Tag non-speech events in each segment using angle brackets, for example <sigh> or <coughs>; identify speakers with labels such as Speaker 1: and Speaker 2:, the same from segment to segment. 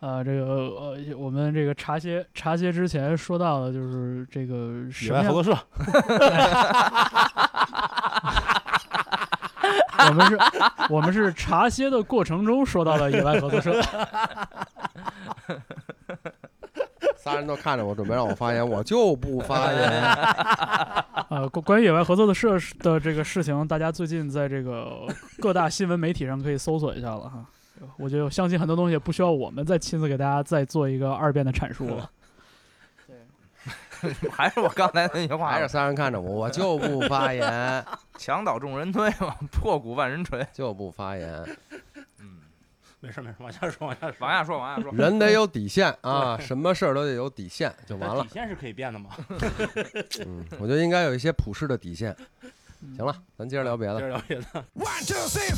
Speaker 1: 啊，这个呃，我们这个茶歇茶歇之前说到的，就是这个
Speaker 2: 野
Speaker 1: 什么
Speaker 2: 外合
Speaker 1: 样？
Speaker 2: 作社，
Speaker 1: 我们是，我们是茶歇的过程中说到了野外合作社。
Speaker 3: 仨人都看着我，准备让我发言，我就不发言。
Speaker 1: 呃，关关于野外合作的社是的这个事情，大家最近在这个各大新闻媒体上可以搜索一下了哈。我就相信很多东西不需要我们再亲自给大家再做一个二遍的阐述了。
Speaker 4: <laughs> 还是我刚才那句
Speaker 2: 哎
Speaker 4: 话
Speaker 3: 还是，仨人看着我，我就不发言，
Speaker 4: 墙倒众人推嘛，破鼓万人锤。
Speaker 3: 就不发言。
Speaker 2: <laughs>
Speaker 4: 嗯，
Speaker 2: 没事没事，往下说往下说。
Speaker 4: 往下说，往下说。
Speaker 3: 人得有底线啊，什么事儿都得有底线，就完
Speaker 2: 但
Speaker 3: 了
Speaker 2: 底。线是可以变的嘛？
Speaker 3: 嗯，我觉得应该有一些普世的底线。行了，咱接着聊别
Speaker 2: 嗯接
Speaker 3: 的。
Speaker 2: 着聊别的。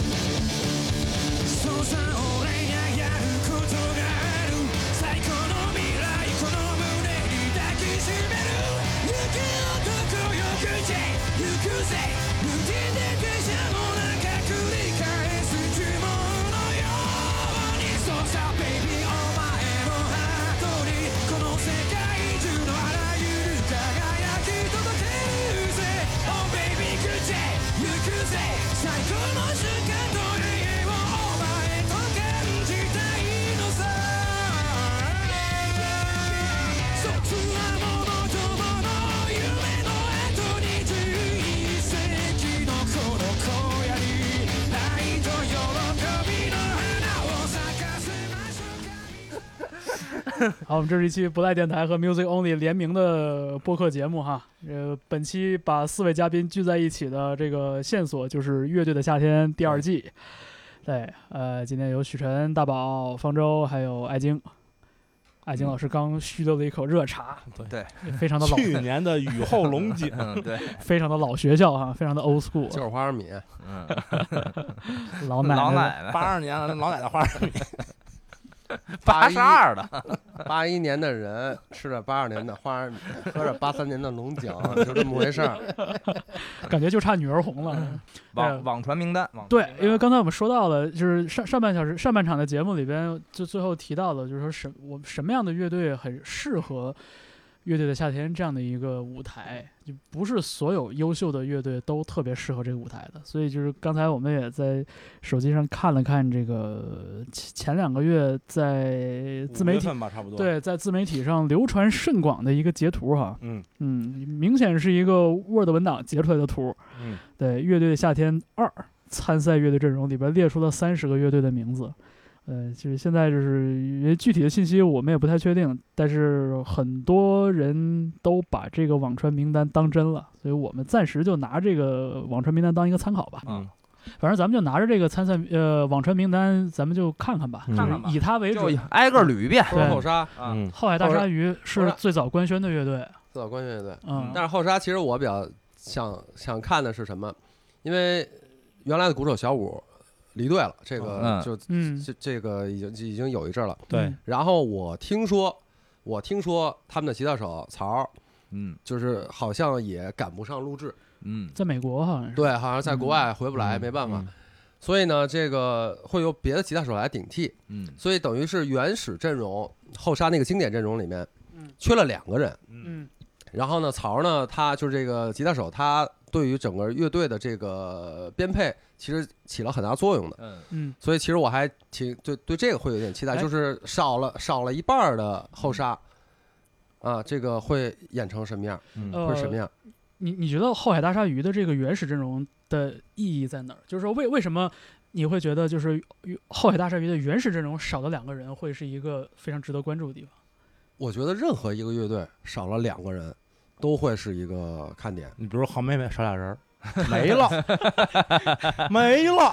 Speaker 5: そうさ俺がやることがある最高の未来この胸に抱きしめる行く男よくじ行くぜ無限で電車の中繰り返す呪文のようにそうさ baby お前のハートにこの世界中のあらゆる輝き届けるぜ Oh baby 行くぜ行くぜ最高の瞬間と永遠を「お前と感じたいのさ」「そつはものともの夢の後に11世紀のこの荒野に」「愛と喜びの花を咲かせましょうか」
Speaker 1: <laughs> 好，我们这是一期不赖电台和 Music Only 联名的播客节目哈。呃，本期把四位嘉宾聚在一起的这个线索就是《乐队的夏天》第二季。对，呃，今天有许晨、大宝、方舟，还有艾晶。艾晶老师刚虚溜了一口热茶，
Speaker 2: 对
Speaker 4: 对，
Speaker 1: 非常的老，
Speaker 2: 去年的雨后龙
Speaker 3: <laughs>
Speaker 2: 井，
Speaker 4: 嗯，对，
Speaker 1: 非常的老学校哈，非常的 old
Speaker 3: 就
Speaker 1: school，
Speaker 3: 是花生米，
Speaker 4: 嗯，
Speaker 1: 老奶
Speaker 4: 老
Speaker 1: 奶
Speaker 4: 奶奶，
Speaker 2: 八二年的老奶奶花生米，
Speaker 4: 八十二的，
Speaker 3: 八一年的人吃着八二年的花生米，喝着八三年的龙井，就这么回事儿。
Speaker 1: 感觉就差女儿红了。
Speaker 4: 网网传名单，网传
Speaker 1: 对
Speaker 4: 名，单
Speaker 1: 因为刚才我们说到了，就是上上半小时、上半场的节目里边，就最后提到了，就是说什我们什么样的乐队很适合《乐队的夏天》这样的一个舞台，就不是所有优秀的乐队都特别适合这个舞台的。所以就是刚才我们也在手机上看了看这个前前两个月在自媒
Speaker 2: 五月
Speaker 1: 体
Speaker 2: 份吧，差不多。，
Speaker 1: 对在自媒体上流传甚广的一个截图哈，
Speaker 2: 嗯
Speaker 1: 嗯，明显是一个 Word 文档截出来的图，
Speaker 2: 嗯，
Speaker 1: 对，《乐队的夏天二》参赛乐队阵容里边列出了三十个乐队的名字。呃，就是现在就是因为具体的信息我们也不太确定，但是很多人都把这个网传名单当真了，所以我们暂时就拿这个网传名单当一个参考吧。
Speaker 4: 嗯，
Speaker 1: 反正咱们就拿着这个参赛呃网传名单，咱们就看看吧，就
Speaker 2: 嗯
Speaker 1: 是
Speaker 4: 看看吧
Speaker 1: 以它为
Speaker 4: 就
Speaker 1: 准。
Speaker 4: 挨个捋一遍
Speaker 3: 说后沙，
Speaker 4: 啊，
Speaker 2: 嗯
Speaker 1: 后海大鲨鱼是最早官宣的乐队，
Speaker 3: 自我官宣乐队。
Speaker 1: 嗯
Speaker 4: 嗯，
Speaker 3: 但是后沙其实我比较想想看的是什么？因为原来的鼓手小五离队了，这个
Speaker 4: 嗯
Speaker 3: 就
Speaker 1: 嗯，
Speaker 3: 这这个已经已经有一阵儿了。
Speaker 2: 对，
Speaker 3: 然后我听说，我听说他们的吉他手曹儿
Speaker 4: 嗯
Speaker 3: 就是好像也赶不上录制，
Speaker 4: 嗯
Speaker 1: 在美国好像是，
Speaker 3: 对，好像在国外回不来，没办法。所以呢，这个会由别的吉他手来顶替，
Speaker 4: 嗯
Speaker 3: 所以等于是原始阵容后沙那个经典阵容里面
Speaker 1: 嗯
Speaker 3: 缺了两个人。
Speaker 1: 嗯
Speaker 3: 然后呢，曹儿呢，他就是这个吉他手，他对于整个乐队的这个编配其实起了很大作用的。
Speaker 4: 嗯
Speaker 1: 嗯，
Speaker 3: 所以其实我还挺对对这个会有点期待，
Speaker 1: 哎
Speaker 3: 就是少了少了一半儿的后沙，啊，这个会演成什么样？
Speaker 4: 嗯，，
Speaker 3: 会是什
Speaker 1: 呃
Speaker 3: 么，样？
Speaker 1: 你你觉得后海大鲨鱼的这个原始阵容的意义在哪儿？就是说为为什么你会觉得就是后海大鲨鱼的原始阵容少了两个人会是一个非常值得关注的地方？
Speaker 3: 我觉得任何一个乐队少了两个人，都会是一个看点。
Speaker 2: 你比如好妹妹少俩人儿，没了， <laughs> 没了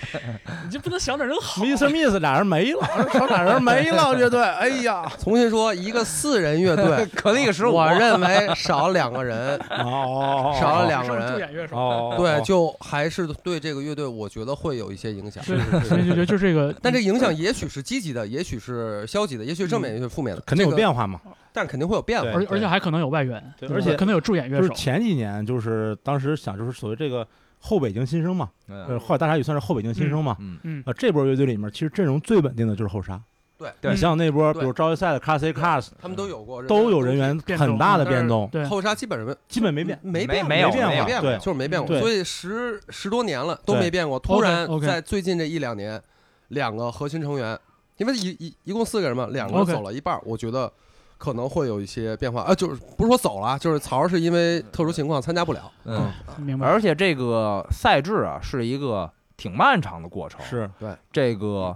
Speaker 1: <laughs> 你就不能想点人好？
Speaker 2: ，Mr. Miss 俩人没了，少俩人没 <laughs> 了，乐队，哎呀，
Speaker 3: 重新说，一个四人乐队
Speaker 4: 可那个时候
Speaker 3: 我认为少两个人，
Speaker 2: 哦，
Speaker 3: 少了两
Speaker 1: 是
Speaker 3: 个
Speaker 1: 不是
Speaker 3: 人
Speaker 1: 助演乐手？
Speaker 2: 哦，
Speaker 3: 对，就还是对这个乐队，我觉得会有一些影
Speaker 1: <laughs>
Speaker 3: 响。
Speaker 1: 对，所以就觉得就这个，
Speaker 3: 但这
Speaker 2: 嗯
Speaker 3: 影响也许是积极的，也许是消极的，也许是正面，也许是负面的，
Speaker 2: 肯定有
Speaker 3: 这个，
Speaker 2: 变化嘛。
Speaker 3: 但肯定会有变化。
Speaker 1: 而
Speaker 2: 对
Speaker 1: 而且还可能有外援，
Speaker 2: 对
Speaker 1: 吧
Speaker 2: 而且
Speaker 1: 可能有助演乐
Speaker 2: 就是
Speaker 1: 手，
Speaker 2: 前几年，就是当时想，就是所谓这个后北京新生嘛，呃，
Speaker 4: 嗯
Speaker 2: 后来大鲨鱼算是后北京新生嘛。
Speaker 4: 嗯，
Speaker 1: 嗯， <laughs>
Speaker 2: 呃，这波乐队里面，其实阵容最稳定的就是后沙。
Speaker 3: 对
Speaker 4: 对
Speaker 2: 你像那波，比
Speaker 3: 对
Speaker 2: 如招一赛的 Class A Class，
Speaker 3: 他们都有过，
Speaker 2: 都有人员
Speaker 1: 变动
Speaker 2: 很大的变动，
Speaker 1: 对，
Speaker 3: 后沙基本上没
Speaker 2: 基本没变。
Speaker 3: 没
Speaker 4: 没
Speaker 3: 变过
Speaker 4: 没有
Speaker 3: 变
Speaker 2: 没有
Speaker 3: 变
Speaker 2: 对
Speaker 3: 过，就是没变过。
Speaker 2: 对
Speaker 3: 所以十十多年了都没变过，突然
Speaker 1: OK，OK
Speaker 3: 在最近这一两年，两个核心成员，因为一一一共四个人嘛，两个
Speaker 1: OK
Speaker 3: 走了一半儿，我觉得。可能会有一些变化啊，就是不是说走了啊，就是曹儿是因为特殊情况参加不了，
Speaker 4: 嗯，
Speaker 1: 明白。
Speaker 4: 而且这个赛制啊是一个挺漫长的过程，
Speaker 2: 是，
Speaker 4: 这个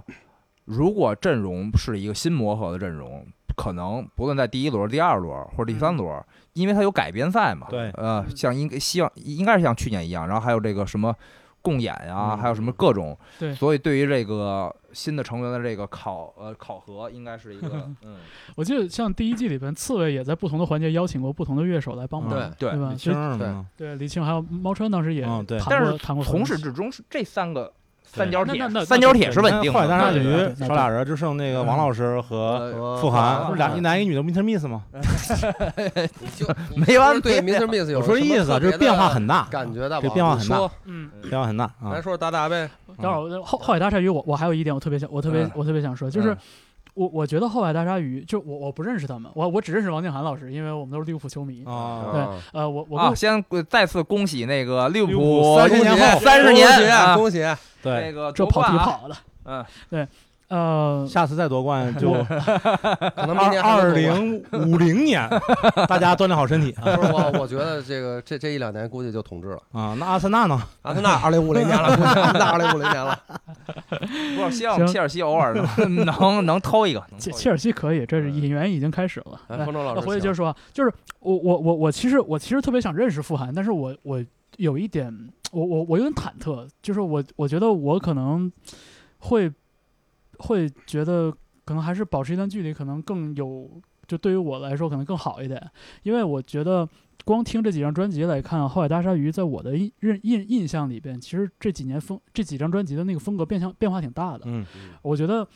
Speaker 4: 如果阵容是一个新磨合的阵容，可能不论在第一轮、第二轮或者第三轮，因为它有改编赛嘛，
Speaker 2: 对
Speaker 4: 呃，像应希望应该是像去年一样，然后还有这个什么共演啊，
Speaker 3: 嗯
Speaker 4: 还有什么各种，
Speaker 1: 对
Speaker 4: 所以对于这个新的成员的这个考呃考核，应该是一个嗯，
Speaker 1: 我记得像第一季里边，刺猬也在不同的环节邀请过不同的乐手来
Speaker 2: 嗯
Speaker 1: 帮忙，
Speaker 3: 对
Speaker 4: 对
Speaker 1: 对吧？所
Speaker 2: 青
Speaker 1: 以
Speaker 2: 儿
Speaker 3: 对
Speaker 2: 嘛，
Speaker 1: 对李庆还有猫川当时也
Speaker 2: 嗯对
Speaker 1: 谈
Speaker 4: 但
Speaker 1: 过
Speaker 4: 是
Speaker 1: 谈过合
Speaker 4: 从
Speaker 1: 同
Speaker 4: 始至终是这三个三角铁
Speaker 1: 那那，那
Speaker 4: 三角铁是稳定
Speaker 2: 后来大
Speaker 4: 的，
Speaker 2: 鲨
Speaker 1: 对对
Speaker 2: 鱼
Speaker 1: 对对
Speaker 2: 少俩人，就剩那个王老师和
Speaker 3: 嗯呃
Speaker 2: 傅
Speaker 4: 呃
Speaker 2: 涵，不
Speaker 4: 傅
Speaker 2: 是
Speaker 4: 涵
Speaker 2: 俩一男一女的 Mr. Miss 吗？
Speaker 3: 你就
Speaker 4: 没完
Speaker 3: 你是对
Speaker 4: 没
Speaker 3: Mr. Miss 有
Speaker 2: 我说
Speaker 3: 什么
Speaker 2: 意思啊，
Speaker 3: 特别
Speaker 2: 这
Speaker 3: 的
Speaker 2: 变化很大，
Speaker 3: 感觉大宝，
Speaker 2: 这变化
Speaker 3: 你
Speaker 2: 很大
Speaker 3: 说
Speaker 1: 嗯，
Speaker 2: 变化很大啊
Speaker 3: 来。说说达达呗，
Speaker 1: 当然我后后海大鲨鱼，我我还有一点我特别想，我特别
Speaker 4: 嗯
Speaker 1: 我特别想说，就是
Speaker 4: 嗯
Speaker 1: 我我觉得后海大鲨鱼，就我我不认识他们，我我只认识王静涵老师，因为我们都是利物浦球迷。
Speaker 2: 啊，
Speaker 1: 对
Speaker 3: 啊
Speaker 1: 呃，我我跟
Speaker 4: 哦啊，先呃再次恭喜那个利物
Speaker 2: 利物浦
Speaker 4: 浦
Speaker 2: 30年后
Speaker 4: 三十年啊
Speaker 3: 恭喜！
Speaker 4: 那
Speaker 2: 对，
Speaker 4: 个
Speaker 1: 这
Speaker 4: 夺
Speaker 1: 跑
Speaker 4: 冠
Speaker 1: 题
Speaker 4: 啊，
Speaker 1: 跑的，
Speaker 4: 嗯，
Speaker 1: 呃，
Speaker 2: 下次再夺冠就
Speaker 3: 啊可能明
Speaker 2: 二
Speaker 3: 年还啊
Speaker 2: 二
Speaker 3: 能夺
Speaker 2: <laughs>
Speaker 3: 冠
Speaker 2: 零五零年， <laughs> 大家锻炼好身体啊
Speaker 3: 不是我，我觉得这个这这一两年估计就统治了。
Speaker 2: 啊！那阿森纳呢？
Speaker 3: 阿森纳二零五零年 <laughs> 了，估计阿森纳二零五零年了。
Speaker 4: 不是希望
Speaker 1: 行
Speaker 4: 切尔西偶尔能 <laughs> 能能偷一个，能
Speaker 1: 切
Speaker 4: 偷一
Speaker 1: 切
Speaker 4: 个
Speaker 1: 尔西可以，这
Speaker 4: 嗯
Speaker 1: 是引援已经开始了。
Speaker 3: 哎
Speaker 1: 来
Speaker 3: 方舟老
Speaker 1: 那
Speaker 3: 师，
Speaker 1: 回去
Speaker 3: 行
Speaker 1: 就说，就是我我我我其实我其实特别想认识傅涵，但是我我有一点，我我我有点忐忑，就是我我觉得我可能会会觉得可能还是保持一段距离，可能更有就对于我来说可能更好一点，因为我觉得光听这几张专辑来看，《后海大鲨鱼》在我的印印印印象里边，其实这几年风这几张专辑的那个风格变相变化挺大的，
Speaker 2: 嗯，
Speaker 1: 我觉得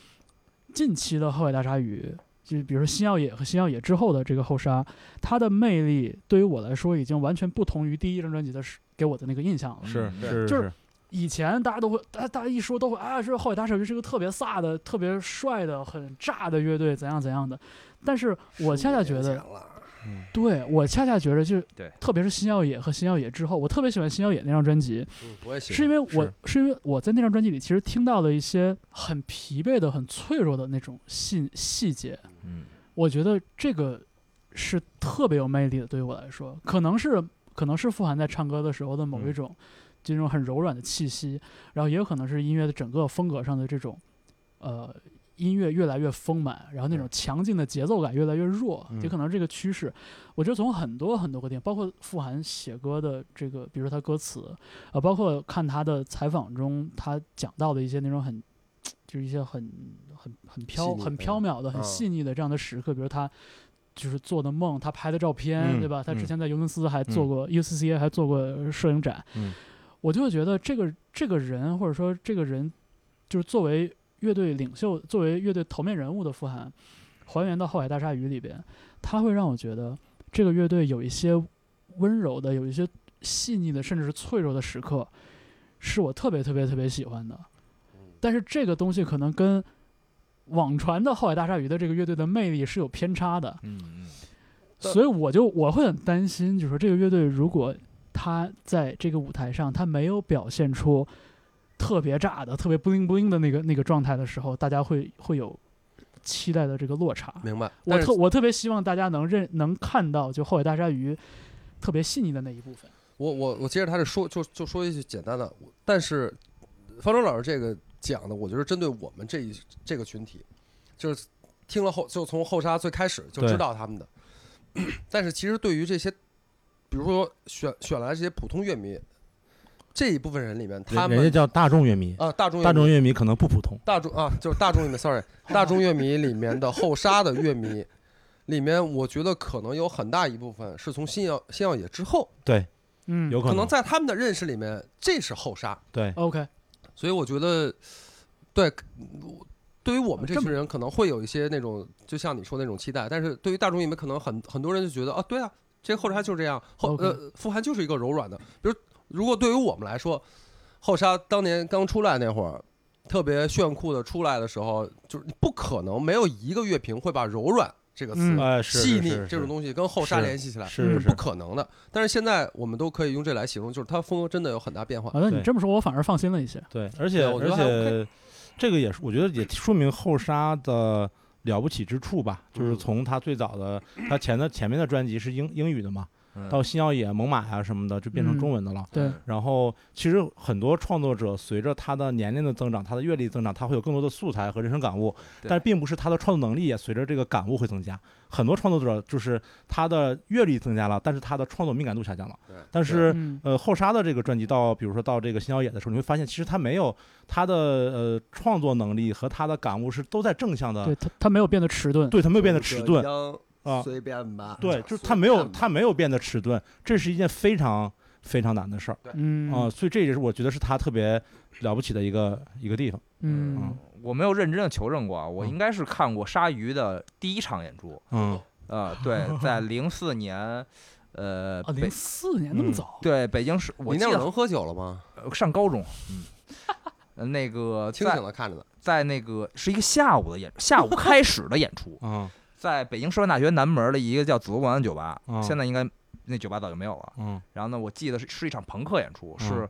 Speaker 1: 近期的后海大鲨鱼，就是比如说新耀野和新耀野之后的这个后沙，它的魅力对于我来说已经完全不同于第一张专辑的是给我的那个印象了。
Speaker 2: 是
Speaker 4: 嗯
Speaker 2: 是
Speaker 1: 就是
Speaker 2: 是，
Speaker 1: 以前大家都会，大家大家一说都会啊，说后海大鲨鱼是个特别飒的、特别帅的、很炸的乐队，怎样怎样的。但是我恰恰觉
Speaker 3: 15年
Speaker 1: 得，
Speaker 3: 前了
Speaker 1: 对我恰恰觉得就是，
Speaker 4: 对
Speaker 1: 特别是新耀野和新耀野之后，我特别喜欢新耀野那张专辑，
Speaker 3: 嗯我也喜
Speaker 1: 是因
Speaker 3: 欢。
Speaker 1: 为我
Speaker 2: 是
Speaker 1: 是因为我在那张专辑里其实听到了一些很疲惫的、很脆弱的那种细细节，
Speaker 4: 嗯
Speaker 1: 我觉得这个是特别有魅力的。对于我来说，可能是可能是富含在唱歌的时候的某一
Speaker 2: 嗯
Speaker 1: 种、这种很柔软的气息，然后也有可能是音乐的整个风格上的这种呃音乐越来越丰满，然后那种强劲的节奏感越来越弱，
Speaker 2: 嗯
Speaker 1: 也可能这个趋势。我觉得从很多很多个点，包括富含写歌的这个，比如说他歌词，呃，包括看他的采访中，他讲到的一些那种很，就是一些很很很
Speaker 3: 细
Speaker 1: 飘
Speaker 3: 腻
Speaker 1: 很
Speaker 3: 嗯
Speaker 1: 飘渺的、
Speaker 3: 嗯
Speaker 1: 很细腻的这样的时刻，比如他就是做的梦，他拍的照片，
Speaker 2: 嗯
Speaker 1: 对吧？他之
Speaker 2: 嗯
Speaker 1: 前在尤文斯还做过、UCCA 还做过摄影展，
Speaker 2: 嗯
Speaker 1: 我就会觉得这个这个人或者说这个人，就是作为乐队领袖、作为乐队头面人物的傅涵，还原到《后海大鲨鱼》里边，他会让我觉得这个乐队有一些温柔的，有一些细腻的，甚至是脆弱的时刻，是我特别特别特别喜欢的。
Speaker 3: 嗯
Speaker 1: 但是这个东西可能跟网传的《后海大鲨鱼》的这个乐队的魅力是有偏差的，
Speaker 4: 嗯嗯，
Speaker 3: 对
Speaker 1: 所以我就我会很担心，就是说这个乐队如果他在这个舞台上他没有表现出特别炸的、特别不灵不灵的那个那个状态的时候，大家会会有期待的这个落差。
Speaker 3: 明白，
Speaker 1: 我
Speaker 3: 但是
Speaker 1: 特我特别希望大家能认能看到，就后海大鲨鱼特别细腻的那一部分。
Speaker 3: 我我我接着他这说，就就说一句简单的，我但是方舟老师这个讲的，我觉得针对我们这一这个群体，就是听了后就从后沙最开始就
Speaker 2: 对
Speaker 3: 知道他们的， <coughs> 但是其实对于这些，比如说选选来这些普通乐迷，这一部分人里面，他
Speaker 2: 人人家
Speaker 3: 们
Speaker 2: 叫大众乐迷，
Speaker 3: 啊，大众乐迷
Speaker 2: 大众乐迷可能不普通，
Speaker 3: 大众啊，就是大众乐迷，sorry，大众乐迷里面的后沙的乐迷，里面我觉得可能有很大一部分是从新耀新耀野之后，
Speaker 2: 对，
Speaker 1: 嗯，
Speaker 2: 有
Speaker 3: 可
Speaker 2: 能
Speaker 3: 能在他们的认识里面，这是后沙，
Speaker 2: 对，
Speaker 1: OK，
Speaker 3: 所以我觉得，对，对于我们这
Speaker 1: 这
Speaker 3: 群
Speaker 1: 么
Speaker 3: 人可能会有一些那种，就像你说的那种期待，但是对于大众乐迷，可能很很多人就觉得啊，对啊，这后沙就是这样，后
Speaker 1: OK
Speaker 3: 呃富含就是一个柔软的，比如如果对于我们来说，后沙当年刚出来那会儿。特别炫酷的出来的时候，就是你不可能没有一个乐评会把“柔软”这个词、
Speaker 1: 嗯
Speaker 2: 呃，是
Speaker 3: 细腻这
Speaker 2: 这
Speaker 3: 种东西跟后沙联系起来，
Speaker 2: 是是
Speaker 1: 嗯
Speaker 2: 是
Speaker 3: 不可能的。但是现在我们都可以用这来形容，就是它风格真的有很大变化。
Speaker 1: 好的，
Speaker 2: 对
Speaker 1: 你这么说，我反而放心了一些。
Speaker 2: 对，而且
Speaker 3: 对我觉
Speaker 2: 而
Speaker 3: 得还 OK
Speaker 2: 且这个也是，我觉得也说明后沙的了不起之处吧，就是
Speaker 3: 嗯
Speaker 2: 从他最早的他前的前面的专辑是英英语的嘛，
Speaker 4: 嗯
Speaker 2: 到新耀野、猛犸呀什么的就变成
Speaker 1: 嗯
Speaker 2: 中文的了。
Speaker 1: 对，
Speaker 2: 然后，其实很多创作者随着他的年龄的增长，他的阅历增长，他会有更多的素材和人生感悟，
Speaker 4: 对
Speaker 2: 但并不是他的创作能力也随着这个感悟会增加。很多创作者就是他的阅历增加了，但是他的创作敏感度下降了
Speaker 3: 对。
Speaker 2: 但是
Speaker 1: 嗯，
Speaker 2: 呃，后沙的这个专辑到，比如说到这个新耀野的时候，你会发现，其实他没有他的呃创作能力和他的感悟是都在正向的，
Speaker 1: 对
Speaker 2: 对
Speaker 1: 他他没有变得迟钝，
Speaker 2: 他没有变得迟钝，啊
Speaker 3: 随便吧。
Speaker 2: 对，就是他没有他没有变得迟钝，这是一件非常非常难的事儿
Speaker 1: 嗯
Speaker 2: 啊、所以这也是我觉得是他特别了不起的一个一个地方啊
Speaker 1: 嗯，
Speaker 4: 我没有认真的求证过，啊，我
Speaker 2: 嗯
Speaker 4: 应该是看过鲨鱼的第一场演出，
Speaker 2: 嗯，
Speaker 4: 呃，
Speaker 1: <laughs>
Speaker 4: 对，在零四年，呃，
Speaker 1: 啊，
Speaker 4: 北
Speaker 1: 零四年那么
Speaker 2: 嗯，
Speaker 1: 早，
Speaker 4: 对北京市，我
Speaker 3: 你
Speaker 4: 记
Speaker 3: 那会儿
Speaker 4: 得
Speaker 3: 能喝酒了吗？
Speaker 4: 呃上高中，嗯
Speaker 1: <laughs>
Speaker 4: 呃，那个
Speaker 3: 清
Speaker 4: 在
Speaker 3: 醒的看着呢。
Speaker 4: 在那个是一个下午的演，下午开始的演出
Speaker 2: 啊
Speaker 4: 在北京师范大学南门的一个叫紫罗兰的酒吧
Speaker 1: 哦
Speaker 2: 嗯，
Speaker 4: 现在应该那酒吧早就没有了。
Speaker 2: 嗯
Speaker 4: 然后呢，我记得是是一场朋克演
Speaker 1: 哦
Speaker 4: 出，
Speaker 2: 嗯
Speaker 4: 是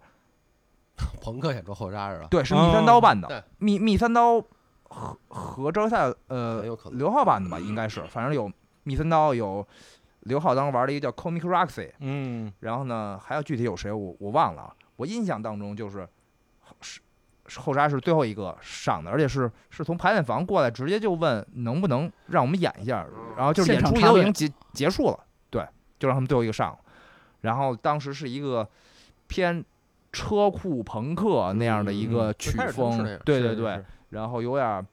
Speaker 3: 朋克演出后沙是吧？
Speaker 4: 对，是
Speaker 2: 哦
Speaker 4: 密三刀办
Speaker 3: 对
Speaker 4: 的，密密三刀和和周赛呃
Speaker 3: 很有可能
Speaker 4: 刘浩办的吧，应该是，反正有密三刀有刘浩当时玩了一个叫 Comic Roxy，
Speaker 2: 嗯
Speaker 4: 然后呢还有具体有谁我我忘了，啊我印象当中就是是是后沙是最后一个上的，而且是是从排练房过来直接就问能不能让我们演一下，然后就是
Speaker 1: 现
Speaker 4: 演
Speaker 1: 场
Speaker 4: 出也
Speaker 1: 插
Speaker 4: 都已
Speaker 1: 队
Speaker 4: 经结结束了，对，就让他们最后一个上了，然后当时是一个偏。车库朋克那样的一个
Speaker 3: 最
Speaker 4: 曲
Speaker 3: 开始他们
Speaker 4: 风
Speaker 3: 是那样，
Speaker 4: 对
Speaker 2: 是
Speaker 4: 对
Speaker 2: 是
Speaker 4: 对
Speaker 2: 是，
Speaker 4: 然后有点儿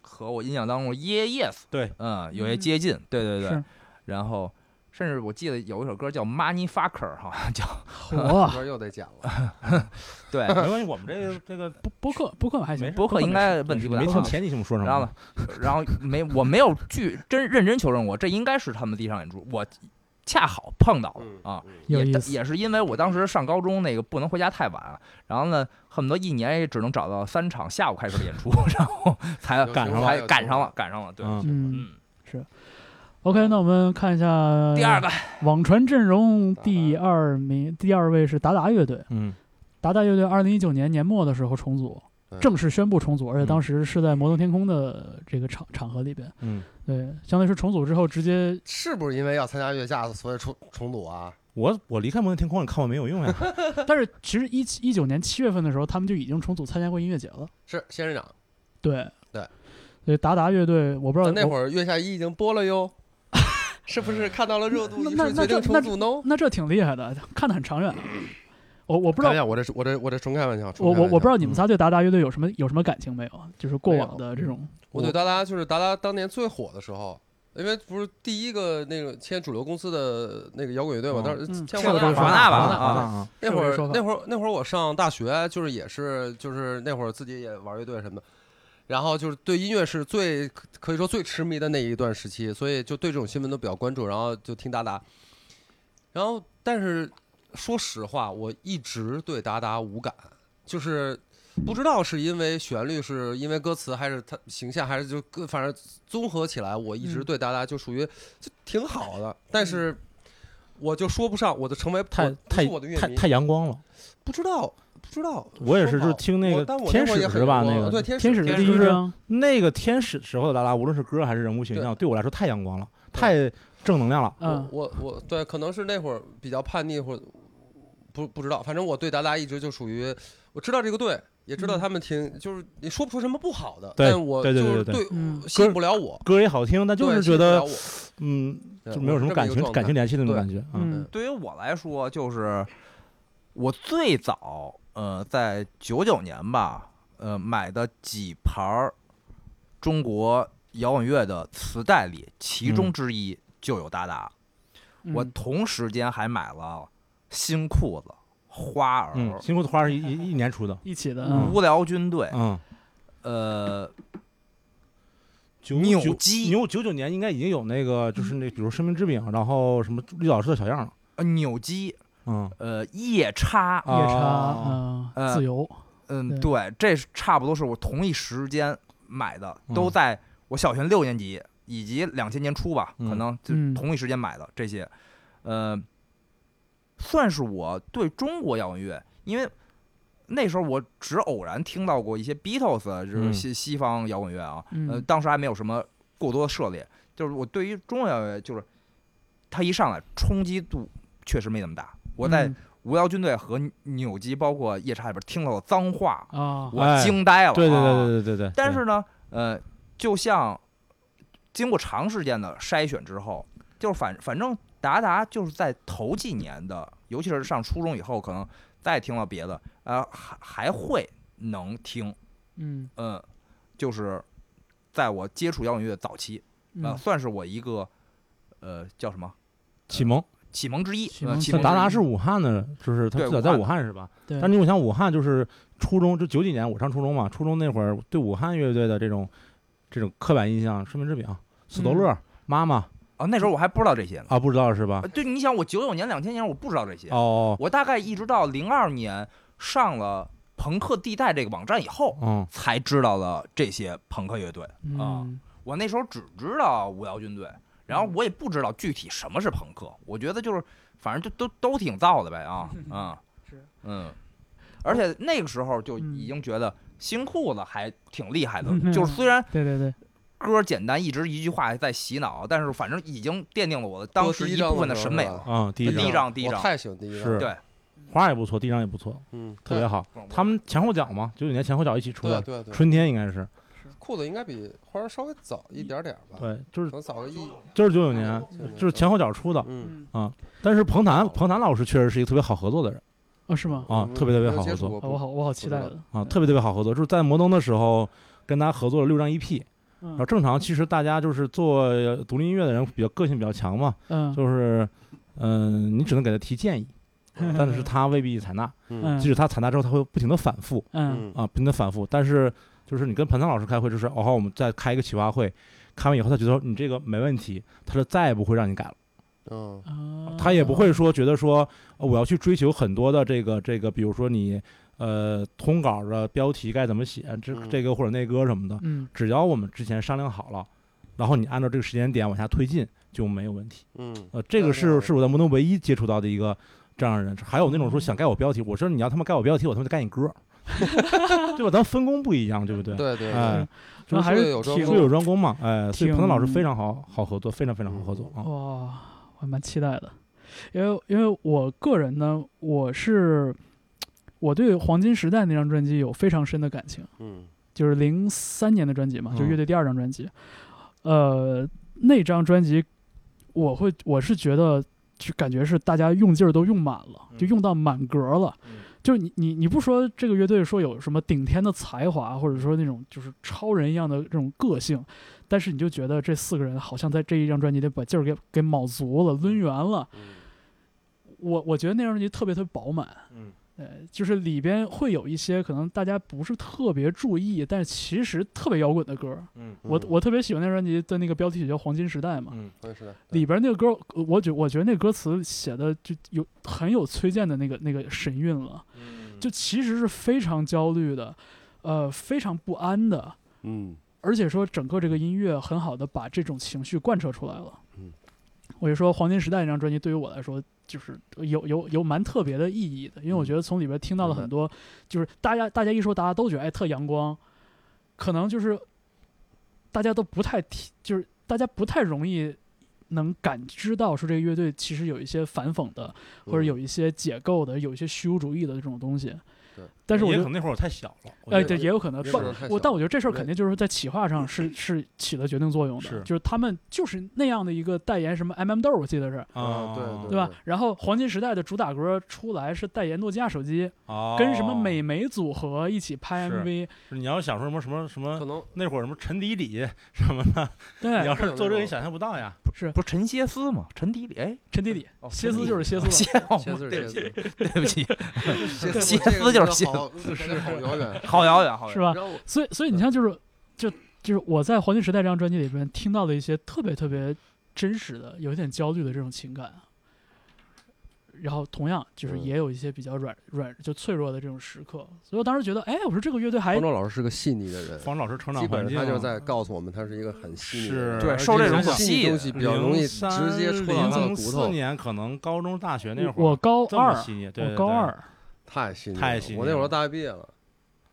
Speaker 4: 和我印象当中的 Yeah Yes
Speaker 2: 对，
Speaker 4: 嗯，有些接近，对对对
Speaker 1: 是。
Speaker 4: 然后甚至我记得有一首歌叫《Money Fucker》，好像叫
Speaker 2: <laughs>
Speaker 1: 我
Speaker 3: 这又得剪了。
Speaker 4: 对
Speaker 2: 没关系，我们这个这个
Speaker 1: 播播客播客还
Speaker 2: 没
Speaker 1: 行
Speaker 2: 事，
Speaker 4: 播客应该问题不大
Speaker 2: 没。听前几期我们说什
Speaker 4: 然后
Speaker 2: 么
Speaker 4: 呢，然后没我没有去真认真求证过，这应该是他们第一场演出，我恰好碰到
Speaker 3: 嗯
Speaker 4: 了啊。，
Speaker 1: 有
Speaker 4: 也
Speaker 1: 意
Speaker 4: 但
Speaker 1: 思，
Speaker 4: 也是因为我当时上高中，那个不能回家太晚，然后呢，恨不得一年也只能找到三场下午开始的演出， <laughs> 然后才
Speaker 2: 赶上了
Speaker 4: 才赶上了，赶上了。对，
Speaker 2: 嗯
Speaker 1: 嗯
Speaker 4: 嗯，
Speaker 1: ，OK，那我们看一下
Speaker 4: 第二个，
Speaker 1: 网传阵容
Speaker 3: 达达
Speaker 1: 第二名，第二位是达达乐队。
Speaker 2: 嗯
Speaker 1: 达达乐队二零一九年年末的时候重组
Speaker 3: 对，嗯
Speaker 1: 正式宣布重组，而且当时是在摩登天空的这个场场合里边，
Speaker 2: 嗯，
Speaker 1: 对，相当于是重组之后直
Speaker 4: <laughs>
Speaker 1: 接
Speaker 3: 是不是因为要参加月下，所以重重组啊？
Speaker 2: 我我离开摩登天空，你看我没有用呀，
Speaker 1: 但是其实一一九年七月份的时候，他们就已经重组参加过音乐节了。
Speaker 3: 是仙人掌。
Speaker 1: 对
Speaker 3: 对，
Speaker 1: 所以达达乐队，呃我不知道
Speaker 3: 但那会
Speaker 1: 儿
Speaker 3: 儿月下一已经播了哟，是不是看到了热度，
Speaker 1: 那
Speaker 3: 于
Speaker 1: 那
Speaker 3: 是决定重组 no？
Speaker 1: 那这挺厉害的，看得很长远啊。
Speaker 3: 嗯
Speaker 1: 我我不知
Speaker 3: 看
Speaker 1: 道
Speaker 3: 一，下我这我这我这纯开玩笑，
Speaker 1: 我我我不知
Speaker 3: 道，
Speaker 1: 道你们仨对达达乐队有什么有什么感情没有？啊就是过往的这种，
Speaker 3: 我对达达就是达达当年最火的时候。因为不是第一个那个签主流公司的那个摇滚乐队嘛，
Speaker 2: 嗯
Speaker 3: 当时
Speaker 1: 嗯
Speaker 3: 签
Speaker 1: 签
Speaker 3: 华
Speaker 1: 过
Speaker 3: 纳
Speaker 1: 华
Speaker 4: 纳吧
Speaker 3: 华
Speaker 4: 啊
Speaker 2: 啊啊，
Speaker 3: 那会
Speaker 1: 是
Speaker 3: 儿
Speaker 1: 不是说法
Speaker 3: 那会儿那会儿我上大学，就是也是就是那会儿自己也玩乐队什么的，然后就是对音乐是最可可以说最痴迷的那一段时期，所以就对这种新闻都比较关注，然后就听达达。然后，但是说实话，我一直对达达无感，就是不知道是因为旋律，是因为歌词，还是它形象，还是就各反正综合起来，我一直
Speaker 1: 嗯
Speaker 3: 对达达就属于就挺好的，但是我就说不上，我就成为
Speaker 2: 太
Speaker 3: 我不
Speaker 2: 太
Speaker 3: 是我的乐
Speaker 2: 太
Speaker 3: 迷
Speaker 2: 太阳光了。
Speaker 3: 不知道，不知道。
Speaker 2: 我也是就是
Speaker 3: 说不好
Speaker 2: 听那
Speaker 3: 我
Speaker 2: 个
Speaker 3: 但我
Speaker 2: 天
Speaker 3: 那会儿
Speaker 2: 使
Speaker 3: 也很
Speaker 2: 是吧
Speaker 3: 阳光
Speaker 2: 那个
Speaker 3: 对天
Speaker 1: 天
Speaker 3: 使
Speaker 1: 使的第
Speaker 3: 天
Speaker 1: 一
Speaker 2: 就是
Speaker 1: 张，
Speaker 2: 那个天使时候的达达，无论是歌还是人物形象，对我来说太阳光了，太正能量了。
Speaker 1: 嗯，
Speaker 3: 我我对，可能是那会儿比较叛逆，或者不不知道。反正我对达达一直就属于，我知道这个队，也知道
Speaker 1: 嗯
Speaker 3: 他们听，就是你说不出什么不好的，
Speaker 2: 对
Speaker 3: 但我
Speaker 2: 对
Speaker 3: 就
Speaker 2: 对对
Speaker 3: 是
Speaker 2: 对
Speaker 3: 对
Speaker 1: 嗯
Speaker 3: 吸引不了我，
Speaker 2: 歌也好听，但就
Speaker 3: 对
Speaker 2: 是
Speaker 3: 吸
Speaker 2: 觉
Speaker 3: 引不了
Speaker 2: 得
Speaker 3: 我
Speaker 2: 嗯，
Speaker 3: 对
Speaker 2: 就
Speaker 3: 我
Speaker 2: 没有什么
Speaker 3: 是这么
Speaker 2: 感
Speaker 3: 一个
Speaker 2: 情
Speaker 3: 状
Speaker 2: 感情
Speaker 3: 态
Speaker 2: 联系的那种
Speaker 3: 对
Speaker 2: 感觉。嗯
Speaker 1: 嗯
Speaker 4: 对于我来说就是我最早呃在九九年吧，呃买的几盘儿中国摇滚乐的磁带里，其中
Speaker 2: 嗯
Speaker 4: 之一就有达达。
Speaker 1: 嗯
Speaker 4: 我同时间还买了新裤子、花儿、
Speaker 2: 嗯，新裤子花是一一一年出的，
Speaker 1: 一起的，
Speaker 4: 无聊军队、
Speaker 2: 嗯，
Speaker 4: 呃
Speaker 2: 九
Speaker 4: 扭
Speaker 2: 九
Speaker 4: 机
Speaker 2: 嗯扭九九年应该已经有那个就是那比如生命之饼，然后什么绿岛师的小样了，
Speaker 4: 呃扭机
Speaker 2: 嗯，
Speaker 4: 呃夜叉，
Speaker 1: 嗯夜叉
Speaker 2: 啊，
Speaker 1: 嗯、
Speaker 4: 呃
Speaker 1: 自由，
Speaker 4: 嗯，
Speaker 1: 对
Speaker 4: 对，这是差不多是我同一时间买的，都
Speaker 2: 嗯
Speaker 4: 在我小学六年级以及两千年初吧，可
Speaker 2: 嗯
Speaker 4: 能就
Speaker 1: 嗯
Speaker 4: 同一时间买的这些，呃，算是我对中国摇滚乐，因为那时候我只偶然听到过一些 Beatles，就是啊
Speaker 2: 嗯
Speaker 4: 西、西方摇滚乐啊，呃，
Speaker 1: 嗯
Speaker 4: 当时还没有什么过多的涉猎，就是我对于中国摇滚乐，就是它一上来冲击度确实没那么大，我在、
Speaker 1: 嗯
Speaker 4: 无聊军队和扭机，包括夜叉里边听到的脏话，
Speaker 1: 啊，
Speaker 4: 我惊呆了、
Speaker 2: 哎对对对
Speaker 4: 啊。
Speaker 2: 对对对对。
Speaker 4: 但是呢，呃，就像经过长时间的呃筛选之后，就是反反正达达就是在头几年的，尤其是上初中以后，可能再听到别的，呃，还还会能听，
Speaker 1: 嗯
Speaker 4: 嗯、就是在我接触摇滚乐的早期，
Speaker 1: 嗯
Speaker 2: 啊
Speaker 4: 呃，算是我一个呃叫什么
Speaker 2: 启蒙，
Speaker 4: 启蒙之一，
Speaker 1: 启
Speaker 4: 呃
Speaker 1: 蒙
Speaker 4: 启
Speaker 1: 之一
Speaker 2: 那
Speaker 4: 蒙之
Speaker 2: 达达
Speaker 4: 一
Speaker 2: 是武汉的，就是他
Speaker 4: 对
Speaker 2: 最早在
Speaker 4: 武汉
Speaker 2: 武汉是吧？
Speaker 1: 对
Speaker 2: 但是我想武汉就是初中，就九几年我上初中嘛，初中那会儿对武汉乐队的这种这种刻板印象，生命之饼、死斗
Speaker 4: 嗯
Speaker 2: 乐、妈妈
Speaker 4: 啊，那时候我还不知道这些呢。
Speaker 2: 啊，不知道是吧
Speaker 4: 呃？对，你想我九九年、两千年我不知道这些，
Speaker 2: 哦，
Speaker 4: 我大概一直到零二年上了朋克地带这个网站以后，
Speaker 2: 嗯
Speaker 4: 才知道了这些朋克乐队啊。
Speaker 1: 嗯
Speaker 4: 我那时候只知道无聊军队，然后我也不知道具体什么是朋克，我觉得就是反正就都都挺燥的呗啊，嗯，
Speaker 1: 是
Speaker 4: 嗯，而且那个时候就已
Speaker 1: 嗯
Speaker 4: 经觉得新裤子还挺厉害的，
Speaker 1: 嗯
Speaker 4: 就是虽然
Speaker 1: 对对对，
Speaker 4: 歌简单，一直一句话在洗脑，但是反正已经奠定了我的当时
Speaker 3: 第一
Speaker 4: 一
Speaker 3: 张
Speaker 4: 部分的
Speaker 3: 的时
Speaker 4: 审
Speaker 3: 候
Speaker 4: 美
Speaker 3: 是吧
Speaker 4: 了。
Speaker 2: 嗯，第一
Speaker 4: 呃第
Speaker 2: 张
Speaker 4: 一张第一张
Speaker 3: 我太喜欢第一张，
Speaker 2: 是
Speaker 4: 对，
Speaker 2: 花也不错，第一张也不错，
Speaker 3: 嗯，
Speaker 2: 特别好。他们前后脚嘛，九九年前后脚一起出
Speaker 3: 对
Speaker 2: 的，
Speaker 3: 对对，
Speaker 2: 春天应该是
Speaker 3: 裤子应该比花儿稍微早一点点儿吧，
Speaker 2: 对，就是
Speaker 3: 可能早个一，
Speaker 2: 就是九九
Speaker 4: 嗯
Speaker 2: 年，就是前后脚出的。
Speaker 3: 嗯，
Speaker 1: 嗯
Speaker 2: 但是彭坦彭坦老师确实是一个特别好合作的人
Speaker 1: 哦是吗？
Speaker 2: 啊
Speaker 3: 嗯，
Speaker 2: 特别特别
Speaker 3: 没有
Speaker 2: 好
Speaker 3: 接
Speaker 2: 合
Speaker 3: 触
Speaker 2: 作
Speaker 1: 啊
Speaker 3: 过嗯
Speaker 1: 我好我好期待
Speaker 3: 不
Speaker 1: 的
Speaker 2: 啊，特别特别好合作。就是在摩登的时候跟他合作了六张 EP，然后
Speaker 1: 嗯
Speaker 2: 正常其实大家就是做呃独立音乐的人比较个性比较强嘛，
Speaker 1: 嗯，
Speaker 2: 就是嗯、你只能给他提建议，但是他未必采纳，
Speaker 3: 嗯
Speaker 2: 即使他采纳之后，他会不停的反复。
Speaker 1: 嗯
Speaker 2: 啊，不停的反复。但是就是你跟彭灿老师开会，就是哦好，我们再开一个企划会，开完以后他觉得你这个没问题，他就再也不会让你改了。
Speaker 3: 嗯
Speaker 1: 嗯，
Speaker 2: 他也不会说觉得说呃我要去追求很多的这个这个，比如说你呃通稿的标题该怎么写，这
Speaker 3: 嗯
Speaker 2: 这个或者那个什么的，
Speaker 1: 嗯
Speaker 2: 只要我们之前商量好了，然后你按照这个时间点往下推进就没有问题。
Speaker 3: 嗯，
Speaker 2: 呃，这个
Speaker 3: 那
Speaker 2: 是
Speaker 3: 那
Speaker 2: 是我嗯在摩登唯一接触到的一个这样的人，还有那种说想盖我标题，我说你要他妈盖我标题，我他妈就盖你歌 <laughs> 儿，对吧？咱分工不一样，对不对？
Speaker 3: 对对对，
Speaker 2: 哎，
Speaker 1: 那还是
Speaker 3: 有时候
Speaker 1: 挺
Speaker 2: 术有专攻嘛，哎，所以
Speaker 1: 挺
Speaker 2: 彭总老师非常好好合作，非常非常好合作啊。
Speaker 1: 哇，我还蛮期待的，因为因为我个人呢，我是我对《黄金时代》那张专辑有非常深的感情，
Speaker 3: 嗯
Speaker 1: 就是零三年的专辑嘛，就是乐
Speaker 2: 嗯
Speaker 1: 队第二张专辑，呃，那张专辑我会我是觉得就感觉是大家用劲儿都用满了，就
Speaker 2: 嗯
Speaker 1: 用到满格儿了。
Speaker 2: 嗯
Speaker 1: 就是你你你不说这个乐队说有什么顶天的才华，或者说那种就是超人一样的这种个性，但是你就觉得这四个人好像在这一张专辑里把劲儿给给卯足了，抡圆了。
Speaker 3: 嗯
Speaker 1: 我我觉得那张专辑特别特别饱满，
Speaker 2: 嗯，
Speaker 1: 呃，就是里边会有一些可能大家不是特别注意，但其实特别摇滚的歌儿。
Speaker 2: 嗯
Speaker 1: 我我特别喜欢那张专辑的那个标题曲叫《黄金时代》嘛，
Speaker 2: 嗯
Speaker 3: 我也是的，哎
Speaker 1: 里边那个歌，呃我觉我觉得那歌词写的就有很有崔健的那个那个神韵了，
Speaker 2: 嗯
Speaker 1: 就其实是非常焦虑的，呃，非常不安的，
Speaker 3: 嗯
Speaker 1: 而且说整个这个音乐很好的把这种情绪贯彻出来了。
Speaker 3: 嗯，
Speaker 1: 我就说《黄金时代》那张专辑对于我来说就是有有有蛮特别的意义的，因
Speaker 3: 嗯
Speaker 1: 为我觉得从里边听到了很多，就是大家大家一说大家都觉得哎特阳光，可能就是大家都不太提，就是大家不太容易。能感知到说这个乐
Speaker 3: 嗯
Speaker 1: 队其实有一些反讽的，或者有一些解构的、有一些虚无主义的这种东西，
Speaker 3: 对
Speaker 1: 但是我
Speaker 2: 也
Speaker 1: 觉
Speaker 2: 可
Speaker 1: 得，
Speaker 2: 能那会儿我太小了，我
Speaker 1: 哎，
Speaker 2: 觉得
Speaker 1: 对，也有可能
Speaker 3: 也。
Speaker 1: 不
Speaker 3: 可能太
Speaker 1: 我
Speaker 3: 小
Speaker 1: 但我觉得这事儿肯定
Speaker 3: 对
Speaker 1: 就是在企划上是是起了决定作用的，
Speaker 2: 是
Speaker 1: 就是他们就是那样的一个代言什么 MM 豆儿，我记得是。
Speaker 2: 啊，
Speaker 3: 对
Speaker 1: 对吧？然后黄金时代的主打歌出来是代言诺基亚手机，
Speaker 2: 哦
Speaker 1: 跟什么美眉组合一起拍
Speaker 2: 是
Speaker 1: MV，
Speaker 2: 是你要想说什么什么什
Speaker 3: 可
Speaker 2: 么，
Speaker 3: 能
Speaker 2: 那会儿什么陈迪里什么的，你
Speaker 1: 对
Speaker 2: 要，是做这个，你想象不到呀。
Speaker 1: 是
Speaker 4: 不是陈歇斯吗？陈迪里，哎，
Speaker 1: 陈迪里
Speaker 4: 哦，
Speaker 1: 歇
Speaker 4: 陈
Speaker 1: 斯
Speaker 4: 迪
Speaker 1: 就是歇斯了。
Speaker 4: <laughs> 歇哦
Speaker 3: 歇斯底
Speaker 4: 对不起
Speaker 3: 里
Speaker 4: 对不起，
Speaker 3: 歇这个
Speaker 4: 歇斯就是
Speaker 3: 这个
Speaker 4: 歇
Speaker 3: 好感觉好遥远，
Speaker 4: <laughs> 好遥远，好
Speaker 1: 是
Speaker 4: 遥远。
Speaker 1: 吧
Speaker 3: 然后我
Speaker 1: 所以，所以
Speaker 2: 嗯
Speaker 1: 你像就是就就是我在《黄金时代》这张专辑里边听到的一些特别特别真实的、有一点焦虑的这种情感，然后同样就是
Speaker 3: 嗯
Speaker 1: 也有一些比较软软就脆弱的这种时刻。所以我当时觉得，哎，我说这个乐队还
Speaker 3: 方舟老师是个细腻的人，
Speaker 2: 方老师成长
Speaker 3: 基
Speaker 2: 环
Speaker 3: 本
Speaker 2: 境
Speaker 3: 上
Speaker 2: 啊，
Speaker 3: 他就是在告诉我们，他是一个很细腻的人
Speaker 2: 是
Speaker 4: 对
Speaker 3: 而且
Speaker 4: 受这种
Speaker 3: 种细腻的东西
Speaker 4: 吸引
Speaker 3: 比较容易直接戳到他的
Speaker 2: 零
Speaker 3: 骨
Speaker 2: 四
Speaker 3: 头，
Speaker 2: 年可能高中大学那会
Speaker 1: 我
Speaker 2: 儿
Speaker 1: 高
Speaker 2: 这
Speaker 1: 二
Speaker 2: 么，细腻，对
Speaker 1: 我高，
Speaker 2: 对对
Speaker 1: 二
Speaker 3: 太细腻了，
Speaker 2: 太细腻了
Speaker 3: 我那会儿都大学毕业了，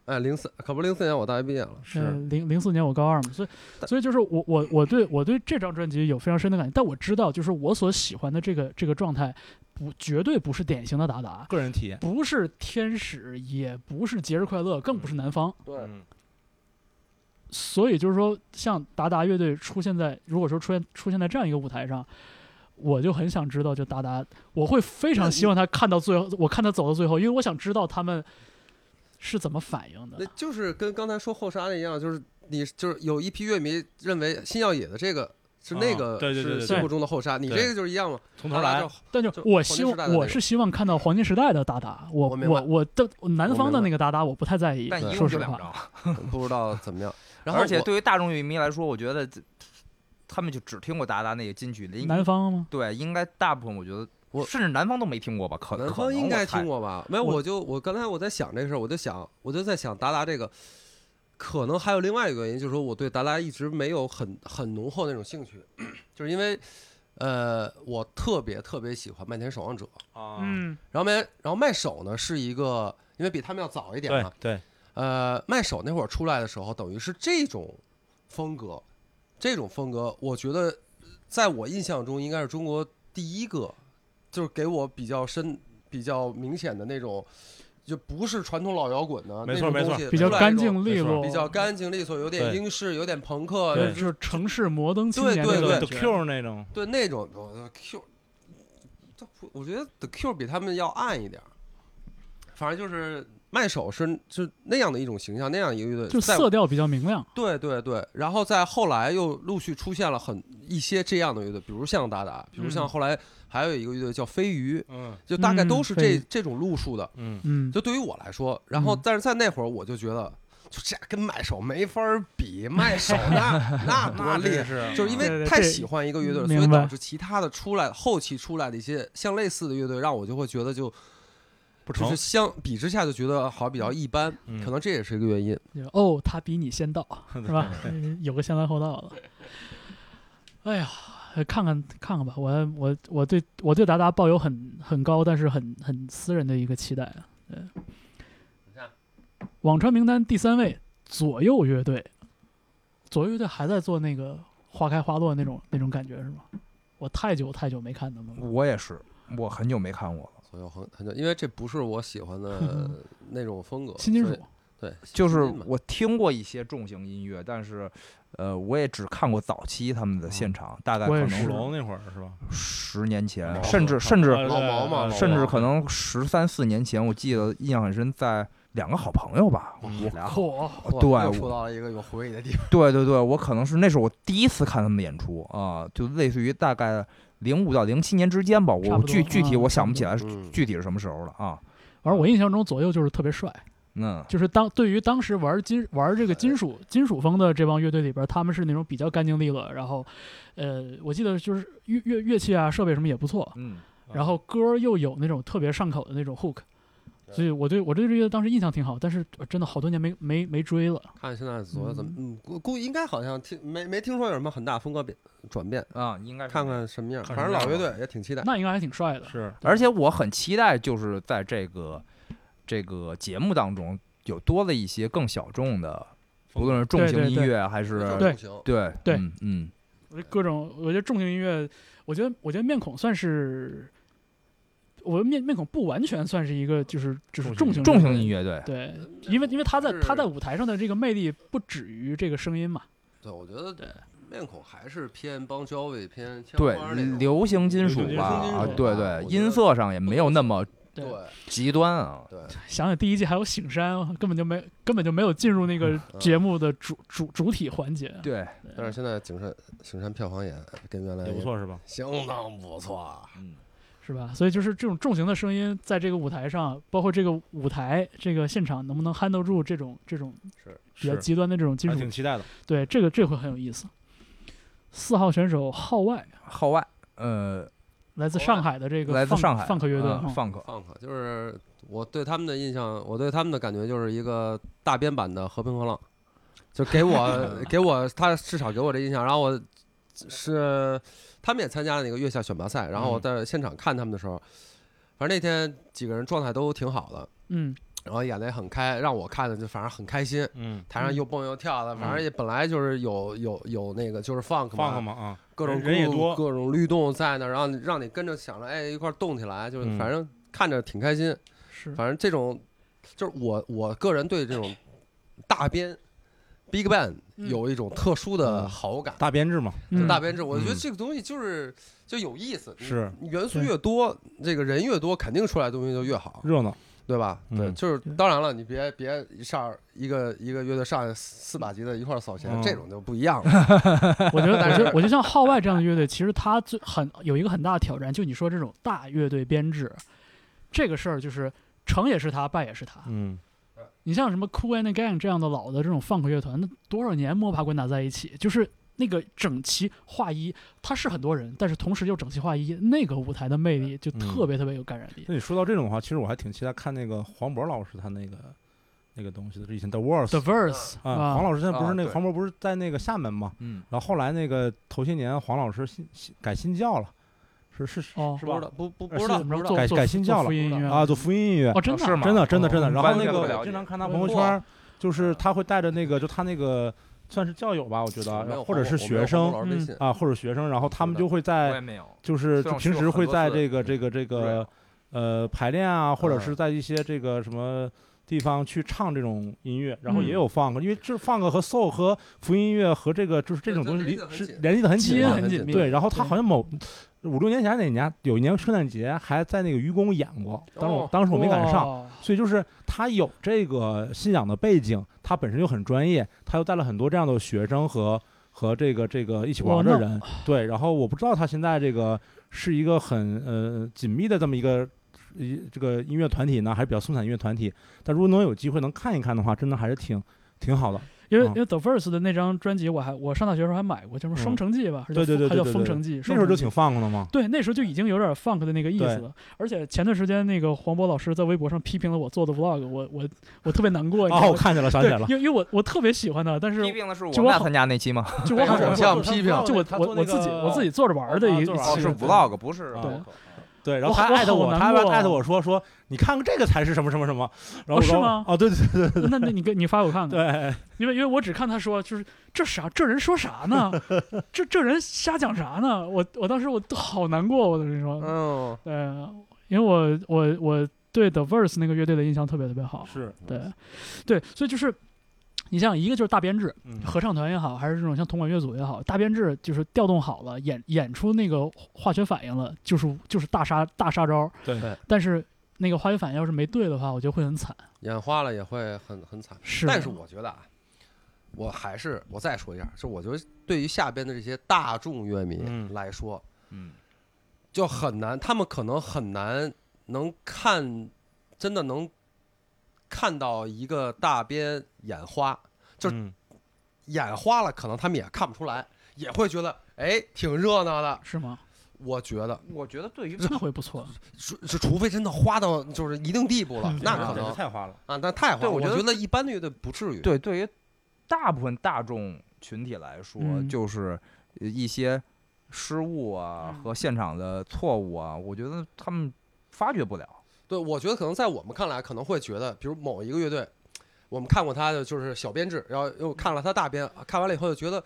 Speaker 3: 哎，零四可不零四年我大学毕业了，
Speaker 1: 呃
Speaker 2: 是，
Speaker 1: 零零四年我高二嘛，所以所以就是我我我对我对这张专辑有非常深的感觉，但我知道就是我所喜欢的这个这个状态不绝对不是典型的达达，
Speaker 2: 个人体验。
Speaker 1: 不是天使，也不是节日快乐，更不是南方，
Speaker 3: 对
Speaker 2: 嗯，
Speaker 1: 所以就是说，像达达乐队出现在如果说出现出现在这样一个舞台上。我就很想知道，就达达，我会非常希望他看到最后，我看他走到最后，因为我想知道他们是怎么反应的
Speaker 3: 那。就是跟刚才说后沙那一样，就是你就是有一批乐迷认为新耀野的这个是那个
Speaker 2: 啊对对对
Speaker 3: 是
Speaker 2: 对
Speaker 3: 心目中的后沙，你
Speaker 2: 对
Speaker 3: 这个就是一样嘛，啊
Speaker 2: 从
Speaker 3: 达
Speaker 2: 头
Speaker 3: 达
Speaker 2: 来
Speaker 3: 就，
Speaker 1: 但就
Speaker 3: 就
Speaker 1: 我
Speaker 3: 黄
Speaker 1: 希
Speaker 3: 金时代
Speaker 1: 望
Speaker 3: 的那
Speaker 1: 我
Speaker 3: 个
Speaker 1: 是希望看到黄金时代的达达，我
Speaker 3: 我明白
Speaker 1: 我我的南
Speaker 3: 我
Speaker 1: 方的
Speaker 3: 明白
Speaker 1: 那个达达我不太在意
Speaker 4: 但一，
Speaker 1: 说
Speaker 4: 共
Speaker 1: 实
Speaker 4: 就两
Speaker 1: 话，
Speaker 4: 张，
Speaker 3: <laughs> 不知道
Speaker 2: <laughs>
Speaker 3: 怎么样。然后
Speaker 4: 而且
Speaker 3: 我
Speaker 4: 对于大众乐迷来说，我觉得这他们就只听过达达那个金曲，应
Speaker 1: 南方吗？
Speaker 4: 对，应该大部分我觉得，
Speaker 3: 我
Speaker 4: 甚至南方都没听过吧？可
Speaker 3: 南
Speaker 4: 可
Speaker 3: 方
Speaker 4: 能
Speaker 3: 应
Speaker 4: 我
Speaker 3: 该
Speaker 4: 猜
Speaker 3: 听过吧？没有，
Speaker 1: 我
Speaker 3: 我就我刚才我在想这事儿，我就想我就在想达达这个，可能还有另外一个原因，就是说我对达达一直没有很很浓厚那种兴趣， <clears throat> 就是因为呃，我特别特别喜欢麦田守望者，
Speaker 2: 啊，
Speaker 1: 嗯，
Speaker 3: 然后麦然后麦手呢是一个，因为比他们要早一点
Speaker 2: 对
Speaker 3: 嘛，
Speaker 2: 对，
Speaker 3: 呃，麦手那会儿出来的时候，等于是这种风格，这种风格，我觉得在我印象中应该是中国第一个，就是给我比较深、比较明显的那种，就不是传统老摇滚的
Speaker 2: 没
Speaker 3: 那
Speaker 2: 错
Speaker 3: 种
Speaker 2: 没
Speaker 3: 东
Speaker 2: 错
Speaker 3: 西，
Speaker 1: 比较
Speaker 3: 出来
Speaker 1: 干
Speaker 3: 一种
Speaker 1: 净利
Speaker 2: 没错
Speaker 1: 落，
Speaker 3: 比较，干净利索，有点
Speaker 2: 对
Speaker 3: 英式，有点朋克，
Speaker 2: 对
Speaker 1: 就是城市摩登青
Speaker 3: 对
Speaker 1: 年
Speaker 3: 对
Speaker 1: 那种
Speaker 3: 对
Speaker 1: 感
Speaker 2: 就
Speaker 1: 觉
Speaker 2: Q 那种，
Speaker 3: 对那种我的 Q，这不我觉得 The Q 比他们要暗一点儿，反正就是麦手是是那样的一种形象，那样一个
Speaker 1: 就
Speaker 3: 在
Speaker 1: 色调比较明亮。
Speaker 3: 对对对，然后在后来又陆续出现了很一些这样的乐队，比如像达达，比如像
Speaker 1: 嗯
Speaker 3: 后来还有一个乐队叫飞鱼，
Speaker 2: 嗯
Speaker 3: 就大概都是
Speaker 1: 嗯飞
Speaker 3: 这、
Speaker 1: 鱼
Speaker 3: 这种路数的。
Speaker 2: 嗯，
Speaker 1: 嗯，
Speaker 3: 就对于我来说，然后
Speaker 1: 嗯
Speaker 3: 但是在那会儿我就觉得，就这跟卖手没法儿比，卖手
Speaker 1: <laughs>
Speaker 3: 那那多厉害。啊
Speaker 2: 是
Speaker 3: 就是因
Speaker 1: 对
Speaker 3: 为
Speaker 1: 对
Speaker 3: 太
Speaker 1: 这
Speaker 3: 喜欢一个乐队了，
Speaker 1: 明
Speaker 3: 所以导
Speaker 1: 白
Speaker 3: 致其他的出来后期出来的一些像类似的乐队，让我就会觉得就
Speaker 2: 不
Speaker 3: 就
Speaker 2: 成
Speaker 3: 是，相比之下就觉得好像比较一般，
Speaker 2: 嗯
Speaker 3: 可能这也是一个原因。
Speaker 1: 就是哦，他比你先
Speaker 3: <laughs>
Speaker 1: 到，是吧？有个先来后到的。哎呀，呃看看看看吧，我我我对我对达达抱有很很高，但是很很私人的一个期待啊。对，网传名单第三位左右乐队，左右乐队还在做那个花开花落那种那种感觉是吗？我太久太久没看他们了。
Speaker 4: 我也是，我很久没看过了。
Speaker 3: 左右横很久，因为这不是我喜欢的那种风格。
Speaker 1: 新金
Speaker 3: 所
Speaker 1: 属
Speaker 3: 以，对，
Speaker 4: 就是
Speaker 3: 新金嘛
Speaker 4: 我听过一些重型音乐，但是，呃，我也只看过早期他们的现场，大概
Speaker 1: 我
Speaker 4: 可
Speaker 1: 也
Speaker 2: 古
Speaker 1: 是
Speaker 4: 能
Speaker 2: 龙那会儿是吧？
Speaker 4: 十年前，
Speaker 3: 毛
Speaker 4: 甚至
Speaker 3: 毛
Speaker 4: 甚至
Speaker 3: 老呃毛嘛
Speaker 2: 嘛，
Speaker 4: 甚
Speaker 3: 毛
Speaker 4: 至
Speaker 3: 毛
Speaker 4: 可能十三四年前，我记得印象很深，在两个好朋友吧，
Speaker 2: 嗯
Speaker 4: 俩好，
Speaker 1: 嚯、
Speaker 3: 哇
Speaker 4: 对
Speaker 3: 又
Speaker 4: 我
Speaker 3: 说到了一个有回忆的地方。
Speaker 4: 对对对，我可能是那是我第一次看他们的演出啊、就类似于大概零五到零七年之间吧，
Speaker 1: 差
Speaker 4: 我
Speaker 1: 不多
Speaker 4: 具具体
Speaker 1: 嗯
Speaker 4: 我想不起来
Speaker 3: 嗯
Speaker 4: 具体是什么时候了啊，
Speaker 1: 而我印象中左右就是特别帅。
Speaker 4: 嗯。
Speaker 1: 就是当对于当时玩金玩这个金属金属风的这帮乐队里边，他们是那种比较干净利落，然后，呃，我记得就是乐乐乐器啊设备什么也不错，
Speaker 4: 嗯，
Speaker 1: 然后歌儿又有那种特别上口的那种 hook，所以我对我对这个乐队当时印象挺好，但是我真的好多年没没没追了。
Speaker 3: 看现在左右怎么，嗯，估估计应该好像听没没听说有什么很大风格变转变，
Speaker 4: 啊，应该是
Speaker 3: 看看什么样。
Speaker 2: 看
Speaker 3: 反
Speaker 2: 什
Speaker 3: 正
Speaker 2: 么
Speaker 3: 老
Speaker 2: 样
Speaker 3: 乐
Speaker 2: 吧
Speaker 3: 队也挺期待。
Speaker 1: 那应该还挺帅的，
Speaker 2: 是
Speaker 4: 而且我很期待，就是在这个这个节目当中，有多了一些更小众的，不论是重型
Speaker 1: 对对
Speaker 4: 音
Speaker 1: 对
Speaker 4: 乐还是啊
Speaker 3: 这
Speaker 1: 对
Speaker 3: 种型
Speaker 4: 对
Speaker 1: 对
Speaker 4: 嗯嗯，
Speaker 1: 我觉得各种我觉得重型音乐，我觉得我觉得面孔算是我的面面孔不完全算是一个就是就是重型
Speaker 2: 重型
Speaker 4: 重型
Speaker 1: 乐队
Speaker 4: 音乐队，
Speaker 1: 对，因为因为他在
Speaker 3: 是
Speaker 1: 他在舞台上的这个魅力不止于这个声音嘛，
Speaker 3: 对，我觉得
Speaker 1: 对
Speaker 3: 面孔还是偏邦交味，偏枪
Speaker 4: 对
Speaker 3: 花儿那种
Speaker 4: 流行金属
Speaker 2: 流行
Speaker 4: 吧，
Speaker 3: 金属
Speaker 4: 啊
Speaker 3: 吧
Speaker 4: 对
Speaker 3: 我
Speaker 4: 对，
Speaker 3: 觉
Speaker 4: 音
Speaker 3: 得
Speaker 4: 色上也没有那么
Speaker 1: 对，
Speaker 3: 对
Speaker 4: 极端啊。
Speaker 3: 对，
Speaker 1: 想想第一季还有醒山，我根本就没根本就没有进入那个节目的主主主体环节，
Speaker 4: 对，
Speaker 3: 但是现在景山景山票房也跟原来
Speaker 2: 也不，错是吧？
Speaker 3: 相当不错。啊
Speaker 1: 是吧？所以就是这种重型的声音在这个舞台上，包括这个舞台这个现场能不能 handle 住这种这种比较
Speaker 2: 是，
Speaker 1: 极端的这种金
Speaker 2: 还
Speaker 1: 属
Speaker 2: 挺期待的。
Speaker 1: 对，这个这回很有意思。四号选手号外，
Speaker 4: 号外，呃，
Speaker 1: 来自
Speaker 3: 号
Speaker 1: 上
Speaker 3: 外
Speaker 1: 海的这个
Speaker 4: 来自
Speaker 1: funk-
Speaker 4: 上海
Speaker 1: funk 乐队
Speaker 4: 啊
Speaker 1: 嗯
Speaker 4: funk
Speaker 3: 放克就是我对他们的印象，我对他们的感觉就是一个大编版的《和平河浪》，就给
Speaker 2: <laughs>
Speaker 3: 我给我他至少给我这印象。然后我是他们也参加了那个月下选拔赛，然后我
Speaker 2: 嗯
Speaker 3: 在现场看他们的时候，反正那天几个人状态都挺好的，
Speaker 1: 嗯，
Speaker 3: 然后演的也很开，让我看的就反正很开心。
Speaker 2: 嗯
Speaker 3: 台上又蹦又跳的，反正也本来就是有有有那个就是 funk 嘛
Speaker 2: 放放嘛啊，
Speaker 3: 各种
Speaker 2: 人也
Speaker 3: 各
Speaker 2: 多
Speaker 3: 各种律动在那儿，然后让你跟着想着，哎，一块儿动起来，就是
Speaker 2: 嗯
Speaker 3: 反正看着挺开心。
Speaker 1: 是
Speaker 3: 反正这种就是我我个人对这种大编 big band
Speaker 1: 嗯
Speaker 3: 有一种特殊的好感。
Speaker 2: 大编制嘛，
Speaker 3: 就
Speaker 1: 嗯
Speaker 3: 大编制，我觉得
Speaker 2: 嗯
Speaker 3: 这个东西就是就有意思，你
Speaker 2: 是
Speaker 3: 你元素越多，这个人越多，肯定出来的东西就越好，
Speaker 2: 热闹。
Speaker 3: 对吧？
Speaker 2: 嗯
Speaker 3: 对，就是
Speaker 1: 对
Speaker 3: 当然了，你别别一上一个一个乐队上来四把吉他一块儿扫弦，
Speaker 2: 嗯
Speaker 3: 这种就不一样了。
Speaker 2: <laughs>
Speaker 1: 我觉得，我
Speaker 3: 但
Speaker 1: 觉
Speaker 3: 是
Speaker 1: 得，我就像号外这样的乐队，其实它最很有一个很大的挑战，就你说这种大乐队编制，这个事儿就是成也是他，败也是他。
Speaker 2: 嗯，
Speaker 1: 你像什么 Cool and the Gang 这样的老的这种 funk 乐团，那多少年摸爬滚打在一起，就是那个整齐划一，它是很多人，但是同时又整齐划一，那个舞台的魅力就
Speaker 2: 嗯
Speaker 1: 特别特别有感染力。
Speaker 2: 那你说到这种的话，其实我还挺期待看那个黄渤老师他那个那个东西的，这以前 The Wars
Speaker 1: The。Verse
Speaker 2: 啊，黄老师现在不
Speaker 3: 啊
Speaker 2: 是那个
Speaker 3: 对
Speaker 2: 黄渤不是在那个厦门嘛？
Speaker 4: 嗯，
Speaker 2: 然后后来那个头些年黄老师信信改信教了，是是是
Speaker 1: 哦
Speaker 3: 不，知道，不不不
Speaker 2: 是
Speaker 3: 知
Speaker 1: 是
Speaker 3: 道，
Speaker 1: 怎
Speaker 3: 不
Speaker 1: 么
Speaker 3: 知
Speaker 1: 着
Speaker 3: 道
Speaker 1: 做
Speaker 2: 改
Speaker 1: 做
Speaker 2: 改信教了
Speaker 1: 做福音音乐
Speaker 2: 啊，做福音音乐
Speaker 1: 哦，，真的
Speaker 4: 是
Speaker 1: 啊
Speaker 4: 吗
Speaker 2: 真的真的
Speaker 4: 哦
Speaker 2: 真的。然后
Speaker 4: 完
Speaker 2: 那
Speaker 4: 全不
Speaker 2: 个
Speaker 4: 了
Speaker 2: 我经
Speaker 4: 解
Speaker 2: 常看他
Speaker 1: 嗯
Speaker 2: 朋友圈儿，就是他会带着那个，就他那个算是教友吧，我觉
Speaker 3: 我没
Speaker 2: 得，啊
Speaker 3: 有黄
Speaker 2: 或者
Speaker 3: 渤
Speaker 2: 是
Speaker 3: 我没有
Speaker 2: 学
Speaker 3: 黄
Speaker 2: 生
Speaker 3: 渤老师微
Speaker 1: 嗯
Speaker 3: 信嗯
Speaker 2: 啊，或者学生，然后他们就会
Speaker 4: 我
Speaker 2: 在
Speaker 4: 也没有，
Speaker 2: 就是
Speaker 4: 虽
Speaker 2: 就
Speaker 4: 然我
Speaker 2: 平
Speaker 4: 去过
Speaker 2: 时
Speaker 4: 很
Speaker 2: 会
Speaker 4: 多
Speaker 2: 在
Speaker 4: 次嗯
Speaker 2: 这个这个这
Speaker 4: 啊
Speaker 2: 个呃排练啊，或者是在一些这个什么地方去唱这种音乐，然后也
Speaker 1: 嗯
Speaker 2: 有 funk，因为这 funk 和 soul 和福音音乐和这个就是这
Speaker 3: 对
Speaker 2: 种
Speaker 3: 它
Speaker 2: 东西离
Speaker 3: 联系得很
Speaker 2: 是
Speaker 3: 紧
Speaker 2: 联系的很
Speaker 1: 基
Speaker 2: 紧
Speaker 1: 因
Speaker 2: 嘛
Speaker 1: 很紧密。
Speaker 2: 对，然后他
Speaker 1: 对
Speaker 2: 好像某五六年前哪年有一年圣诞节还在那个愚公演过，当时我
Speaker 3: 哦
Speaker 2: 当时我没赶上。
Speaker 1: 哇
Speaker 2: 所以就是他有这个信仰的背景，他本身就很专业，他又带了很多这样的学生和和这个这个一起玩
Speaker 1: 哇
Speaker 2: 的
Speaker 1: 那
Speaker 2: 人，对。然后我不知道他现在这个是一个很呃紧密的这么一个一这个音乐团体呢，还是比较松散音乐团体。但如果能有机会能看一看的话，真的还是挺挺好的。
Speaker 1: 因为
Speaker 2: 嗯
Speaker 1: 因为 The Verse 的那张专辑，我还我上大学的时候还买过，叫什么《
Speaker 2: 嗯
Speaker 1: 双城记》吧，还是
Speaker 2: 对对对
Speaker 1: 还
Speaker 2: 对
Speaker 1: 叫
Speaker 2: 对
Speaker 1: 《封
Speaker 2: 对
Speaker 1: 城记》，
Speaker 2: 那时候
Speaker 1: 双
Speaker 2: 就
Speaker 1: 城记
Speaker 2: 挺放的嘛，
Speaker 1: 对，那时候就已经有点 funk 的那个意思
Speaker 2: 对
Speaker 1: 了。而且前段时间那个黄渤老师在微博上批评了我做的 vlog，我我我特别难过。你知道
Speaker 2: 哦，
Speaker 1: 吗
Speaker 2: 我看见了，想起
Speaker 1: 对
Speaker 2: 来了，
Speaker 1: 因为因为我我特别喜欢他，但是
Speaker 4: 批评的是我
Speaker 1: 就
Speaker 4: 们
Speaker 1: 我
Speaker 4: 俩
Speaker 1: 好
Speaker 4: 参加那期吗？
Speaker 1: 就我好
Speaker 3: 被偶像批评
Speaker 1: 就我
Speaker 2: 他
Speaker 1: 我
Speaker 2: 做那
Speaker 1: 我自己
Speaker 2: 个
Speaker 1: 我自己坐着玩儿的
Speaker 2: 哦
Speaker 1: 一
Speaker 2: 坐着玩儿
Speaker 4: 哦，
Speaker 2: 对
Speaker 1: 期
Speaker 4: 是
Speaker 2: 对
Speaker 4: vlog，不是啊
Speaker 2: 对
Speaker 4: vlog
Speaker 2: 对，然后
Speaker 1: 我
Speaker 2: 他
Speaker 1: 好
Speaker 2: 艾特
Speaker 1: 我
Speaker 2: 我，
Speaker 1: 好
Speaker 2: 他还
Speaker 1: 难过
Speaker 2: 艾特我说说你看看这个才是什么什么什么，然后我
Speaker 1: 哦是
Speaker 2: 说
Speaker 1: 吗
Speaker 2: 哦，对对对对
Speaker 1: 那那你给你发我看看，
Speaker 2: 对，
Speaker 1: 因为因为我只看他说，就是这啥这人说啥呢？这这人瞎讲啥呢？我我当时我都好难过，我跟你说，
Speaker 3: 嗯，
Speaker 1: 呃，因为我我我对 The Verse 那个乐队的印象特别特别好，
Speaker 2: 是，
Speaker 1: 对对，所以就是你像一个就是大编制，
Speaker 2: 嗯，
Speaker 1: 合唱团也好，还是这种像铜管乐组也好，大编制就是调动好了，演演出那个化学反应了，就是就是大杀大杀招。
Speaker 2: 对
Speaker 3: 对
Speaker 1: 但是那个化学反应要是没对的话，我觉得会很惨。
Speaker 3: 眼花了也会很很惨。
Speaker 1: 是，
Speaker 3: 但是我觉得啊，我还是我再说一下，就我觉得对于下边的这些大众乐迷
Speaker 2: 嗯
Speaker 3: 来说，
Speaker 4: 嗯，
Speaker 3: 就很难，他们可能很难能看，真的能看到一个大编眼花，就
Speaker 2: 嗯
Speaker 3: 眼花了，可能他们也看不出来，也会觉得哎挺热闹的。
Speaker 1: 是吗？
Speaker 3: 我觉得，
Speaker 4: 我觉得对于
Speaker 1: 那会不错。
Speaker 3: 除是除非真的花到就是一定地步了
Speaker 1: 嗯，
Speaker 3: 那
Speaker 1: 对
Speaker 3: 可
Speaker 2: 这
Speaker 3: 能
Speaker 2: 太花了，
Speaker 3: 啊，那太花
Speaker 4: 对
Speaker 3: 了。
Speaker 4: 我
Speaker 3: 我
Speaker 4: 觉得
Speaker 3: 觉得一般的乐队不至于。
Speaker 4: 对对于大部分大众群体来说，
Speaker 1: 嗯
Speaker 4: 就是呃一些失误啊
Speaker 1: 嗯
Speaker 4: 和现场的错误啊，我觉得他们发觉不了。
Speaker 3: 对，我觉得可能在我们看来，可能会觉得，比如某一个乐队，我们看过他的就是小编制，然后又看了他大编，看完了以后就觉得，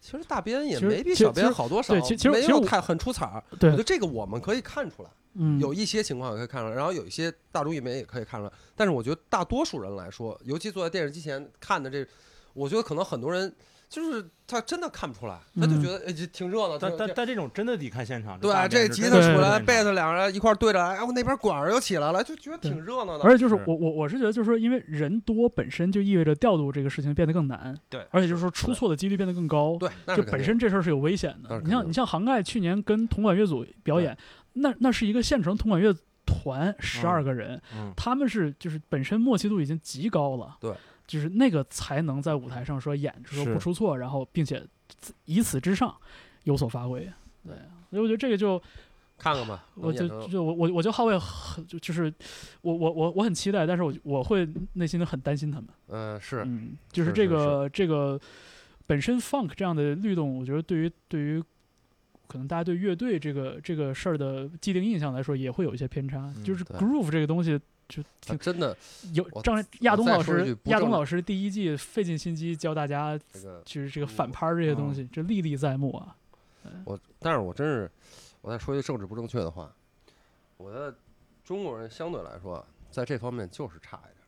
Speaker 3: 其实大编也
Speaker 1: 其实
Speaker 3: 没比
Speaker 1: 其实
Speaker 3: 小
Speaker 1: 其
Speaker 3: 编
Speaker 1: 实
Speaker 3: 好多少，
Speaker 1: 对其实其实
Speaker 3: 没
Speaker 1: 其实
Speaker 3: 有
Speaker 1: 我
Speaker 3: 太很出彩儿。我
Speaker 1: 对
Speaker 3: 觉得这个我们可以看出来，
Speaker 1: 嗯，
Speaker 3: 有一些情况可以看出来，然后有一些大众一媒也可以看出来。但是我觉得大多数人来说，尤其坐在电视机前看的这，我觉得可能很多人就是他真的看不出来，他就
Speaker 1: 嗯
Speaker 3: 觉得哎这挺热闹，
Speaker 2: 但
Speaker 3: 挺
Speaker 2: 但但这种真的得看现场。
Speaker 3: 对啊，
Speaker 2: 大
Speaker 3: 这
Speaker 2: 连是
Speaker 3: 吉
Speaker 2: 真
Speaker 3: 他
Speaker 2: 的
Speaker 1: 对
Speaker 3: 出
Speaker 2: 看
Speaker 3: 来，
Speaker 2: 现
Speaker 3: 贝
Speaker 2: 场
Speaker 3: 斯两人一块儿对着来，哎，我那边管儿又起来了，就觉得挺热闹的。
Speaker 1: 而且就是
Speaker 2: 是
Speaker 1: 我我我是觉得，就是说，因为人多本身就意味着调度这个事情变得更难，
Speaker 4: 对
Speaker 1: 而且就是说出错的几率变得更高，
Speaker 3: 对，那
Speaker 1: 就是
Speaker 3: 肯
Speaker 1: 本
Speaker 3: 定
Speaker 1: 身这事儿是有危险
Speaker 3: 那
Speaker 1: 的
Speaker 3: 是。
Speaker 1: 你
Speaker 3: 肯定
Speaker 1: 像
Speaker 3: 的
Speaker 1: 你像杭盖去年跟铜管乐组表演，那那是一个县城铜管乐团十二个人，
Speaker 2: 嗯，
Speaker 1: 他们是就是本身默契度已经极高了，
Speaker 3: 对，
Speaker 1: 就是那个才能在舞台上说演说
Speaker 2: 是
Speaker 1: 不出错，然后并且自以此之上有所发挥，对，啊所以我觉得这个就
Speaker 3: 看看吧，
Speaker 1: 我
Speaker 3: 能
Speaker 1: 就
Speaker 3: 演成
Speaker 1: 就我我我就好为很就就是我我我我很期待，但是我我会内心的很担心他们，
Speaker 3: 嗯是
Speaker 1: 嗯，就是
Speaker 3: 是
Speaker 1: 这
Speaker 3: 是
Speaker 1: 个这个本身 funk 这样的律动，我觉得对于对于可能大家对乐队这个这个事儿的既定印象来说，也会有一些偏差，
Speaker 2: 嗯
Speaker 1: 就是
Speaker 3: 对
Speaker 1: groove 这个东西。就
Speaker 3: 他
Speaker 1: 挺
Speaker 3: 真的
Speaker 1: 有
Speaker 3: 我
Speaker 1: 张亚东
Speaker 3: 再
Speaker 1: 老
Speaker 3: 说一句
Speaker 1: 师，
Speaker 3: 不
Speaker 1: 亚
Speaker 3: 正
Speaker 1: 东老师第一季费尽心机教大家，
Speaker 3: 这个
Speaker 1: 就是这个
Speaker 3: 嗯
Speaker 1: 反拍儿这些东西，这历历在目啊。
Speaker 3: 我，但是我真是，我再说一句政治不正确的话，我觉得中国人相对来说在这方面就是差一点，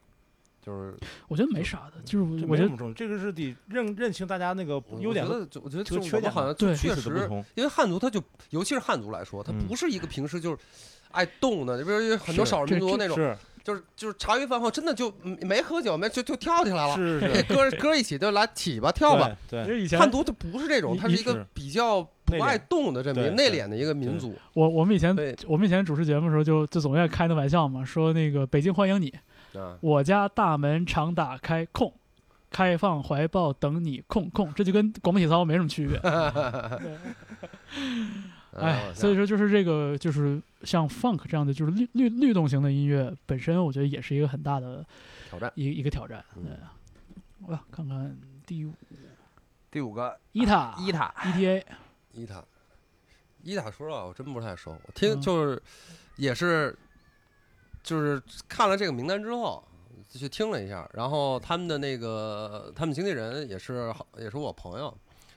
Speaker 3: 就是
Speaker 1: 我觉得没啥的，就是
Speaker 2: 这
Speaker 1: 我
Speaker 2: 没
Speaker 1: 觉
Speaker 2: 什
Speaker 1: 得
Speaker 2: 么重，这个是得认认清大家那个
Speaker 3: 我
Speaker 2: 优点
Speaker 3: 我觉
Speaker 2: 和
Speaker 3: 得就我觉得
Speaker 2: 这
Speaker 3: 就
Speaker 2: 个
Speaker 3: 是
Speaker 2: 缺
Speaker 3: 我们
Speaker 2: 点
Speaker 3: 好
Speaker 2: 吧
Speaker 3: 像
Speaker 1: 对
Speaker 3: 确
Speaker 2: 彼此的不
Speaker 3: 实，
Speaker 2: 同。
Speaker 3: 因为汉族他就尤其是汉族来说，他
Speaker 2: 嗯
Speaker 3: 不是一个平时就是。爱动的，你比如有很多
Speaker 2: 是
Speaker 3: 少数民
Speaker 1: 这这
Speaker 3: 族那种，
Speaker 2: 是
Speaker 3: 就是就是茶余饭后真的就嗯没喝酒，没就就跳起来了，
Speaker 2: 是
Speaker 3: 哎
Speaker 2: 是，
Speaker 3: <laughs> 哥哥一起就来起吧，跳吧。
Speaker 2: 对，
Speaker 1: 就
Speaker 2: 对，
Speaker 1: 以前
Speaker 3: 汉族它不是这种，
Speaker 1: 你
Speaker 3: 它是一
Speaker 2: 你
Speaker 3: 个
Speaker 2: 是
Speaker 3: 比较不
Speaker 2: 内敛
Speaker 3: 爱动的这么一个
Speaker 2: 对
Speaker 3: 内
Speaker 2: 对
Speaker 3: 敛的一个民族。
Speaker 1: 我我们以前
Speaker 3: 对
Speaker 1: 我们以前主持节目的时候就就总愿意开那玩笑嘛，说那个北京欢迎你，
Speaker 3: 啊，
Speaker 1: 我家大门常打开，空，开放怀抱等你，空空，这就跟广播体操没什么区别。哎，所以
Speaker 3: 说
Speaker 1: 说就是这个，就是像 funk 这样的，就是律律律动型的音乐本身，我觉得也是一个很大的
Speaker 3: 挑战
Speaker 1: 一一个挑战。
Speaker 3: 嗯
Speaker 1: 对，我看看第五 E
Speaker 4: 第五个
Speaker 1: 伊塔
Speaker 4: 伊塔，
Speaker 1: EDA，
Speaker 3: 伊塔，伊塔说实话我真不太熟，我听
Speaker 1: 嗯
Speaker 3: 就是也是就是看了这个名单之后。就去听了一下，然后他们的那个，他们经纪人也是好，也是我朋友，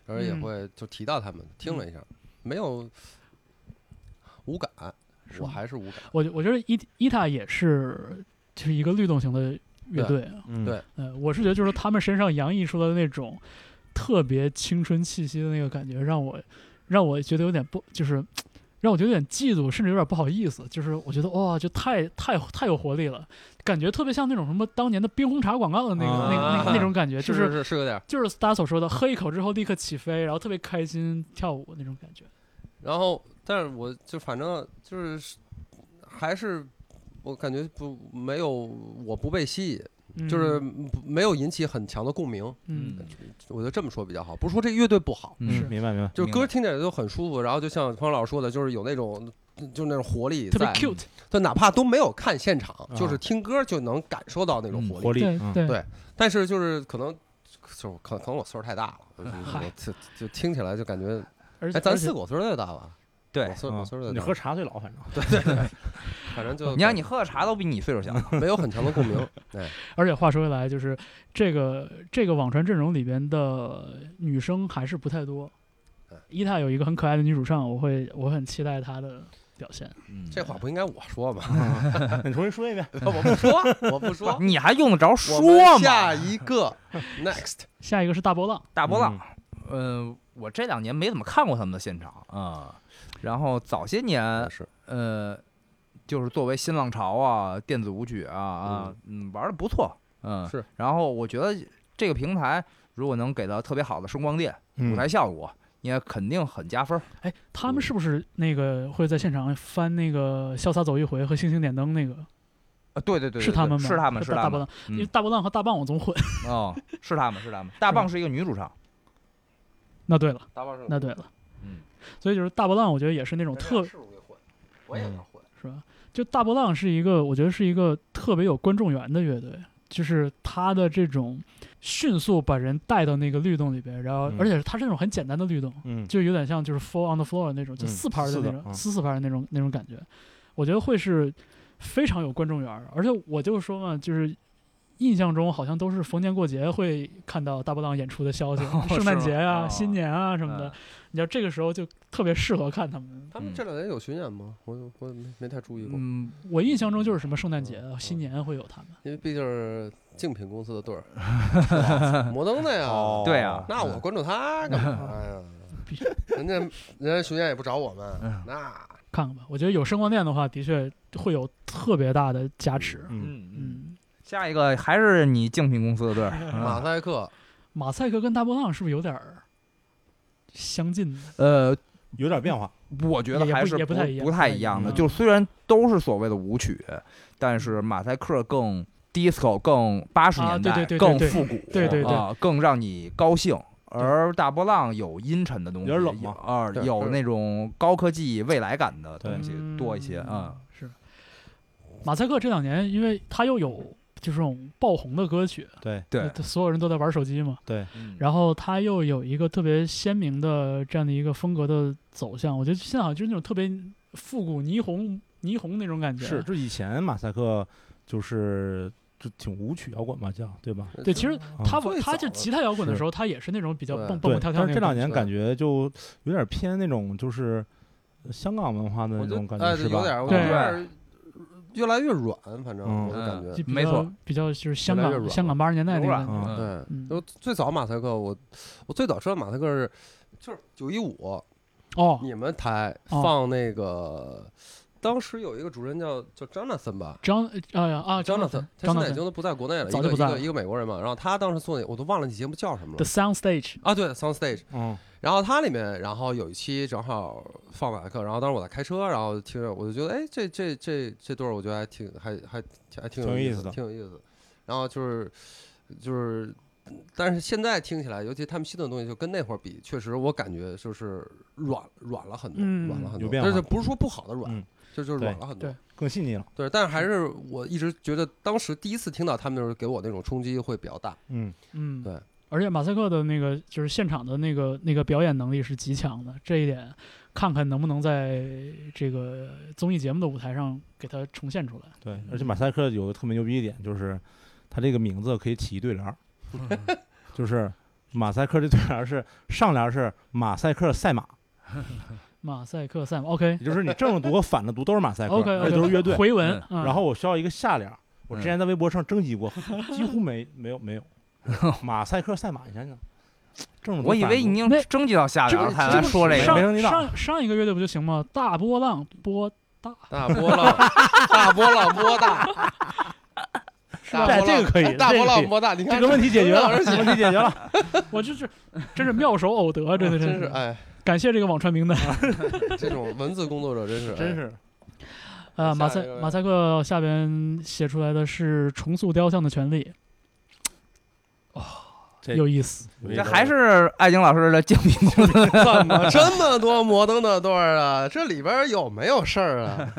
Speaker 3: 然后也
Speaker 1: 嗯
Speaker 3: 会就提到他们，听了一下，没有无感，
Speaker 1: 是
Speaker 3: 我
Speaker 1: 吗
Speaker 3: 还是无感。
Speaker 1: 我觉我觉得伊伊塔也是就是一个律动型的乐队。
Speaker 2: 嗯
Speaker 3: 对
Speaker 1: 呃，我是觉得就是他们身上洋溢出来的那种特别青春气息的那个感觉，让我让我觉得有点不就是。让我觉得有点嫉妒，甚至有点不好意思。就是我觉得哇，就太太太有活力了，感觉特别像那种什么当年的冰红茶广告的那个、那个那个那种感觉，啊就是
Speaker 3: 是是有点儿，
Speaker 1: 就是大家所说的喝一口之后立刻起飞，然后特别开心跳舞那种感觉。
Speaker 3: 然后，但是我就反正就是还是我感觉不没有我不被吸引，
Speaker 1: 嗯
Speaker 3: 就是不没有引起很强的共鸣。
Speaker 1: 嗯，
Speaker 3: 我觉得这么说比较好，不是说这乐队不好，
Speaker 1: 是
Speaker 2: 嗯，明白明白。
Speaker 3: 就是
Speaker 4: 明
Speaker 3: 歌
Speaker 4: 白
Speaker 3: 听起来都很舒服。然后就像方老师说的，就是有那种就那种活力
Speaker 1: 特别
Speaker 3: 在，
Speaker 1: cute，
Speaker 3: 就哪怕都没有看现场，
Speaker 2: 啊
Speaker 3: 就是听歌就能感受到那
Speaker 2: 嗯
Speaker 3: 种活力。
Speaker 2: 活力，
Speaker 1: 对
Speaker 2: 嗯
Speaker 1: 对
Speaker 3: 对但是就是可能。就是可可能我岁数太大了，我就
Speaker 1: 嗨
Speaker 3: 我就就听起来就感觉，
Speaker 1: 而且
Speaker 3: 哎，咱四
Speaker 1: 个
Speaker 3: 个我岁数最大吧？
Speaker 4: 对
Speaker 3: 我，岁我岁数
Speaker 2: 嗯
Speaker 3: 最
Speaker 2: 你
Speaker 3: 大
Speaker 2: 喝，茶最老，反
Speaker 3: <laughs>
Speaker 2: 正
Speaker 3: 反正就
Speaker 4: 你让你喝的茶都比你岁数小，
Speaker 3: 没有很强的共鸣。哎，
Speaker 1: 而且话说回来，就是这个这个网传阵容里边的女生还是不太多
Speaker 4: 嗯
Speaker 3: 对。
Speaker 1: 伊塔有一个很可爱的女主唱，我会我很期待她的表现。
Speaker 4: 嗯
Speaker 3: 这话不应该我说吗？
Speaker 2: 你重新说一遍。
Speaker 3: <laughs> 我不说，我不说。
Speaker 4: 你还用得着
Speaker 3: 我们
Speaker 4: 说吗？
Speaker 3: 下一个，next，
Speaker 2: <laughs>
Speaker 1: 下一个是大波浪，
Speaker 4: 大波浪，嗯，我这两年没怎么看过他们的现场啊，然后早些年
Speaker 3: 是
Speaker 4: 呃，就是作为新浪潮啊、电子舞曲啊啊，嗯，玩的不错，嗯，
Speaker 3: 是。
Speaker 4: 然后我觉得这个平台如果能给到特别好的声光电、舞
Speaker 2: 嗯，
Speaker 4: 台效果，应该肯定很加分儿。
Speaker 1: 哎，他们是不是那个会在现场翻那个《潇洒走一回》和《星星点灯》那个？
Speaker 4: 啊，对对对，
Speaker 1: 是
Speaker 4: 对
Speaker 1: 他们吗？
Speaker 4: 是他们，是
Speaker 1: 大
Speaker 4: 他
Speaker 1: 大波
Speaker 4: 们
Speaker 1: 浪，，因为大波浪和大棒我总混。 <laughs>
Speaker 4: 嗯哦，是他们，是他们。大棒是一个女主唱，
Speaker 1: 那对了，
Speaker 3: 大棒是
Speaker 1: 那对了，
Speaker 4: 嗯，
Speaker 1: 所以就是大波浪，我觉得也是那种特
Speaker 3: 是容易混，我
Speaker 2: 嗯
Speaker 3: 也能混。
Speaker 1: 是吧？就大波浪是一个，我觉得是一个特别有观众缘的乐队，就是他的这种迅速把人带到那个律动里边，然后、
Speaker 2: 嗯
Speaker 1: 而且他是那种很简单的律动，
Speaker 2: 嗯，
Speaker 1: 就有点像就是 fall on the floor 那种，就
Speaker 2: 嗯
Speaker 1: 四拍儿的
Speaker 2: 是
Speaker 1: 那
Speaker 2: 的
Speaker 1: 种，
Speaker 2: 嗯
Speaker 1: 四四拍儿的那种那种感觉，我觉得会是非常有观众缘儿。而且我就说嘛，就是。印象中好像都是逢年过节会看到大波浪演出的消息，
Speaker 4: 哦
Speaker 1: 圣诞节
Speaker 4: 是
Speaker 1: 啊、
Speaker 4: 吗哦
Speaker 1: 新年啊什么的。
Speaker 4: 嗯
Speaker 1: 你知道这个时候就特别适合看他们。
Speaker 3: 他
Speaker 2: 嗯
Speaker 3: 们这两年有巡演吗？我我没没太注意过，
Speaker 4: 嗯，
Speaker 1: 我印象中就是什么圣诞节、啊、新年会有他们。
Speaker 3: 因为毕竟是竞品公司的队儿，
Speaker 2: <laughs>
Speaker 3: 摩登的呀。
Speaker 2: 哦
Speaker 4: 对啊，
Speaker 3: 那我关注他干
Speaker 2: <laughs>
Speaker 3: 嘛呀？
Speaker 1: 必
Speaker 3: 人家人家巡演也不找我们，
Speaker 2: 嗯
Speaker 3: 那
Speaker 1: 看看吧。我觉得有声光电的话，的确会有特别大的加持。
Speaker 2: 嗯，
Speaker 4: 嗯嗯，
Speaker 1: 嗯，
Speaker 4: 下一个还是你竞品公司的队儿，
Speaker 3: <laughs> 马
Speaker 4: 嗯
Speaker 3: 赛克
Speaker 1: 马赛克跟大波浪是不是有点儿相近呢？
Speaker 4: 呃，
Speaker 2: 有点变化，
Speaker 4: 我觉得
Speaker 1: 也
Speaker 4: 还
Speaker 1: 不
Speaker 4: 是
Speaker 1: 也不太一样
Speaker 4: 不太一样的。
Speaker 1: 嗯
Speaker 4: 就虽然都是所谓的舞曲，但是马赛克更 disco，更八十
Speaker 1: 啊
Speaker 4: 年
Speaker 1: 对对
Speaker 4: 代，
Speaker 1: 对对
Speaker 4: 更
Speaker 1: 对
Speaker 4: 复古，
Speaker 1: 对对对
Speaker 4: 啊，更让你高兴。而大波浪有阴沉的东西，
Speaker 2: 有点冷
Speaker 4: 有
Speaker 2: 嘛
Speaker 4: 啊，
Speaker 3: 对
Speaker 4: 有
Speaker 3: 是
Speaker 4: 那种高科技未来感的
Speaker 2: 对
Speaker 4: 东西多一些啊
Speaker 1: 嗯。，是。马赛克这两年，因为他又有就这种爆红的歌曲，
Speaker 2: 对，
Speaker 4: 对，
Speaker 1: 就所有人都在玩手机嘛。
Speaker 4: 嗯
Speaker 1: 然后他又有一个特别鲜明的这样的一个风格的走向，我觉得现在好像就是那种特别复古霓虹霓虹那种感觉。啊
Speaker 2: 是，就以前马赛克就是就挺舞曲摇滚嘛，叫对吧？
Speaker 1: 对，其实他玩
Speaker 3: 呃嗯最
Speaker 1: 他
Speaker 3: 早
Speaker 1: 就
Speaker 3: 的
Speaker 1: 吉他摇滚的
Speaker 2: 是
Speaker 1: 时候，他也是那种比较
Speaker 3: 对
Speaker 1: 蹦蹦
Speaker 2: 嗯对
Speaker 1: 蹦，跳跳那
Speaker 2: 但是这
Speaker 1: 种。
Speaker 2: 两年感觉就有点偏那种就是香港文化的
Speaker 3: 我
Speaker 2: 那
Speaker 3: 觉
Speaker 2: 种
Speaker 3: 得
Speaker 2: 感
Speaker 3: 哎
Speaker 2: 觉，是吧？
Speaker 3: 有点儿，我觉
Speaker 1: 对
Speaker 3: 得有点儿越来越软，反正
Speaker 2: 嗯
Speaker 3: 我的感觉
Speaker 1: 就。比
Speaker 4: 没
Speaker 1: 较
Speaker 4: 错
Speaker 1: 比较就是香
Speaker 3: 越来越软
Speaker 1: 港香
Speaker 3: 了
Speaker 1: 港八十年代那
Speaker 4: 柔
Speaker 1: 个
Speaker 4: 软
Speaker 1: 感觉。
Speaker 2: 嗯
Speaker 3: 对，
Speaker 1: 嗯
Speaker 3: 就最早马赛克，我我最早知道马赛克是就是九一五，
Speaker 1: 哦，
Speaker 3: 你们台
Speaker 1: 哦
Speaker 3: 放那个，当时有一个主任叫叫 Jonathan 吧。
Speaker 1: 张啊啊
Speaker 3: ，Jonathan，他
Speaker 1: 张
Speaker 3: 现在
Speaker 1: 大
Speaker 3: 已经都不在国内了，
Speaker 1: 早
Speaker 3: 一
Speaker 1: 就
Speaker 3: 个
Speaker 1: 不
Speaker 3: 一
Speaker 1: 在
Speaker 3: 个
Speaker 1: 了
Speaker 3: 一个美国人嘛。然后他当时做那，我都忘了你节目叫什么
Speaker 1: The
Speaker 3: 了
Speaker 1: Sound Stage
Speaker 3: 啊？对，Soundstage。
Speaker 2: 嗯，
Speaker 3: 然后它里面，然后有一期正好放马赛克，然后当时我在开车，然后听着我就觉得，哎，这这这这对儿，我觉得还挺还还还挺有
Speaker 2: 挺有意
Speaker 3: 思
Speaker 2: 思的
Speaker 3: 挺有意思。然后就是就是，但是现在听起来，尤其他们新的东西，就跟那会儿比，确实我感觉就是软软了很多，
Speaker 1: 嗯
Speaker 3: 软了很
Speaker 2: 有
Speaker 3: 多，
Speaker 2: 变
Speaker 3: 但
Speaker 2: 化
Speaker 3: 是不是说不好的软，
Speaker 2: 嗯
Speaker 3: 就就是
Speaker 2: 对
Speaker 3: 软了很多。
Speaker 1: 对
Speaker 2: 更细腻了，
Speaker 3: 对，但是还是我一直觉得，当时第一次听到他们的时候，给我那种冲击会比较大。
Speaker 2: 嗯，
Speaker 1: 嗯，
Speaker 3: 对。
Speaker 1: 而且马赛克的那个就是现场的那个那个表演能力是极强的，这一点看看能不能在这个综艺节目的舞台上给它重现出来。
Speaker 2: 对。而且马赛克有个特别牛逼一点，就是他这个名字可以起一对联儿， <laughs> 就是马赛克这对联儿是上联儿是马赛克赛马，
Speaker 1: 马赛克赛马，OK
Speaker 2: 也就是你正着读和反着读都是马赛克，
Speaker 1: OK
Speaker 2: 而且都
Speaker 1: OK，
Speaker 2: 是乐队。
Speaker 1: 回文
Speaker 4: 嗯。
Speaker 1: 嗯
Speaker 2: 然后我需要一个下联儿，我之
Speaker 4: 嗯
Speaker 2: 前在微博上征集过，几乎没没有没有马赛克赛马，你想想，正着读
Speaker 4: 我以
Speaker 2: 反
Speaker 4: 为
Speaker 2: 着
Speaker 4: 已
Speaker 2: 读
Speaker 4: 经
Speaker 1: 那
Speaker 4: 征集到下
Speaker 1: 这
Speaker 4: 联
Speaker 1: 不
Speaker 4: 了，才
Speaker 1: 这
Speaker 4: 来
Speaker 1: 不
Speaker 4: 说这个
Speaker 2: 没
Speaker 1: 上
Speaker 2: 人知道
Speaker 1: 上上一个乐队不就行吗？大波浪波大，
Speaker 3: 大波
Speaker 2: <laughs>
Speaker 3: 浪，大波浪摸大，大
Speaker 2: 这这
Speaker 3: 波浪
Speaker 2: 个可以
Speaker 3: 哎大
Speaker 2: 这
Speaker 3: 波
Speaker 2: 个
Speaker 3: 浪
Speaker 2: 可以
Speaker 3: 摸大，你看
Speaker 2: 这个问题解决了，
Speaker 3: 而
Speaker 2: 问题解决 <laughs> 了。
Speaker 1: <laughs> 我这是真是妙手偶
Speaker 3: <laughs>
Speaker 1: 得，真的
Speaker 3: 真是
Speaker 1: 是
Speaker 3: 哎，
Speaker 1: 感谢这个网传名单。
Speaker 3: 这种文字工作者真是
Speaker 2: 真
Speaker 3: 哎
Speaker 2: 是
Speaker 1: 啊，马
Speaker 3: 下
Speaker 1: 赛
Speaker 3: 一个
Speaker 1: 马赛克下边写出来的是重塑雕像的权利，
Speaker 2: 这
Speaker 1: 有意思。
Speaker 4: 这还是艾晶老师的竞品公司。
Speaker 3: 哎怎么这么多摩登的段儿啊？这里边有没有事
Speaker 2: <laughs>
Speaker 3: 儿啊？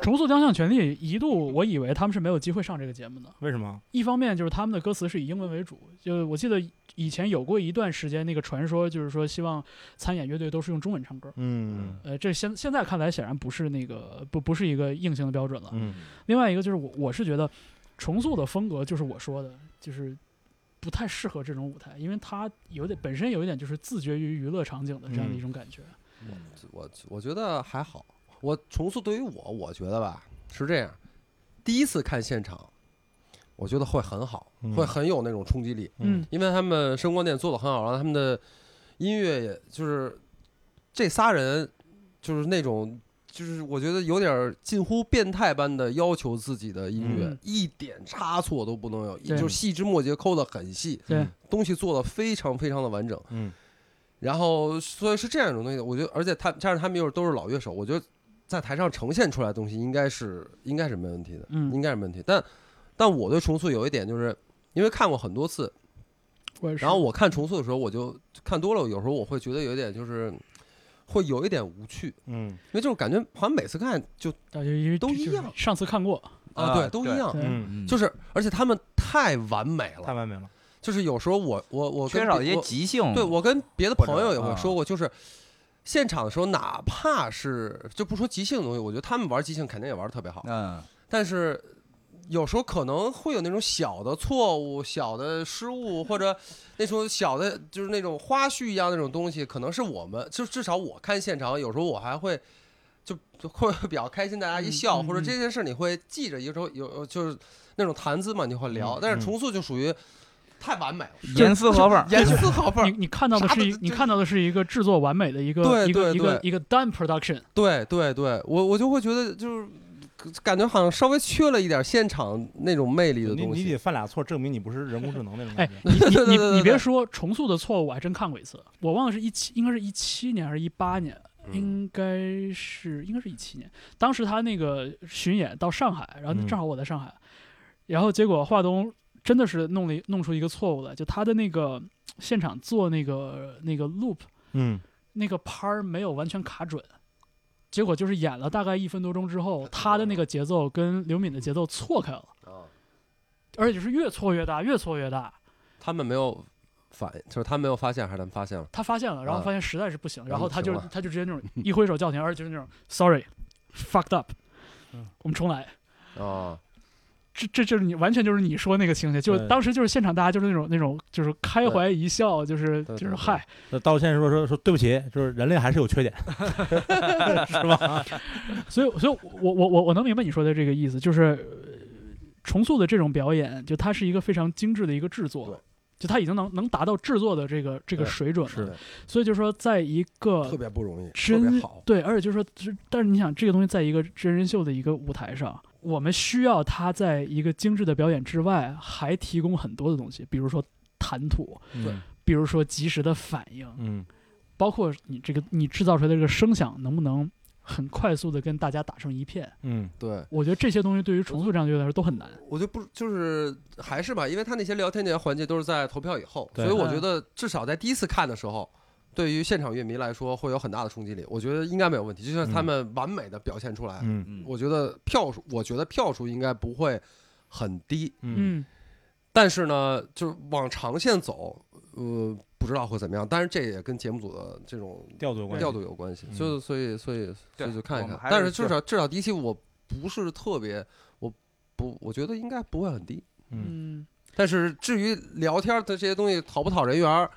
Speaker 1: 重塑雕像权利一度我以为他们是没有机会上这个节目的，
Speaker 2: 为什么？
Speaker 1: 一方面就是他们的歌词是以英文为主，就我记得以前有过一段时间那个传说，就是说希望参演乐队都是用中文唱歌。
Speaker 2: 嗯
Speaker 1: 呃，这现现在看来显然不是那个不不是一个硬性的标准了。
Speaker 2: 嗯
Speaker 1: 另外一个就是我我是觉得重塑的风格就是我说的，就是不太适合这种舞台，因为它有点本身有一点就是自绝于娱乐场景的这样
Speaker 3: 嗯
Speaker 1: 的一种感觉。
Speaker 3: 我我觉得还好。我重塑对于我，我觉得吧是这样，第一次看现场，我觉得会很好，
Speaker 2: 嗯
Speaker 3: 会很有那种冲击力。
Speaker 1: 嗯，
Speaker 3: 因为他们声光电做的很好，然后他们的音乐也就是这仨人就是那种就是我觉得有点儿近乎变态般的要求自己的音乐，
Speaker 1: 嗯
Speaker 3: 一点差错都不能有，
Speaker 1: 对
Speaker 3: 就是细枝末节抠的很细，
Speaker 1: 对，
Speaker 3: 东西做的非常非常的完整。
Speaker 2: 嗯
Speaker 3: 然后所以是这样一种东西，我觉得，而且他加上他们又都是老乐手，我觉得在台上呈现出来的东西应该是应该是没问题的，
Speaker 1: 嗯
Speaker 3: 应该是没问题。但但我对重塑有一点就是。因为看过很多次，
Speaker 1: 我也是
Speaker 3: 然后我看重塑的时候，我就看多了，有时候我会觉得有一点就是，会有一点无趣，因
Speaker 2: 嗯
Speaker 3: 为就是感觉好像每次看就
Speaker 1: 啊，就因为
Speaker 3: 都
Speaker 1: 就
Speaker 3: 一
Speaker 1: 就是
Speaker 3: 样
Speaker 1: 上次看过，
Speaker 4: 啊
Speaker 3: 对，都
Speaker 4: 对
Speaker 3: 一样，
Speaker 1: 对
Speaker 2: 嗯，
Speaker 4: 嗯
Speaker 3: 就是而且他们太完美
Speaker 2: 太
Speaker 3: 了，
Speaker 2: 完美了。
Speaker 3: 就是有时候我我我跟
Speaker 4: 缺少一
Speaker 3: 别
Speaker 4: 些
Speaker 3: 我
Speaker 4: 即兴，
Speaker 3: 对我跟别的
Speaker 4: 或者
Speaker 3: 朋友也会
Speaker 4: 啊
Speaker 3: 说过，就是现场的时候，哪怕是就不说即兴的东西，我觉得他们玩即兴肯定也玩的特别好，
Speaker 4: 嗯，
Speaker 3: 但是有时候可能会有那种小的错误、小的失误，或者那种小的，就是那种花絮一样那种东西，可能是我们就至少我看现场，有时候我还会就就会比较开心，大家一笑，
Speaker 1: 嗯嗯
Speaker 3: 或者
Speaker 1: 嗯
Speaker 3: 这件事你会记着，有时候有就是那种谈资嘛，你会
Speaker 1: 嗯
Speaker 3: 聊，但是重塑就属于太完美了，
Speaker 4: 严丝合
Speaker 1: <laughs>
Speaker 4: 缝，
Speaker 3: 严丝合缝
Speaker 1: 你，你看到的
Speaker 3: 啥
Speaker 1: 是
Speaker 3: 都
Speaker 1: 一
Speaker 3: 就
Speaker 1: 你看到的是一个制作完美的一个
Speaker 3: 对
Speaker 1: 一个
Speaker 3: 对
Speaker 1: 一个
Speaker 3: 对
Speaker 1: 一个 done
Speaker 3: <laughs>
Speaker 1: production，
Speaker 3: 对对对，我我就会觉得就是感觉好像稍微缺了一点现场那种魅力的
Speaker 2: 你
Speaker 3: 东
Speaker 2: 你得
Speaker 3: 西。
Speaker 2: 犯俩错，证明你不是人工智能那种
Speaker 1: 哎
Speaker 2: 感觉。，
Speaker 1: 你
Speaker 3: 对对
Speaker 1: 你你
Speaker 3: 对对
Speaker 1: 你别
Speaker 3: 对
Speaker 1: 说重塑的错误，我还真看过一次，我忘了是一七，应该是一七年还是一八年，
Speaker 3: 嗯
Speaker 1: 应该是应该是一七年。当时他那个巡演到上海，然后
Speaker 2: 嗯
Speaker 1: 正好我在上海，然后结果华东真的是弄了一弄出一个错误来，就他的那个现场做那个那个 loop
Speaker 2: 嗯，
Speaker 1: 那个拍儿没有完全卡准。结果就是演了大概一分多钟之后，他的那个节奏跟刘敏的节奏错开了，
Speaker 3: 啊，
Speaker 1: 而且是越错越大，越错越大。
Speaker 3: 他们没有反应，就是他没有发现，还是他们发现了？
Speaker 1: 他发现了，然后
Speaker 3: 啊
Speaker 1: 发现实在是不行，
Speaker 3: 然
Speaker 1: 然
Speaker 3: 后
Speaker 1: 后他
Speaker 3: 停
Speaker 1: 就
Speaker 3: 了
Speaker 1: 他就直接那种一挥手叫停，而且就是那种 sorry fucked up，
Speaker 2: 嗯
Speaker 1: 我们重来。
Speaker 3: 啊，
Speaker 1: 这这就是你完全就是你说那个情节，就
Speaker 2: 对
Speaker 1: 当时就是现场大家就是那种那种就是开
Speaker 3: 对
Speaker 1: 怀一笑，就是就
Speaker 3: 对对
Speaker 1: 是
Speaker 3: 对
Speaker 1: 嗨，
Speaker 2: 那道歉说说说对不起，就是人类还是有缺点，是
Speaker 1: <laughs>
Speaker 2: 吧？
Speaker 1: 所以所以我我我我能明白你说的这个意思，就是呃重塑的这种表演，就它是一个非常精致的一个制
Speaker 3: 对
Speaker 1: 作，就它已经能能达到制作的这个这个
Speaker 3: 对
Speaker 1: 水准了。
Speaker 2: 是
Speaker 3: 对
Speaker 1: 所以就说，在一个
Speaker 3: 别不容易，
Speaker 1: 真。对，而且就是说，就是但是你想，这个东西在一个真人秀的一个舞台上，我们需要它在一个精致的表演之外，还提供很多的东西，比如说谈吐，
Speaker 3: 对
Speaker 2: 嗯
Speaker 1: 比如说及时的反应，
Speaker 2: 嗯，
Speaker 1: 包括你这个你制造出来的这个声响能不能很快速的跟大家打成一片。
Speaker 2: 嗯，
Speaker 3: 对，我
Speaker 1: 我觉得这些东西对于重塑这样的乐队来说都很难。
Speaker 3: 我就不就是还是吧，因为他那些聊天那些环节都是在投票以后，
Speaker 2: 对
Speaker 3: 所以我
Speaker 1: 嗯
Speaker 3: 觉得至少在第一次看的时候，对于现场乐迷来说会有很大的冲击力。我觉得应该没有问题，就算他
Speaker 2: 嗯
Speaker 3: 们完美的表现出来，
Speaker 2: 嗯
Speaker 4: 嗯
Speaker 3: 我觉得票数，我觉得票数应该不会很低。
Speaker 2: 嗯
Speaker 1: 嗯，
Speaker 3: 但是呢，就是往长线走，呃，不知道会怎么样。但是这也跟节目组的这种
Speaker 2: 调度有关系
Speaker 3: 调度有关系，
Speaker 2: 嗯
Speaker 3: 就所以所以所
Speaker 4: 对
Speaker 3: 以就看一
Speaker 4: 我们
Speaker 3: 看
Speaker 4: 还。
Speaker 3: 但
Speaker 4: 是
Speaker 3: 是至少至少第一期我不是特别，我不我觉得应该不会很低。
Speaker 2: 嗯
Speaker 1: 嗯，
Speaker 3: 但是至于聊天的这些东西讨不讨人缘儿，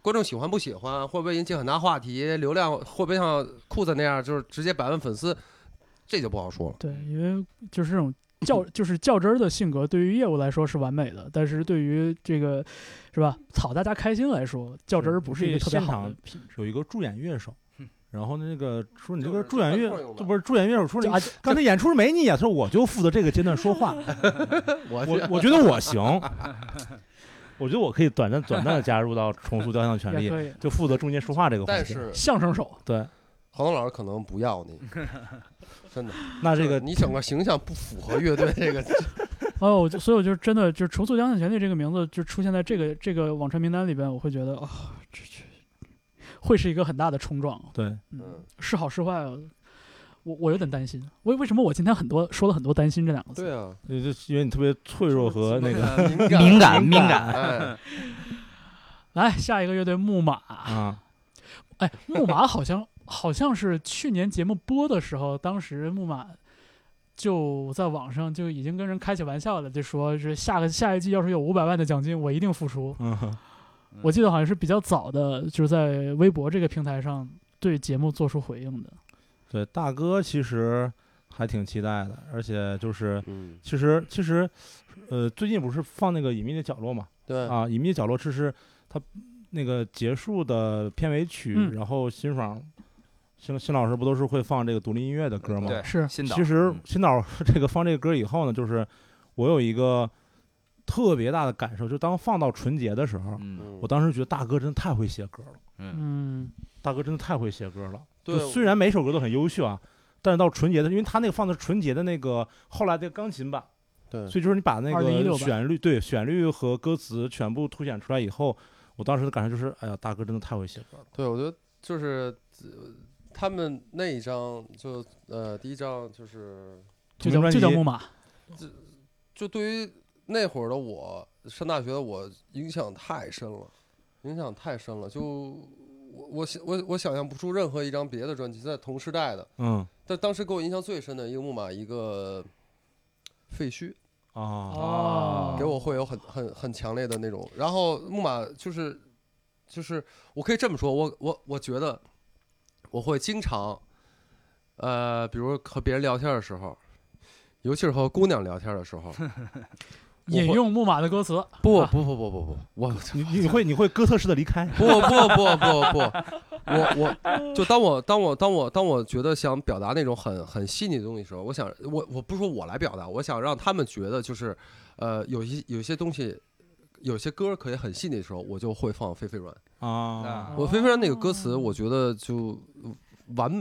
Speaker 3: 观众喜欢不喜欢，会不会引起很大话题，流量会不会像裤子那样就是直接百万粉丝，这就不好说了。
Speaker 1: 对，因为就是这种较就是较真儿的性格，对于业务来说是完美的，但是对于这个是吧讨大家开心来说，较真儿不是一个特别好的品质。
Speaker 2: 有一个助演乐手，然后那个说你这
Speaker 3: 就是
Speaker 2: 个助演
Speaker 3: 就
Speaker 2: 乐
Speaker 3: 观众用
Speaker 2: <clears throat>
Speaker 3: 的
Speaker 2: 这不是助演乐手出
Speaker 1: 就
Speaker 2: 来
Speaker 1: 啊，，
Speaker 2: 刚才演出没你啊演，他说我就负责这个阶段说话，
Speaker 3: 我
Speaker 2: 我我觉得我行， <laughs> 我觉得我可以短暂短暂的加入到重塑雕像的权
Speaker 1: 也
Speaker 2: 利，
Speaker 1: 可以。
Speaker 2: 就负责中间说话这个环
Speaker 3: 但
Speaker 2: 节。
Speaker 3: 是
Speaker 1: 相声手，
Speaker 2: 对，
Speaker 3: 黄东老师可能不
Speaker 2: <laughs>
Speaker 3: 要你，真的。
Speaker 2: 那这个
Speaker 3: 你整个形象不符合乐队
Speaker 2: <laughs>
Speaker 3: 这个
Speaker 1: 哦，我就所以我就真的就是“重塑江汉权利”这个名字就出现在这个这个网传名单里边，我会觉得哦，这这会是一个很大的冲撞，
Speaker 2: 对，
Speaker 1: 嗯
Speaker 3: 嗯，
Speaker 1: 是好是坏，啊我我有点担心。为为什么我今天很多说了很多担心这两个字？
Speaker 3: 对啊，
Speaker 2: 就就因为你特别脆弱和那个
Speaker 3: 敏感
Speaker 4: 敏感敏感，
Speaker 3: 哎，
Speaker 1: 来下一个乐队木马，
Speaker 2: 啊，
Speaker 1: 哎，木马好像好像是去年节目播的时候，当时木马就在网上就已经跟人开起玩笑了，就说是下个下一季要是有五百万的奖金，我一定付出。
Speaker 2: 嗯，
Speaker 1: 我记得好像是比较早的，就是在微博这个平台上对节目做出回应的。
Speaker 2: 对，大哥其实还挺期待的，而且就是
Speaker 3: 嗯，
Speaker 2: 其实其实，呃，最近不是放那个《隐秘的角落》嘛，
Speaker 3: 对，
Speaker 2: 啊，《隐秘的角落》这是他那个结束的片尾曲，
Speaker 1: 嗯
Speaker 2: 然后辛爽辛辛老师不都是会放这个独立音乐的歌吗？
Speaker 4: 对，
Speaker 1: 是
Speaker 4: 新导
Speaker 2: 其实
Speaker 4: 嗯
Speaker 2: 新导 <laughs> 这个放这个歌以后呢，就是我有一个特别大的感受，就当放到纯洁的时候，
Speaker 4: 嗯
Speaker 3: 嗯
Speaker 2: 我当时觉得大哥真的太会写歌了，
Speaker 4: 嗯，
Speaker 1: 嗯，
Speaker 2: 大哥真的太会写歌了。
Speaker 3: 对
Speaker 2: 就虽然每首歌都很优秀啊，但是到纯洁的，因为他那个放的是纯洁的那个后来的钢琴版，
Speaker 3: 对
Speaker 2: 所以就是你把那
Speaker 1: 2016
Speaker 2: 个
Speaker 1: 吧
Speaker 2: 旋律对旋律和歌词全部凸显出来以后，我当时的感受就是，哎呀，大哥真的太会写歌了。
Speaker 3: 对，我觉得就是呃他们那一张就呃第一张就是
Speaker 1: 就
Speaker 2: 同
Speaker 1: 叫
Speaker 2: 名专
Speaker 1: 就叫
Speaker 2: 辑
Speaker 1: 木马。
Speaker 3: 就对于那会儿的我上大学的我影响太深了，影响太深了，就我我想我我想象不出任何一张别的专辑在同时代的，
Speaker 2: 嗯，
Speaker 3: 但当时给我印象最深的一个木马一个废墟。
Speaker 2: 啊，
Speaker 1: 哦，
Speaker 3: 给我会有很很很强烈的那种。然后木马就是就是我可以这么说，我我我觉得我会经常，呃，比如和别人聊天的时候，尤其是和姑娘聊天的时候，
Speaker 1: 引
Speaker 3: 我会
Speaker 1: 用木马的歌词，
Speaker 3: 不
Speaker 1: 啊
Speaker 3: 不不不不不，我
Speaker 2: 你你会你会哥特式的离开，
Speaker 3: 不不不不不，我我就当我当我当我当我觉得想表达那种很很细腻的东西的时候，我想我我不是说我来表达，我想让他们觉得就是，呃，有一有一些东西，有些歌可以很细腻的时候，我就会放《飞飞软》。
Speaker 2: 啊
Speaker 3: 我《飞飞软》那个歌词，
Speaker 1: 哦
Speaker 3: 我觉得就完美。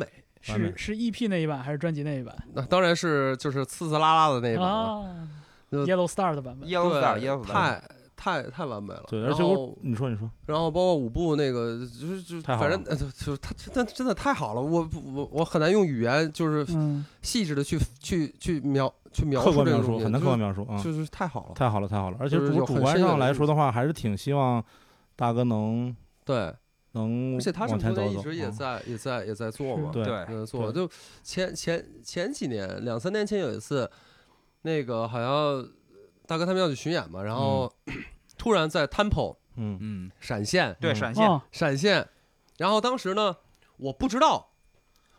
Speaker 2: 完美
Speaker 1: 是是 EP 那一版还是专辑那一版？
Speaker 3: 那当然是就是呲呲啦啦的那一版了，
Speaker 1: 啊
Speaker 3: 就
Speaker 1: ，Yellow Star 的版本。
Speaker 4: Yellow Star Yellow
Speaker 3: 对
Speaker 4: Star，
Speaker 3: 太太太完美了。
Speaker 2: 对，而
Speaker 3: 然
Speaker 2: 且我
Speaker 3: 后
Speaker 2: 你说你说，
Speaker 3: 然后包括舞步那个，就是就
Speaker 2: 太好
Speaker 3: 反正呃就就是他真的真的太好了，我我我很难用语言就是
Speaker 1: 嗯，
Speaker 3: 细致的去去去描去描
Speaker 2: 客
Speaker 3: 述
Speaker 2: 观
Speaker 3: 这个
Speaker 2: 描
Speaker 3: 东
Speaker 2: 述
Speaker 3: 西，
Speaker 2: 很难客观描述啊，
Speaker 3: 就是就是太好了。
Speaker 2: 太好了太好了，而且
Speaker 3: 就是
Speaker 2: 主
Speaker 3: 有
Speaker 2: 主
Speaker 3: 很
Speaker 2: 观
Speaker 3: 深远
Speaker 2: 上
Speaker 3: 的
Speaker 2: 来
Speaker 3: 意
Speaker 2: 说的话，还是挺希望大哥能
Speaker 3: 对，
Speaker 2: 能
Speaker 3: 而且他这
Speaker 2: 往
Speaker 3: 么
Speaker 2: 前
Speaker 3: 多
Speaker 2: 走
Speaker 3: 年一
Speaker 2: 走，
Speaker 3: 直也
Speaker 2: 啊
Speaker 3: 在也在也在做嘛，
Speaker 2: 对
Speaker 4: 对，
Speaker 3: 也
Speaker 4: 嗯
Speaker 3: 在做。
Speaker 2: 对
Speaker 3: 就前前前几年，两三年前有一次，那个好像大哥他们要去巡演嘛，然后突然在 Temple
Speaker 2: 嗯
Speaker 4: 嗯，
Speaker 3: 闪现
Speaker 4: 对，
Speaker 2: 嗯
Speaker 4: 闪现，
Speaker 1: 哦，
Speaker 3: 闪现，然后当时呢，我不知道。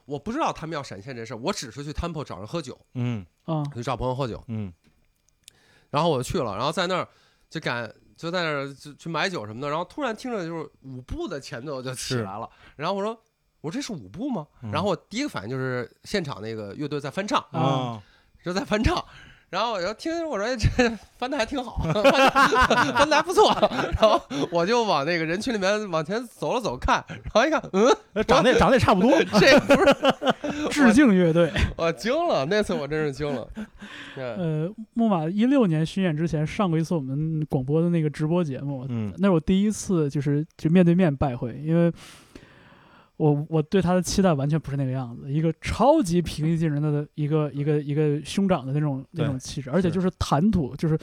Speaker 3: 我不知道他们要闪现这事儿，我只是去 Temple 找人喝酒，
Speaker 2: 嗯
Speaker 1: 嗯，
Speaker 3: 去找朋友喝酒，
Speaker 2: 嗯
Speaker 3: 然后我就去了，然后在那儿就赶就在那儿就去买酒什么的，然后突然听着就是舞步的前奏就起
Speaker 2: 是
Speaker 3: 来了，然后我说我说这是舞步吗？
Speaker 2: 嗯
Speaker 3: 然后我第一个反应就是现场那个乐队在翻唱，
Speaker 1: 啊
Speaker 2: 啊
Speaker 3: 就在翻唱。然后我就听我说哎这 <laughs> 翻的还挺好，翻的
Speaker 2: <laughs>
Speaker 3: 翻的还不错。然后我就往那个人群里面往前走了走看，然后一看，嗯，
Speaker 2: 呃长得也长得也差不
Speaker 3: <laughs>
Speaker 2: 多，
Speaker 3: 这不是
Speaker 1: 致敬乐队。
Speaker 3: 我啊惊了，那次我真是惊了。嗯对
Speaker 2: 嗯
Speaker 1: 呃，木马一六年巡演之前上过一次我们广播的那个直播节目，
Speaker 2: 嗯
Speaker 3: <laughs>
Speaker 1: 那是我第一次就是就面对面拜会，因为我我对他的期待完全不是那个样子，一个超级平易近人的一个一个一个兄长的那种那
Speaker 2: 嗯对
Speaker 1: 种气质，而且就是谈吐就是。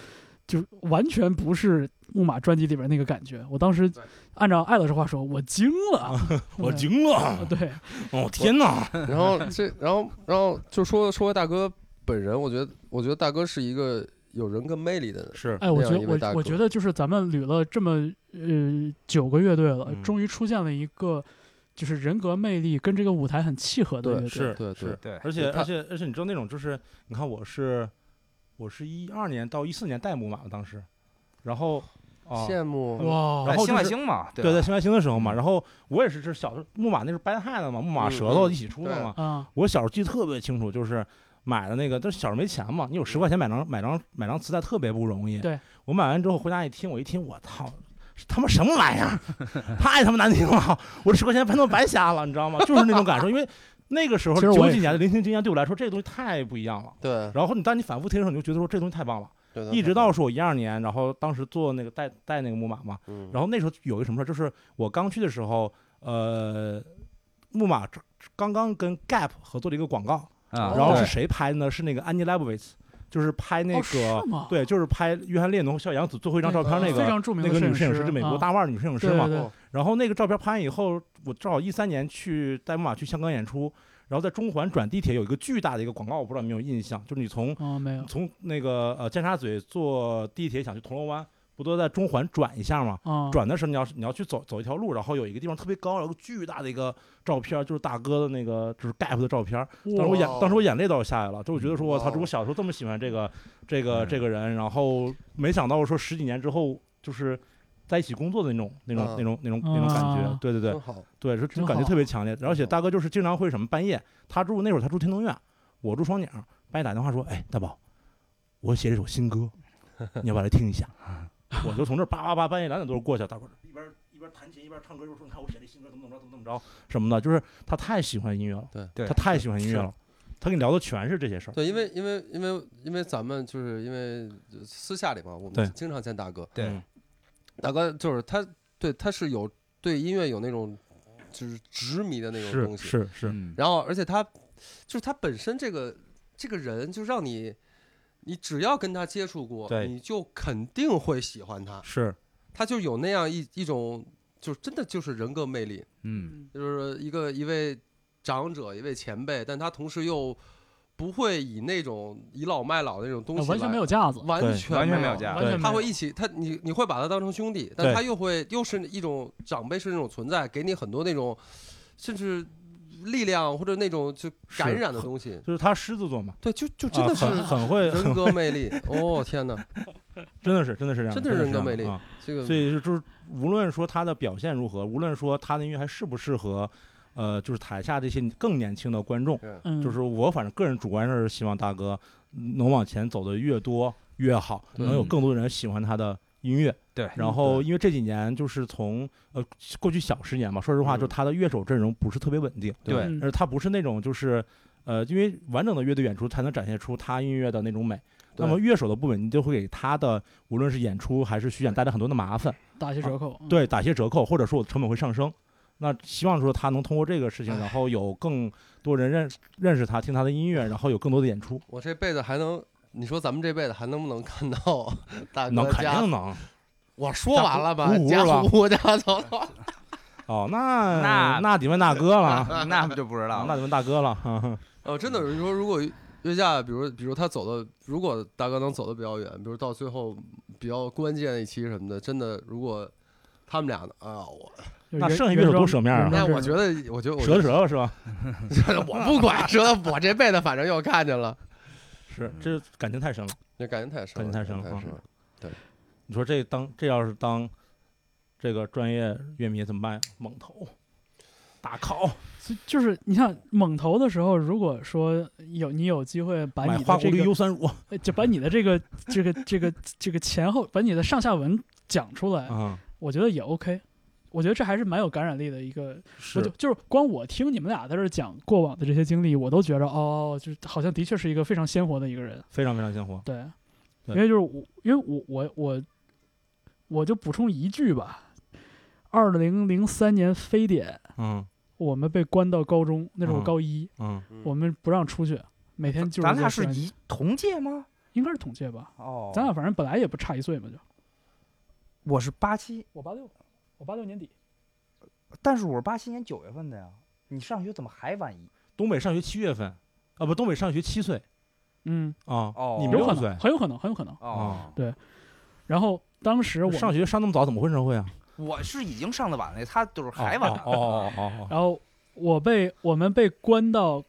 Speaker 1: 就是完全不是木马专辑里边那个感觉，我当时
Speaker 3: 对
Speaker 1: 按照艾老师话说，我惊了，
Speaker 2: <laughs> 我惊
Speaker 1: <laughs>
Speaker 2: 了，
Speaker 1: 对，
Speaker 2: 哦天
Speaker 3: <laughs>
Speaker 2: 哪，
Speaker 3: 然后这，然后然后就说说回大哥本人，我觉得我觉得大哥是一个有人格魅力的人。
Speaker 2: 是
Speaker 1: 哎，我
Speaker 3: 那
Speaker 1: 觉
Speaker 3: 样
Speaker 1: 得
Speaker 3: 一位大
Speaker 1: 我我
Speaker 3: 哥
Speaker 1: 觉得就是咱们捋了这么呃九个乐队了，
Speaker 2: 嗯
Speaker 1: 终于出现了一个就是人格魅力跟这个舞台很契合的乐队，
Speaker 3: 对
Speaker 2: 是
Speaker 3: 对对
Speaker 2: 是，
Speaker 4: 对
Speaker 2: 而且
Speaker 3: 他
Speaker 2: 而且而且你知道那种就是，你看我是我是一二年到一四年带木马的当时，然后啊，
Speaker 3: 羡慕
Speaker 1: 哇，
Speaker 2: 然后
Speaker 4: 哎新
Speaker 2: 就
Speaker 4: 外
Speaker 2: 是
Speaker 4: 星嘛，
Speaker 2: 对，
Speaker 3: 啊
Speaker 4: 吧
Speaker 2: 在新外星的时候嘛，然后我也是这小时候木马那是掰亥的嘛，木马
Speaker 3: 嗯
Speaker 2: 舌头
Speaker 3: 嗯
Speaker 2: 一起出的
Speaker 3: 对
Speaker 2: 嘛，
Speaker 1: 啊，
Speaker 2: 我小时候记得特别清楚，就是买的那个，但是小时候没钱嘛，你有十块钱买张买张买张磁带特别不容易。
Speaker 1: 对，
Speaker 2: 我买完之后回家一听，我一听，我操，他妈什么玩意儿， <laughs> 太他妈难听了！我这十块钱白他妈白瞎了，你知道吗？就是那种感受，因为那个时候
Speaker 1: 其实我
Speaker 2: 九
Speaker 1: 也
Speaker 2: 几年的零零经验对我来说，这个东西太不一样了。
Speaker 3: 对，
Speaker 2: 然后你当你反复听的时候，你就觉得说这东西太棒了。
Speaker 3: 对
Speaker 1: 嗯
Speaker 2: 一直到是我一二年，然后当时做那个带带那个木马嘛，
Speaker 3: 嗯
Speaker 2: 然后那时候有一个什么事儿，就是我刚去的时候，呃，木马刚刚跟 Gap 合作了一个广告，
Speaker 4: 啊，
Speaker 2: 然后
Speaker 4: 对
Speaker 2: 是谁拍的呢？是那个安妮· Leibovitz，就是拍那
Speaker 1: 哦是
Speaker 2: 个、
Speaker 1: 吗？
Speaker 2: 对，就是拍约翰列侬笑杨紫最后一张照片那
Speaker 1: 非
Speaker 2: 个
Speaker 1: 常著名
Speaker 2: 那
Speaker 1: 的
Speaker 2: 个女摄
Speaker 1: 摄
Speaker 2: 影
Speaker 1: 影
Speaker 2: 师，
Speaker 1: 师，
Speaker 2: 就美国
Speaker 1: 啊
Speaker 2: 大腕女摄影师嘛。
Speaker 1: 对
Speaker 3: 哦
Speaker 2: 然后那个照片拍完以后，我正好一三年去带木马去香港演出，然后在中环转地铁有一个巨大的一个广告，我不知道你有没有印象，就是你从
Speaker 1: 哦，没有
Speaker 2: 从那个呃尖沙咀坐地铁想去铜锣湾，不都在中环转一下吗？
Speaker 1: 啊，
Speaker 2: 转的时候你要你要去走走一条路，然后有一个地方特别高，有个巨大的一个照片，就是大哥的那个就是 Gap 的照片。当时我眼
Speaker 3: 哇哦嗯
Speaker 2: 当时我眼泪都要下来了，就我觉得说我操，
Speaker 3: 哇哦
Speaker 2: 这我小时候这么喜欢这个这个
Speaker 4: 嗯
Speaker 2: 这个人，然后没想到说十几年之后就是在一起工作的那种那种
Speaker 3: 嗯
Speaker 2: 那种那种那种感觉
Speaker 1: 啊，
Speaker 2: 对对对
Speaker 3: 真好，
Speaker 2: 对，是这
Speaker 1: 真
Speaker 2: 种感觉
Speaker 1: 好
Speaker 2: 特别强烈。而且大哥就是经常会什么半夜，他住那会儿他住天通苑，我住双井，半夜打电话说，哎，大宝，我写了一首新歌，你要不要来听一 <laughs> 下？我就从这儿叭叭叭半夜两点多过去，大哥一边一边弹琴一边唱歌，就说你看我写这新歌怎么怎么着怎么怎么着什么的，就是他太喜欢音乐了，
Speaker 3: 对
Speaker 4: 对
Speaker 2: 他太喜欢音乐了，他跟你聊的全是这些事儿。
Speaker 3: 对，因为因为因为因为咱们就是因为呃私下里嘛，我
Speaker 2: 对
Speaker 3: 们经常见大哥，
Speaker 4: 对
Speaker 2: 嗯
Speaker 3: 大哥就是他，对他是有对音乐有那种就是执迷的那种
Speaker 2: 是
Speaker 3: 东西，
Speaker 2: 是是，
Speaker 4: 嗯
Speaker 3: 然后而且他就是他本身这个这个人就让你。你只要跟他接触过，
Speaker 2: 对
Speaker 3: 你就肯定会喜欢他。
Speaker 2: 是
Speaker 3: 他就有那样一一种，就是真的就是人格魅力。
Speaker 4: 嗯
Speaker 3: 就是一个一位长者，一位前辈，但他同时又不会以那种倚老卖老的那种东西来、
Speaker 1: 呃完全没有架子，
Speaker 3: 完
Speaker 2: 对
Speaker 3: 全
Speaker 4: 完全
Speaker 3: 没
Speaker 4: 没有架
Speaker 1: 完全
Speaker 2: 对
Speaker 1: 没
Speaker 3: 他
Speaker 1: 有
Speaker 3: 会一起，他你你会把他当成兄弟，但
Speaker 2: 对
Speaker 3: 他又会又是一种长辈式那种存在，给你很多那种甚至力量或者那种就感
Speaker 2: 是
Speaker 3: 染的东西。
Speaker 2: 就是他狮子座嘛，
Speaker 3: 对，就就真
Speaker 2: 啊
Speaker 3: 的是
Speaker 2: 很很会，
Speaker 3: 人格魅力。哦天哪，
Speaker 2: 真的是真的是这样，
Speaker 3: 真的
Speaker 2: 的
Speaker 3: 是
Speaker 2: 是
Speaker 3: 人
Speaker 2: 这
Speaker 3: 格
Speaker 2: 样
Speaker 3: 魅力
Speaker 2: 啊。
Speaker 3: 这个
Speaker 2: 所以就就是无论说他的表现如何，无论说他的音乐还适不适合，呃，就是台下这些更年轻的观众，
Speaker 3: 嗯
Speaker 1: 嗯，
Speaker 2: 就是我反正个人主观是希望大哥能往前走的越多越好，
Speaker 3: 对
Speaker 2: 能有更多的人喜欢他的音乐。
Speaker 4: 对
Speaker 2: 然后因为这几年就是从呃过去小十年吧，说实话，
Speaker 3: 嗯
Speaker 2: 就他的乐手阵容不是特别稳定，
Speaker 4: 对
Speaker 1: 嗯
Speaker 2: 而他不是那种就是呃，因为完整的乐队演出才能展现出他音乐的那种美。
Speaker 3: 对
Speaker 2: 那么乐手的不稳定就会给他的无论是演出还是巡演带来很多的麻烦，
Speaker 1: 打些折扣，嗯，
Speaker 2: 啊对，打些折扣，或者说我的成本会上升。那希望说他能通过这个事情，然后有更多人认认识他，听他的音乐，然后有更多的演出，
Speaker 3: 我这辈子还能。你说咱们这辈子还能不能
Speaker 2: <laughs>
Speaker 3: 看到大
Speaker 2: 能
Speaker 3: 哥
Speaker 2: 肯
Speaker 3: 家
Speaker 2: 定？能
Speaker 3: 我说完了吧
Speaker 2: 大，胡
Speaker 3: 家
Speaker 2: 是吧
Speaker 3: 胡家走了。
Speaker 2: <laughs> 哦，
Speaker 3: <laughs>
Speaker 2: 那
Speaker 4: 那
Speaker 2: 那得问大哥了，
Speaker 4: <laughs> 那就不知道
Speaker 2: 啊那
Speaker 4: 了。
Speaker 2: 得问大哥了，呵呵
Speaker 3: 哦，真的有人说，如果约架，比如比如他走的，如果大哥能走的比较远，比如到最后比较关键的一期什么的，真的如果他们俩呢啊，我
Speaker 1: 就是
Speaker 2: 那
Speaker 1: 原
Speaker 2: 剩下乐手多舍面啊
Speaker 1: 原
Speaker 3: 那
Speaker 1: 装
Speaker 3: 我觉得，我觉得我
Speaker 2: 折折了是吧？
Speaker 3: 觉得 <laughs> 我不管，说我这辈子反正又看见了，
Speaker 2: 是，这感情太深了。
Speaker 3: 那感情太深
Speaker 2: 感情
Speaker 3: 了，
Speaker 2: 太深了
Speaker 3: 太深了。
Speaker 2: 你说这当这要是当这个专业乐迷怎么办呀？猛投、大烤、
Speaker 1: 所以就是你看猛投的时候，如果说有你有机会把
Speaker 2: 买
Speaker 1: 你
Speaker 2: 花
Speaker 1: 的
Speaker 2: 果
Speaker 1: 这
Speaker 2: 绿
Speaker 1: 个
Speaker 2: 优酸乳
Speaker 1: 呃就把你的这个这个这个这个前后，把你的上下文讲出来，
Speaker 2: 啊，
Speaker 1: 我觉得也 OK。我觉得这还是蛮有感染力的一个，我就是就是光我听你们俩在这儿讲过往的这些经历，我都觉着哦，就是好像的确是一个非常鲜活的一个人。
Speaker 2: 非常非常鲜活。
Speaker 1: 对，
Speaker 2: 对
Speaker 1: 因为就是我，因为我我我我就补充一句吧，二零零三年非典，
Speaker 2: 嗯
Speaker 1: 我们被关到高中，那时候我
Speaker 2: 嗯
Speaker 1: 高一，
Speaker 2: 嗯，
Speaker 1: 我们不让出去，每天就是
Speaker 4: 啊咱俩
Speaker 1: 在
Speaker 4: 是
Speaker 1: 学校
Speaker 4: 一同届吗？
Speaker 1: 应该是同届吧，
Speaker 4: 哦，
Speaker 1: 咱俩反正本来也不差一岁嘛，就
Speaker 4: 我是八七，
Speaker 1: 我八六，我八六年底，
Speaker 4: 但是我是八七年九月份的呀。你上学怎么还晚一？
Speaker 2: 东北上学七月份啊，不，东北上学七岁
Speaker 1: 嗯，
Speaker 2: 啊，
Speaker 4: 哦
Speaker 2: 你们
Speaker 1: 有
Speaker 2: 六
Speaker 1: 可能，
Speaker 2: 岁，
Speaker 1: 很有可能，很有可能。
Speaker 4: 哦，
Speaker 1: 然后当时我们
Speaker 2: 上学上那么早怎么混社会啊？
Speaker 4: 我是已经上的晚了，他就是
Speaker 2: 哦
Speaker 4: 还晚
Speaker 2: 哦。哦哦
Speaker 1: <laughs>
Speaker 2: 哦哦，
Speaker 1: 然后我被我们被关到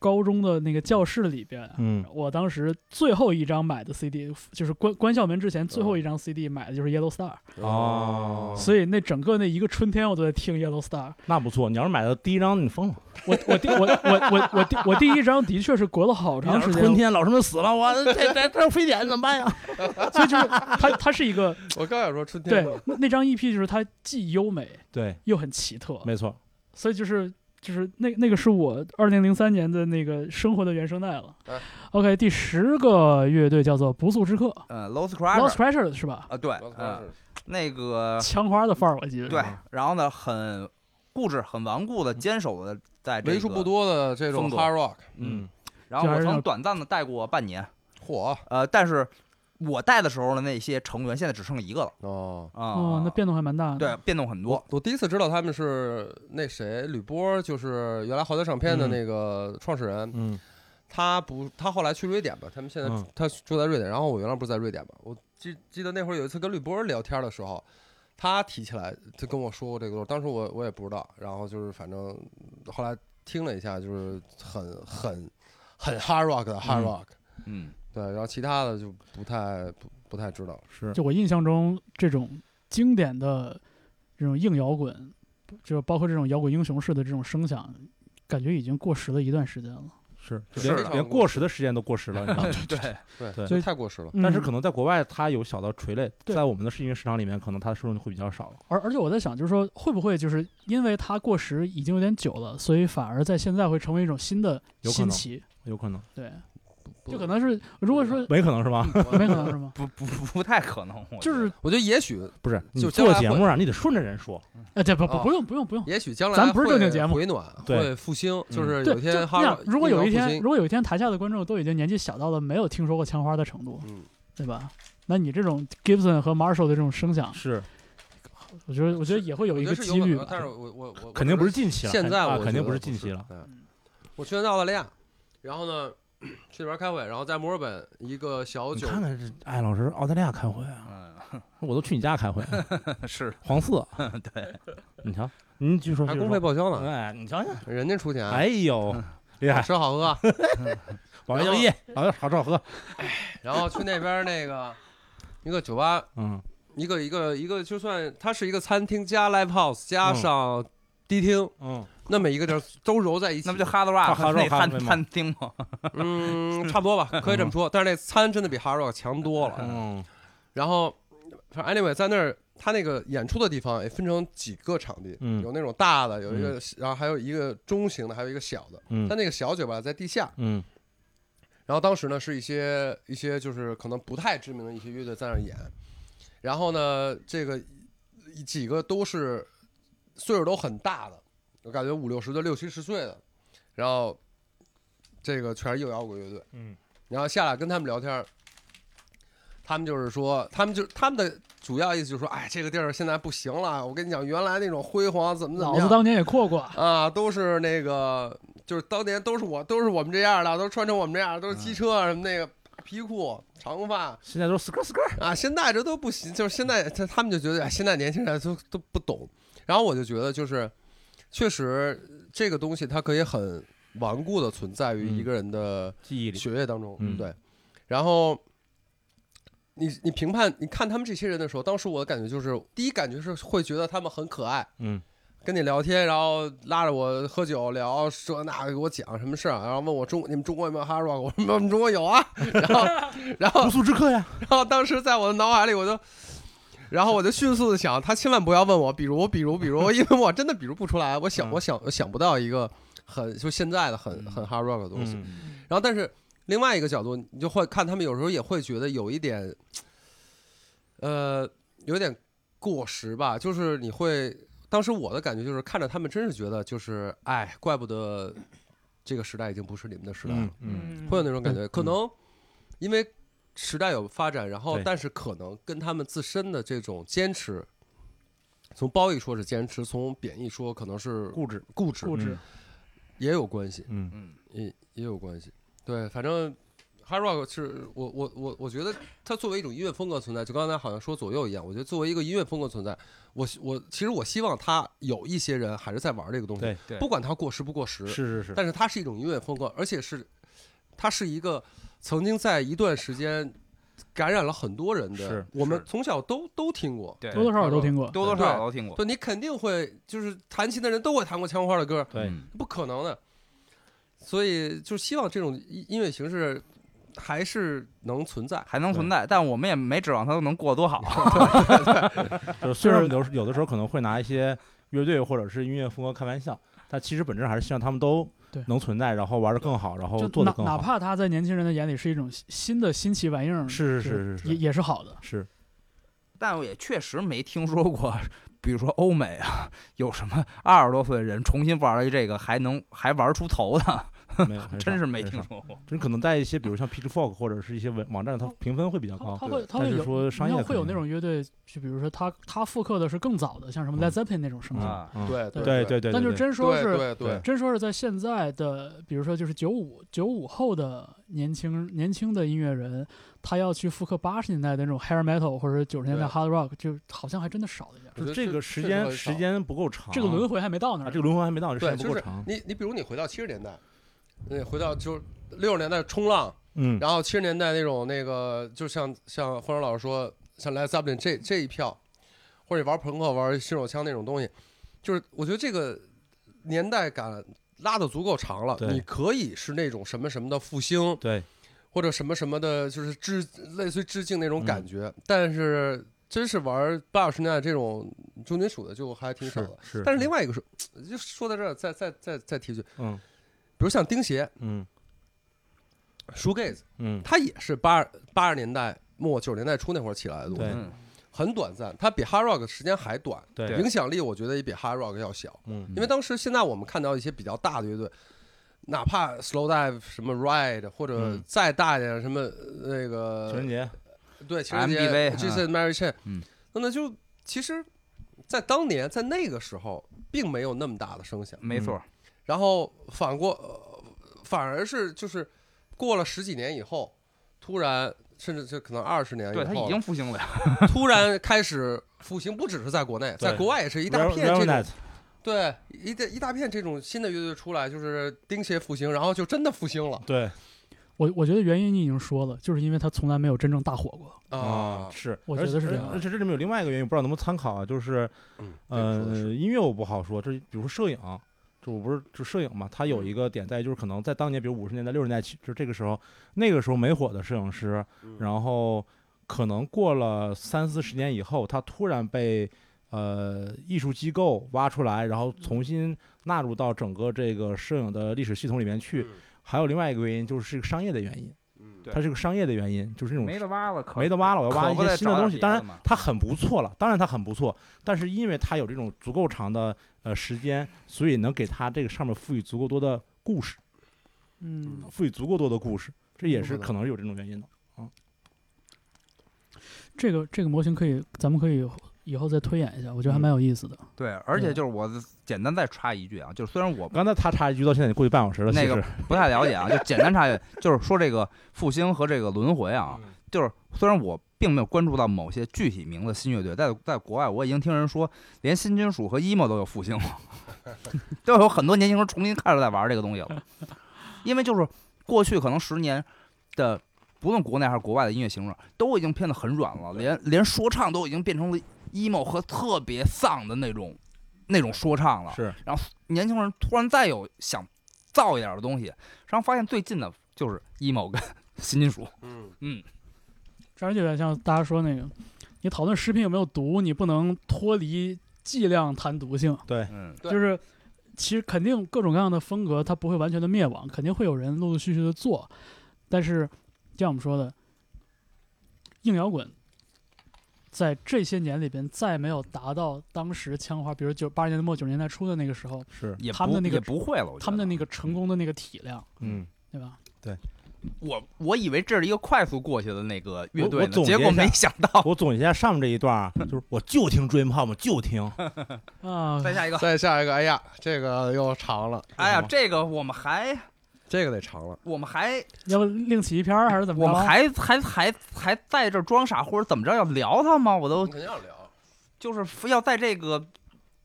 Speaker 1: 高中的那个教室里边，啊
Speaker 2: 嗯
Speaker 1: 我当时最后一张买的 CD 就是关关校门之前最后一张 CD 买的就是 Yellow Star，、
Speaker 2: 嗯哦，
Speaker 1: 所以那整个那一个春天我都在听 Yellow Star。
Speaker 2: 那不错。你要是买的第一张，你疯了。
Speaker 1: 我我第我我我我第我第一张的确是隔了好
Speaker 2: 你
Speaker 1: 长
Speaker 2: 要是 <laughs>
Speaker 1: 时
Speaker 2: 啊春
Speaker 1: 间，
Speaker 2: 天老师们死了，我这这这非典怎么办呀？
Speaker 1: 所以就是它它是一
Speaker 2: <laughs>
Speaker 1: 个
Speaker 3: 我刚想说春
Speaker 1: 对
Speaker 3: 天嘛，
Speaker 1: 那那张 EP 就是它既优美
Speaker 2: 对，
Speaker 1: 又很奇特，
Speaker 2: 没错，
Speaker 1: 所以就是就是那那个是我二零零三年的那个生活的原声带了
Speaker 3: 哎。
Speaker 1: OK，第十个乐队叫做不速之客
Speaker 4: 呃，Lost
Speaker 1: ，Lost
Speaker 4: Crusher
Speaker 1: Pressure 是吧？
Speaker 4: 啊，对，
Speaker 3: 我操
Speaker 4: 呃，那
Speaker 2: 呃
Speaker 4: 个
Speaker 1: 枪花的范儿，我记得是
Speaker 4: 对，然后呢，很固执、很顽固的坚守的在这个
Speaker 3: 为数不。多的这种
Speaker 4: 风格
Speaker 3: hard rock
Speaker 2: 嗯，
Speaker 4: 然后
Speaker 1: 就还
Speaker 4: 我
Speaker 1: 是
Speaker 4: 曾
Speaker 1: 要
Speaker 4: 短暂的带过半年，
Speaker 3: 火
Speaker 4: 呃，但是我带的时候呢，那些成员现在只剩一个了
Speaker 3: 哦。
Speaker 4: 啊。
Speaker 1: 哦，那变动还蛮大的。
Speaker 4: 对变动很多
Speaker 3: 我，我第一次知道他们是那谁吕波，就是原来豪德唱片的
Speaker 2: 嗯
Speaker 3: 那个创始人，
Speaker 2: 嗯
Speaker 3: 他不，他后来去瑞典吧，他们现在住、
Speaker 2: 嗯
Speaker 3: 他住在瑞典。然后我原来不是在瑞典嘛，我记记得那会儿有一次跟绿波聊天的时候，他提起来，他跟我说过这个东西，当时我我也不知道。然后就是反正后来听了一下，就是很很很 hard rock 的 hard
Speaker 2: 嗯
Speaker 3: rock，、
Speaker 4: 嗯，
Speaker 3: 对，然后其他的就不太不不太知道。
Speaker 2: 是
Speaker 1: 就我印象中，这种经典的这种硬摇滚，就包括这种摇滚英雄式的这种声响，感觉已经过时了一段时间了。
Speaker 2: 是，就是连
Speaker 3: 的
Speaker 2: 连过时的时间都过时了，你知道吗？
Speaker 4: 对，
Speaker 3: 对，
Speaker 2: 对
Speaker 3: 就太过时了。
Speaker 2: 但是
Speaker 1: 嗯
Speaker 2: 可能在国外它有小的垂类，
Speaker 1: 对
Speaker 2: 在我们的音乐市场里面，可能它的受众会比较少。
Speaker 1: 而而且我在想，就是说会不会就是因为它过时已经有点久了，所以反而在现在会成为一种新的
Speaker 2: 有可
Speaker 1: 新
Speaker 2: 能
Speaker 1: 奇？
Speaker 2: 有可能，
Speaker 1: 对，
Speaker 3: 不
Speaker 1: 就可能是如果说
Speaker 2: 没可能是
Speaker 3: 嗯
Speaker 2: 吧？
Speaker 1: 没可能是吗？
Speaker 4: 不不不不太可能，我觉
Speaker 1: 就
Speaker 4: 得
Speaker 1: 是
Speaker 3: <laughs> 我觉得也许
Speaker 2: 不是，你
Speaker 3: 就将
Speaker 2: 做
Speaker 3: 来
Speaker 2: 节
Speaker 3: 会
Speaker 2: 目啊，你得顺着人说。
Speaker 1: 呃，对不不
Speaker 3: 哦
Speaker 1: 不用不用不用。
Speaker 3: 也许将来
Speaker 1: 咱不是正经
Speaker 3: 会
Speaker 1: 节目嗯
Speaker 3: 回暖
Speaker 2: 对
Speaker 3: 会复兴，就是
Speaker 1: 对，
Speaker 3: 有一
Speaker 1: 就
Speaker 3: 天
Speaker 1: 那
Speaker 3: hard
Speaker 1: 样
Speaker 3: rock
Speaker 1: 如果有一
Speaker 3: 能复
Speaker 1: 天，
Speaker 3: 兴
Speaker 1: 如果有一天台下的观众都已经年纪小到了没有听说过枪花的程度，
Speaker 3: 嗯，
Speaker 1: 对吧？那你这种 Gibson 和 Marshall 的这种声
Speaker 3: 啊
Speaker 1: 响，
Speaker 2: 是，
Speaker 1: 我觉得我觉得也会有
Speaker 3: 我
Speaker 1: 一
Speaker 3: 觉
Speaker 1: 个
Speaker 3: 得是
Speaker 1: 机
Speaker 3: 有可
Speaker 1: 遇
Speaker 3: 能
Speaker 1: 吧，。
Speaker 3: 但是我我我
Speaker 2: 肯定不
Speaker 3: 是。
Speaker 2: 是近期了。
Speaker 3: 现在
Speaker 2: 啊
Speaker 3: 我
Speaker 2: 肯定
Speaker 3: 觉
Speaker 2: 不
Speaker 3: 得
Speaker 2: 是近期了。
Speaker 3: 对我去完澳大利亚，然后呢，去那边开会，然后在墨尔本一个小
Speaker 2: 你
Speaker 3: 酒
Speaker 2: 看看这艾老师，澳大利亚开会啊，
Speaker 6: 嗯，
Speaker 2: 我都去你家开会啊，
Speaker 6: 是
Speaker 2: 黄
Speaker 3: <laughs>
Speaker 2: 色，对，你瞧，您据说
Speaker 3: 还
Speaker 2: 就是
Speaker 3: 公费
Speaker 2: 说
Speaker 3: 报销呢，
Speaker 2: 哎，你瞧瞧，
Speaker 3: 人家出钱，
Speaker 2: 哎
Speaker 3: 嗯
Speaker 2: 呦，厉
Speaker 3: 好
Speaker 2: 害，
Speaker 3: 吃好喝，
Speaker 2: 保
Speaker 3: 哎
Speaker 2: 卫就业，好好吃好喝，
Speaker 3: 然后去那边那个一个酒吧，
Speaker 2: 嗯，
Speaker 3: 一个一个一个，就算它是一个餐厅加 live house 加
Speaker 2: 嗯
Speaker 3: 上迪厅，
Speaker 2: 嗯，
Speaker 3: 那么一个地儿都揉在一起，
Speaker 6: 那不
Speaker 2: <laughs>
Speaker 6: 就哈德 rock
Speaker 2: 哈 Hard
Speaker 6: 那
Speaker 2: Rock
Speaker 6: 探
Speaker 2: 哈德吗
Speaker 6: 探听吗？
Speaker 3: 嗯，差不多吧，可以这么说。但是那餐真的比 Hard Rock 强多了。
Speaker 2: 嗯，
Speaker 3: 然后，反正 anyway，在那儿他那个演出的地方也分成几个场地，
Speaker 2: 嗯
Speaker 3: 有那种大的，有一个，然后还有一个中型的，还有一个小的。
Speaker 2: 嗯
Speaker 3: 他那个小酒吧在地下，
Speaker 2: 嗯，
Speaker 3: 然后当时呢是一些一些就是可能不太知名的一些乐队在那儿演，然后呢这个几个都是岁数都很大的，我感觉五六十的、六七十岁的，然后这个全是硬摇滚乐队，
Speaker 2: 嗯，
Speaker 3: 然后下来跟他们聊天儿，他们就是说，他们就他们的主要意思就是说，哎，这个地儿现在不行了，我跟你讲，原来那种辉煌怎么怎
Speaker 1: 老
Speaker 3: 么
Speaker 1: 子
Speaker 3: 样，
Speaker 1: 当年也阔过， <laughs>
Speaker 3: 啊，都是那个，就是当年都是我，都是我们这样的，都穿成我们这样，都是机车啊什么那个皮裤、长发
Speaker 2: 现在都是 skr skr，
Speaker 3: 啊，现在这都不行，就是现在他他们就觉得，哎，现在年轻人都都不懂。然后我就觉得，就是确实这个东西它可以很顽固的存在于一
Speaker 2: 嗯
Speaker 3: 个人的
Speaker 2: 记忆里，
Speaker 3: 血液当中，
Speaker 2: 嗯
Speaker 3: 对。然后你你评判你看他们这些人的时候，当时我的感觉就是，第一感觉是会觉得他们很可爱。
Speaker 2: 嗯
Speaker 3: 跟你聊天，然后拉着我喝酒聊这那，给我讲什么事儿，啊然后问我中你们中国有没有 hard rock？我说我们中国
Speaker 2: <laughs>
Speaker 3: 有啊。然后，然后
Speaker 2: 不，速之客呀，
Speaker 3: 然后当时在我的脑海里，我就，然后我就迅速的想，他千万不要问我，比如，比如，比
Speaker 2: <laughs>
Speaker 3: 如，因为我真的比如不出来，我想，
Speaker 2: 嗯
Speaker 3: 我想，我想不到一个很就现在的很很 hard rock 的东西。
Speaker 2: 嗯
Speaker 3: 然后，但是另外一个角度，你就会看他们有时候也会觉得有一点，呃，有点过时吧。就是你会，当时我的感觉就是看着他们，真是觉得就是，哎，怪不得这个时代已经不是你们的时代了
Speaker 2: 嗯，嗯，
Speaker 3: 会有那种感觉。
Speaker 2: 嗯
Speaker 3: 可能因为时代有发展，然后
Speaker 2: 对
Speaker 3: 但是可能跟他们自身的这种坚持。从褒义说是坚持，从贬义说可能是
Speaker 2: 固执，
Speaker 3: 固执，
Speaker 1: 固执
Speaker 2: 嗯，
Speaker 3: 也有关系。
Speaker 2: 嗯
Speaker 3: 也也有关系。对，反正 hard rock 是我我我我觉得它作为一种音乐风格存在，就刚才好像说左右一样，我觉得作为一个音乐风格存在，我我其实我希望它有一些人还是在玩这个东西，
Speaker 2: 对
Speaker 6: 对
Speaker 3: 不管它过时不过时，
Speaker 2: 是是是，
Speaker 3: 但是它是一种音乐风格，而且是它是一个曾经在一段时间感染了很多人的
Speaker 2: 是，
Speaker 3: 我们
Speaker 6: 是
Speaker 3: 从小都都听过。
Speaker 6: 对，
Speaker 1: 多多少少都听过。
Speaker 6: 多多少少都
Speaker 4: 嗯
Speaker 6: 听过。
Speaker 3: 对你肯定会，就是弹琴的人都会弹过枪花的歌，
Speaker 2: 对
Speaker 6: 嗯
Speaker 3: 不可能的。所以就希望这种音音乐形式还是能
Speaker 2: <laughs>
Speaker 3: 存在。
Speaker 6: 还能存在，但我们也没指望它能过得多好。
Speaker 1: 啊
Speaker 2: 就是虽然
Speaker 1: 嗯
Speaker 2: 有时有的时候可能会拿一些乐队或者是音乐风格开玩笑，但其实本质还是希望他们都
Speaker 1: 对
Speaker 2: 能存在，然后玩的更好，然后
Speaker 1: 就
Speaker 2: 做
Speaker 1: 哪
Speaker 2: 的更
Speaker 1: 哪
Speaker 2: 好。
Speaker 1: 怕它在年轻人的眼里是一种新新的新奇玩意儿，
Speaker 2: 是是
Speaker 1: 就是
Speaker 2: 是
Speaker 1: 也也是好的。 <laughs>
Speaker 2: 是，
Speaker 6: 但我也确实没听说过，比如说欧美啊，有什么二十多岁的人重新玩了这个还能还玩出头的，
Speaker 2: 没有，很
Speaker 6: 真
Speaker 2: 少
Speaker 6: 是没
Speaker 2: 很
Speaker 6: 听
Speaker 2: 少
Speaker 6: 说过。
Speaker 2: 真可能在一些比如像 Pitchfork 或者是一些网网站，它评分会比较
Speaker 1: 他
Speaker 2: 高。
Speaker 1: 他会他
Speaker 2: 但
Speaker 1: 会
Speaker 2: 是
Speaker 1: 有
Speaker 2: 说商
Speaker 1: 你
Speaker 2: 业
Speaker 1: 看会有那种乐队，就比如说他他复刻的是更早的，像什么
Speaker 2: 嗯
Speaker 1: Led Zeppelin 那种声响。
Speaker 6: 啊
Speaker 2: 嗯
Speaker 3: 对
Speaker 1: 对
Speaker 2: 对对对，
Speaker 1: 但就是真说
Speaker 3: 对
Speaker 1: 是
Speaker 3: 对对
Speaker 1: 真说是在现在的，比如说就是九五九五后的年轻年轻的音乐人，他要去复刻八十年代的那种 hair metal 或者九十年代
Speaker 3: 对
Speaker 1: hard rock，就好像还真的少了一点。
Speaker 2: 就
Speaker 3: 我觉
Speaker 2: 是
Speaker 3: 得
Speaker 2: 这个时间时，间不够长，
Speaker 1: 这个轮回还没到那
Speaker 2: 啊
Speaker 1: 儿，
Speaker 2: 这个轮回还没到，这时间
Speaker 3: 对，
Speaker 2: 不
Speaker 3: 就
Speaker 2: 够
Speaker 3: 是
Speaker 2: 长。
Speaker 3: 你你比如你回到七十年代，那回到就是六十年代冲浪，
Speaker 2: 嗯
Speaker 3: 然后七十年代那种那个，就像像方舟老师说，像 Led Zeppelin 这这一票，或者玩朋克、玩新手枪那种东西，就是我觉得这个年代感拉的足够长了，
Speaker 2: 对
Speaker 3: 你可以是那种什么什么的复兴，
Speaker 2: 对，
Speaker 3: 或者什么什么的，就是致类似于致敬那
Speaker 2: 嗯
Speaker 3: 种感觉，但是。真是玩八九十年代这种重金属的就还挺少
Speaker 2: 是
Speaker 3: 的，
Speaker 2: 是。
Speaker 3: 但是另外一个是，就说到这儿，再再再再提一句，比
Speaker 2: 嗯
Speaker 3: 如像钉鞋、
Speaker 2: 嗯
Speaker 3: shoegaze，
Speaker 2: 嗯，
Speaker 3: 它也是八八十年代末九十年代初那会儿起来的东
Speaker 2: 对
Speaker 3: 西，
Speaker 6: 嗯，
Speaker 3: 很短暂。它比 hard rock 时间还短，
Speaker 2: 对，
Speaker 3: 影响力我觉得也比 hard rock 要小。
Speaker 2: 嗯
Speaker 3: 因为当时现在我们看到一些比较大的乐队，哪怕 slow dive 什么 ride，或者
Speaker 2: 嗯
Speaker 3: 再大一点什么呃那个
Speaker 2: 情人节
Speaker 3: 对情人节
Speaker 6: MDV
Speaker 3: Jason Mary Chain，
Speaker 6: 嗯
Speaker 3: 那那就其实，在当年在那个时候并没有
Speaker 4: 嗯
Speaker 3: 那么大的声响。
Speaker 6: 没错，
Speaker 3: 然后反过，呃反而是就是过了十几年以后，突然甚至这可能二十年以后
Speaker 4: 对
Speaker 3: 了，
Speaker 4: 他已经复兴了呀。
Speaker 3: 突然开始复兴，不只是在国内，在
Speaker 2: 对
Speaker 3: 国外也是一大
Speaker 2: Real-
Speaker 3: 片这
Speaker 2: Real Net
Speaker 3: 种，对一大一大片这种新的乐队出来，就是钉鞋复兴，然后就真的复兴了
Speaker 2: 对
Speaker 1: 我我觉得原因你已经说了，就是因为他从来没有真正大火过。
Speaker 3: 啊。
Speaker 4: 哦
Speaker 2: 是，
Speaker 1: 我
Speaker 2: 而
Speaker 1: 觉得
Speaker 2: 且
Speaker 1: 是这样
Speaker 2: 而且这里面有另外一个原因，我不知道能不能参考啊，就是
Speaker 3: 嗯，这个说的是
Speaker 2: 呃，音乐我不好说，这比如说摄影，就我不是就摄影嘛，它有一个点在于就是可能在当年，比如五十年代、六十年代起，就这个时候，那个时候没火的摄影师，
Speaker 3: 嗯
Speaker 2: 然后可能过了三四十年以后，他突然被呃艺术机构挖出来，然后重新纳入到整个这个摄影的历史系统里面
Speaker 3: 嗯
Speaker 2: 去。还有另外一个原因就是这个商业的原因，它是个商业的原因，就是那种
Speaker 4: 嗯没得挖了，
Speaker 2: <laughs>
Speaker 4: 可
Speaker 2: 没得挖了，我要挖
Speaker 4: 可
Speaker 2: 一
Speaker 4: 不
Speaker 2: 些
Speaker 4: 得
Speaker 2: 新的
Speaker 4: 找
Speaker 2: 东
Speaker 4: 点
Speaker 2: 西。
Speaker 4: 别
Speaker 2: 当
Speaker 4: 的
Speaker 2: 然
Speaker 4: 嘛，
Speaker 2: 它很不错了，当然它很不错，但是因为它有这种足够长的呃时间，所以能给它这个上面赋予足够多的故事，
Speaker 1: 嗯，
Speaker 2: 赋予足够多的故事，这也
Speaker 3: 有
Speaker 2: 是
Speaker 3: 可
Speaker 2: 可能有这种原因的。
Speaker 1: 这个这个模型可以，咱们可以以后再推演一下，我觉得还
Speaker 2: 嗯
Speaker 1: 蛮有意思的。
Speaker 4: 对，而且
Speaker 1: 嗯
Speaker 4: 就是我简单再插一句啊，就是虽然 <laughs> 我
Speaker 2: 刚才他插一句，到现在也过去半小时了，其
Speaker 4: 那个
Speaker 2: 实
Speaker 4: 不太了解啊，就简单插一句，就是说这个复兴和这个轮回啊，
Speaker 3: 嗯
Speaker 4: 就是虽然我并没有关注到某些具体名字的新乐队，在在国外我已经听人说，连新金属和 emo 都有复兴了，都有很多年轻人重新开始在玩这个东西了，因为就是过去可能十年的。不论国内还是国外的音乐形式，都已经变得很软了，连连说唱都已经变成了 emo 和特别丧的那种那种说唱了。
Speaker 2: 是
Speaker 4: 年轻人突然再有想造一点的东西，然后发现最近的就是 emo 跟 <laughs> 新金属，
Speaker 3: 嗯，
Speaker 1: 这样就有点像大家说那个，你讨论食品有没有毒，你不能脱离剂量谈毒性，
Speaker 4: 嗯，
Speaker 3: 对
Speaker 1: 就是其实肯定各种各样的风格它不会完全的灭亡，肯定会有人陆陆续续的做，但是就像我们说的，硬摇滚。在这些年里边，再没有达到当时枪花，比如九八十年代末九十年代初的那个时候，
Speaker 2: 是，
Speaker 4: 也
Speaker 1: 他
Speaker 4: 不
Speaker 1: 们的那个
Speaker 4: 也不会了，我觉
Speaker 1: 他们的
Speaker 4: 得
Speaker 1: 那个成功的那个体量，
Speaker 2: 嗯，
Speaker 1: 对吧？
Speaker 4: 我我以为这是一个快速过去的那个乐
Speaker 2: 我
Speaker 4: 队
Speaker 2: 我
Speaker 4: 呢，
Speaker 2: 总结
Speaker 4: 结果
Speaker 2: 一下
Speaker 4: 没想到。
Speaker 2: 我总结一下上面这一段啊，就是我就听 Dream Pop，我就听，
Speaker 1: 啊，
Speaker 2: <laughs>
Speaker 3: <laughs>
Speaker 4: 再下一个，
Speaker 3: 再下一个，哎呀，这个又长 <laughs> 了，
Speaker 4: 哎呀，这个我们还
Speaker 3: 这个得长了。
Speaker 4: 我们还
Speaker 1: 要不另起一篇儿还是怎么着？
Speaker 4: 我们还还还还在这儿装傻或者怎么着要聊他吗？我
Speaker 3: 我
Speaker 4: 都
Speaker 3: 肯定要聊，
Speaker 4: 就是要在这个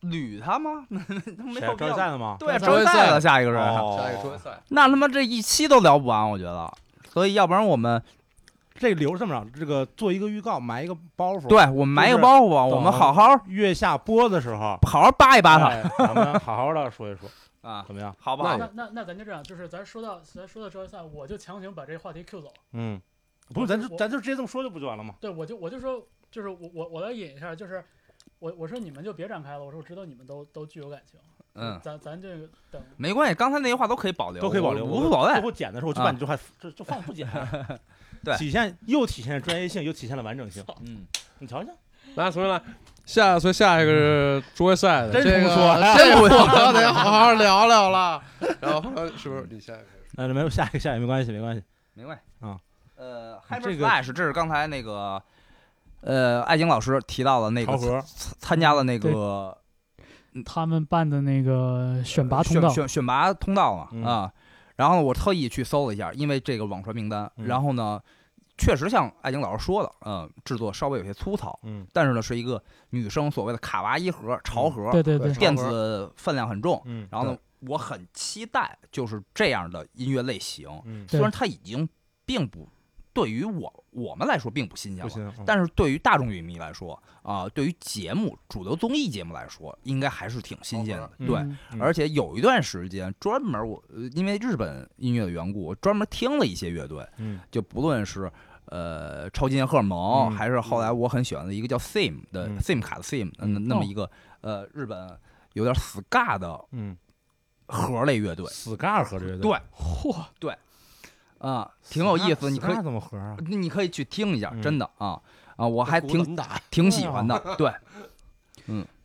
Speaker 4: 捋他吗？ <laughs> 没有
Speaker 2: 谁
Speaker 4: 必
Speaker 2: 赵一
Speaker 4: 要。
Speaker 2: 赞的吗？
Speaker 4: 对啊，
Speaker 1: 周
Speaker 4: 周
Speaker 3: 杰赛
Speaker 4: 赛了，下一个人。
Speaker 2: 哦
Speaker 3: 下一个周杰赛，
Speaker 4: 那他妈这一期都聊不完，我觉得。所以要不然我们
Speaker 2: 这留着这么着，这个做一个预告，埋一个包袱。，
Speaker 4: 对我们埋一
Speaker 2: 就
Speaker 4: 个
Speaker 2: 是
Speaker 4: 包袱吧，我
Speaker 2: 等
Speaker 4: 们好好
Speaker 2: 月下播的时候，
Speaker 4: 好好扒一扒他
Speaker 2: 哎咱们好好的说一说，
Speaker 4: 啊，
Speaker 2: 怎么样？
Speaker 4: 好不
Speaker 3: 那
Speaker 4: 好
Speaker 3: 也？
Speaker 1: 那那那咱就这样，就是咱说到咱说到周杰赛，我就强行把这个话题 Q 走。
Speaker 2: 嗯，不是，咱
Speaker 1: 我
Speaker 2: 就咱就直接这么说就不就完了吗？
Speaker 1: 对，我就我就说，就是我我我来引一下，就是我我说你们就别展开了，我说我知道你们都都具有感情，
Speaker 4: 嗯，
Speaker 1: 咱咱这个等
Speaker 4: 没关系，刚才那些话都可以保留，
Speaker 2: 都可以保留，
Speaker 4: 我
Speaker 2: 我
Speaker 4: 无所
Speaker 2: 最
Speaker 4: 谓。
Speaker 2: 后剪的时候，我就把你这话就就放不剪， <laughs>
Speaker 4: 对
Speaker 2: 体现又体现了专业性，又体现了完整性。
Speaker 4: 嗯，
Speaker 2: 你瞧瞧，
Speaker 3: 来，重新来。下，所以下一个是啊周杰赛的，
Speaker 2: 真
Speaker 3: 这
Speaker 2: 重
Speaker 3: 个
Speaker 2: 说呀
Speaker 3: 这个我得好好聊聊了。然后呃是不是你下一个？
Speaker 2: 呃，没有下一个，下一个没关系，没关系。
Speaker 4: 没关系
Speaker 2: 啊。
Speaker 4: 呃
Speaker 2: 这
Speaker 4: ，Hyper
Speaker 2: 个
Speaker 4: Flash，这是刚才那个呃，艾晶老师提到的那
Speaker 2: 潮
Speaker 4: 个
Speaker 2: 河
Speaker 4: 参参加了那个
Speaker 1: 他们办的那个选拔通道
Speaker 4: 选，选选拔通道嘛、
Speaker 2: 嗯
Speaker 4: 啊。然后呢，我特意去搜了一下，因为这个网传名单。
Speaker 2: 嗯
Speaker 4: 然后呢，确实像艾晶老师说的，嗯、制作稍微有些粗糙，
Speaker 2: 嗯，
Speaker 4: 但是呢，是一个女生所谓的卡哇伊盒、潮盒，
Speaker 1: 对对对，
Speaker 4: 电子分量很重。
Speaker 2: 嗯
Speaker 4: 然后呢，我很期待就是这样的音乐类型，
Speaker 2: 嗯，
Speaker 1: 对
Speaker 4: 虽然它已经并不对于我我们来说并不新鲜
Speaker 2: 嗯不
Speaker 4: 了，
Speaker 2: 行，
Speaker 4: 但是对于大众乐迷来说啊、对于节目主流综艺节目来说，应该还是挺新鲜的。
Speaker 2: 嗯
Speaker 4: 对，
Speaker 1: 嗯
Speaker 2: 嗯
Speaker 4: 而且有一段时间专门我呃因为日本音乐的缘故，我专门听了一些乐队，
Speaker 2: 嗯
Speaker 4: 就不论是呃超级荷尔蒙，
Speaker 2: 嗯
Speaker 4: 还是后来我很喜欢的一个叫 Sim 的、
Speaker 2: 嗯
Speaker 4: Sim 卡的 Sim，那、
Speaker 2: 嗯
Speaker 4: 那么一个、呃日本有点 ska 的
Speaker 2: 嗯，
Speaker 4: 核类乐队
Speaker 2: 死尬合这乐队，
Speaker 4: 对
Speaker 1: 嚯，
Speaker 4: 啊、挺有意思，
Speaker 2: Ska-
Speaker 4: 你可以
Speaker 2: Ska 怎么合 <laughs> 啊？
Speaker 4: 你可以去听一下，
Speaker 2: 嗯
Speaker 4: 真的啊啊，我还
Speaker 3: 鼓怎
Speaker 4: 挺
Speaker 3: 么打？
Speaker 4: 挺喜欢的，对，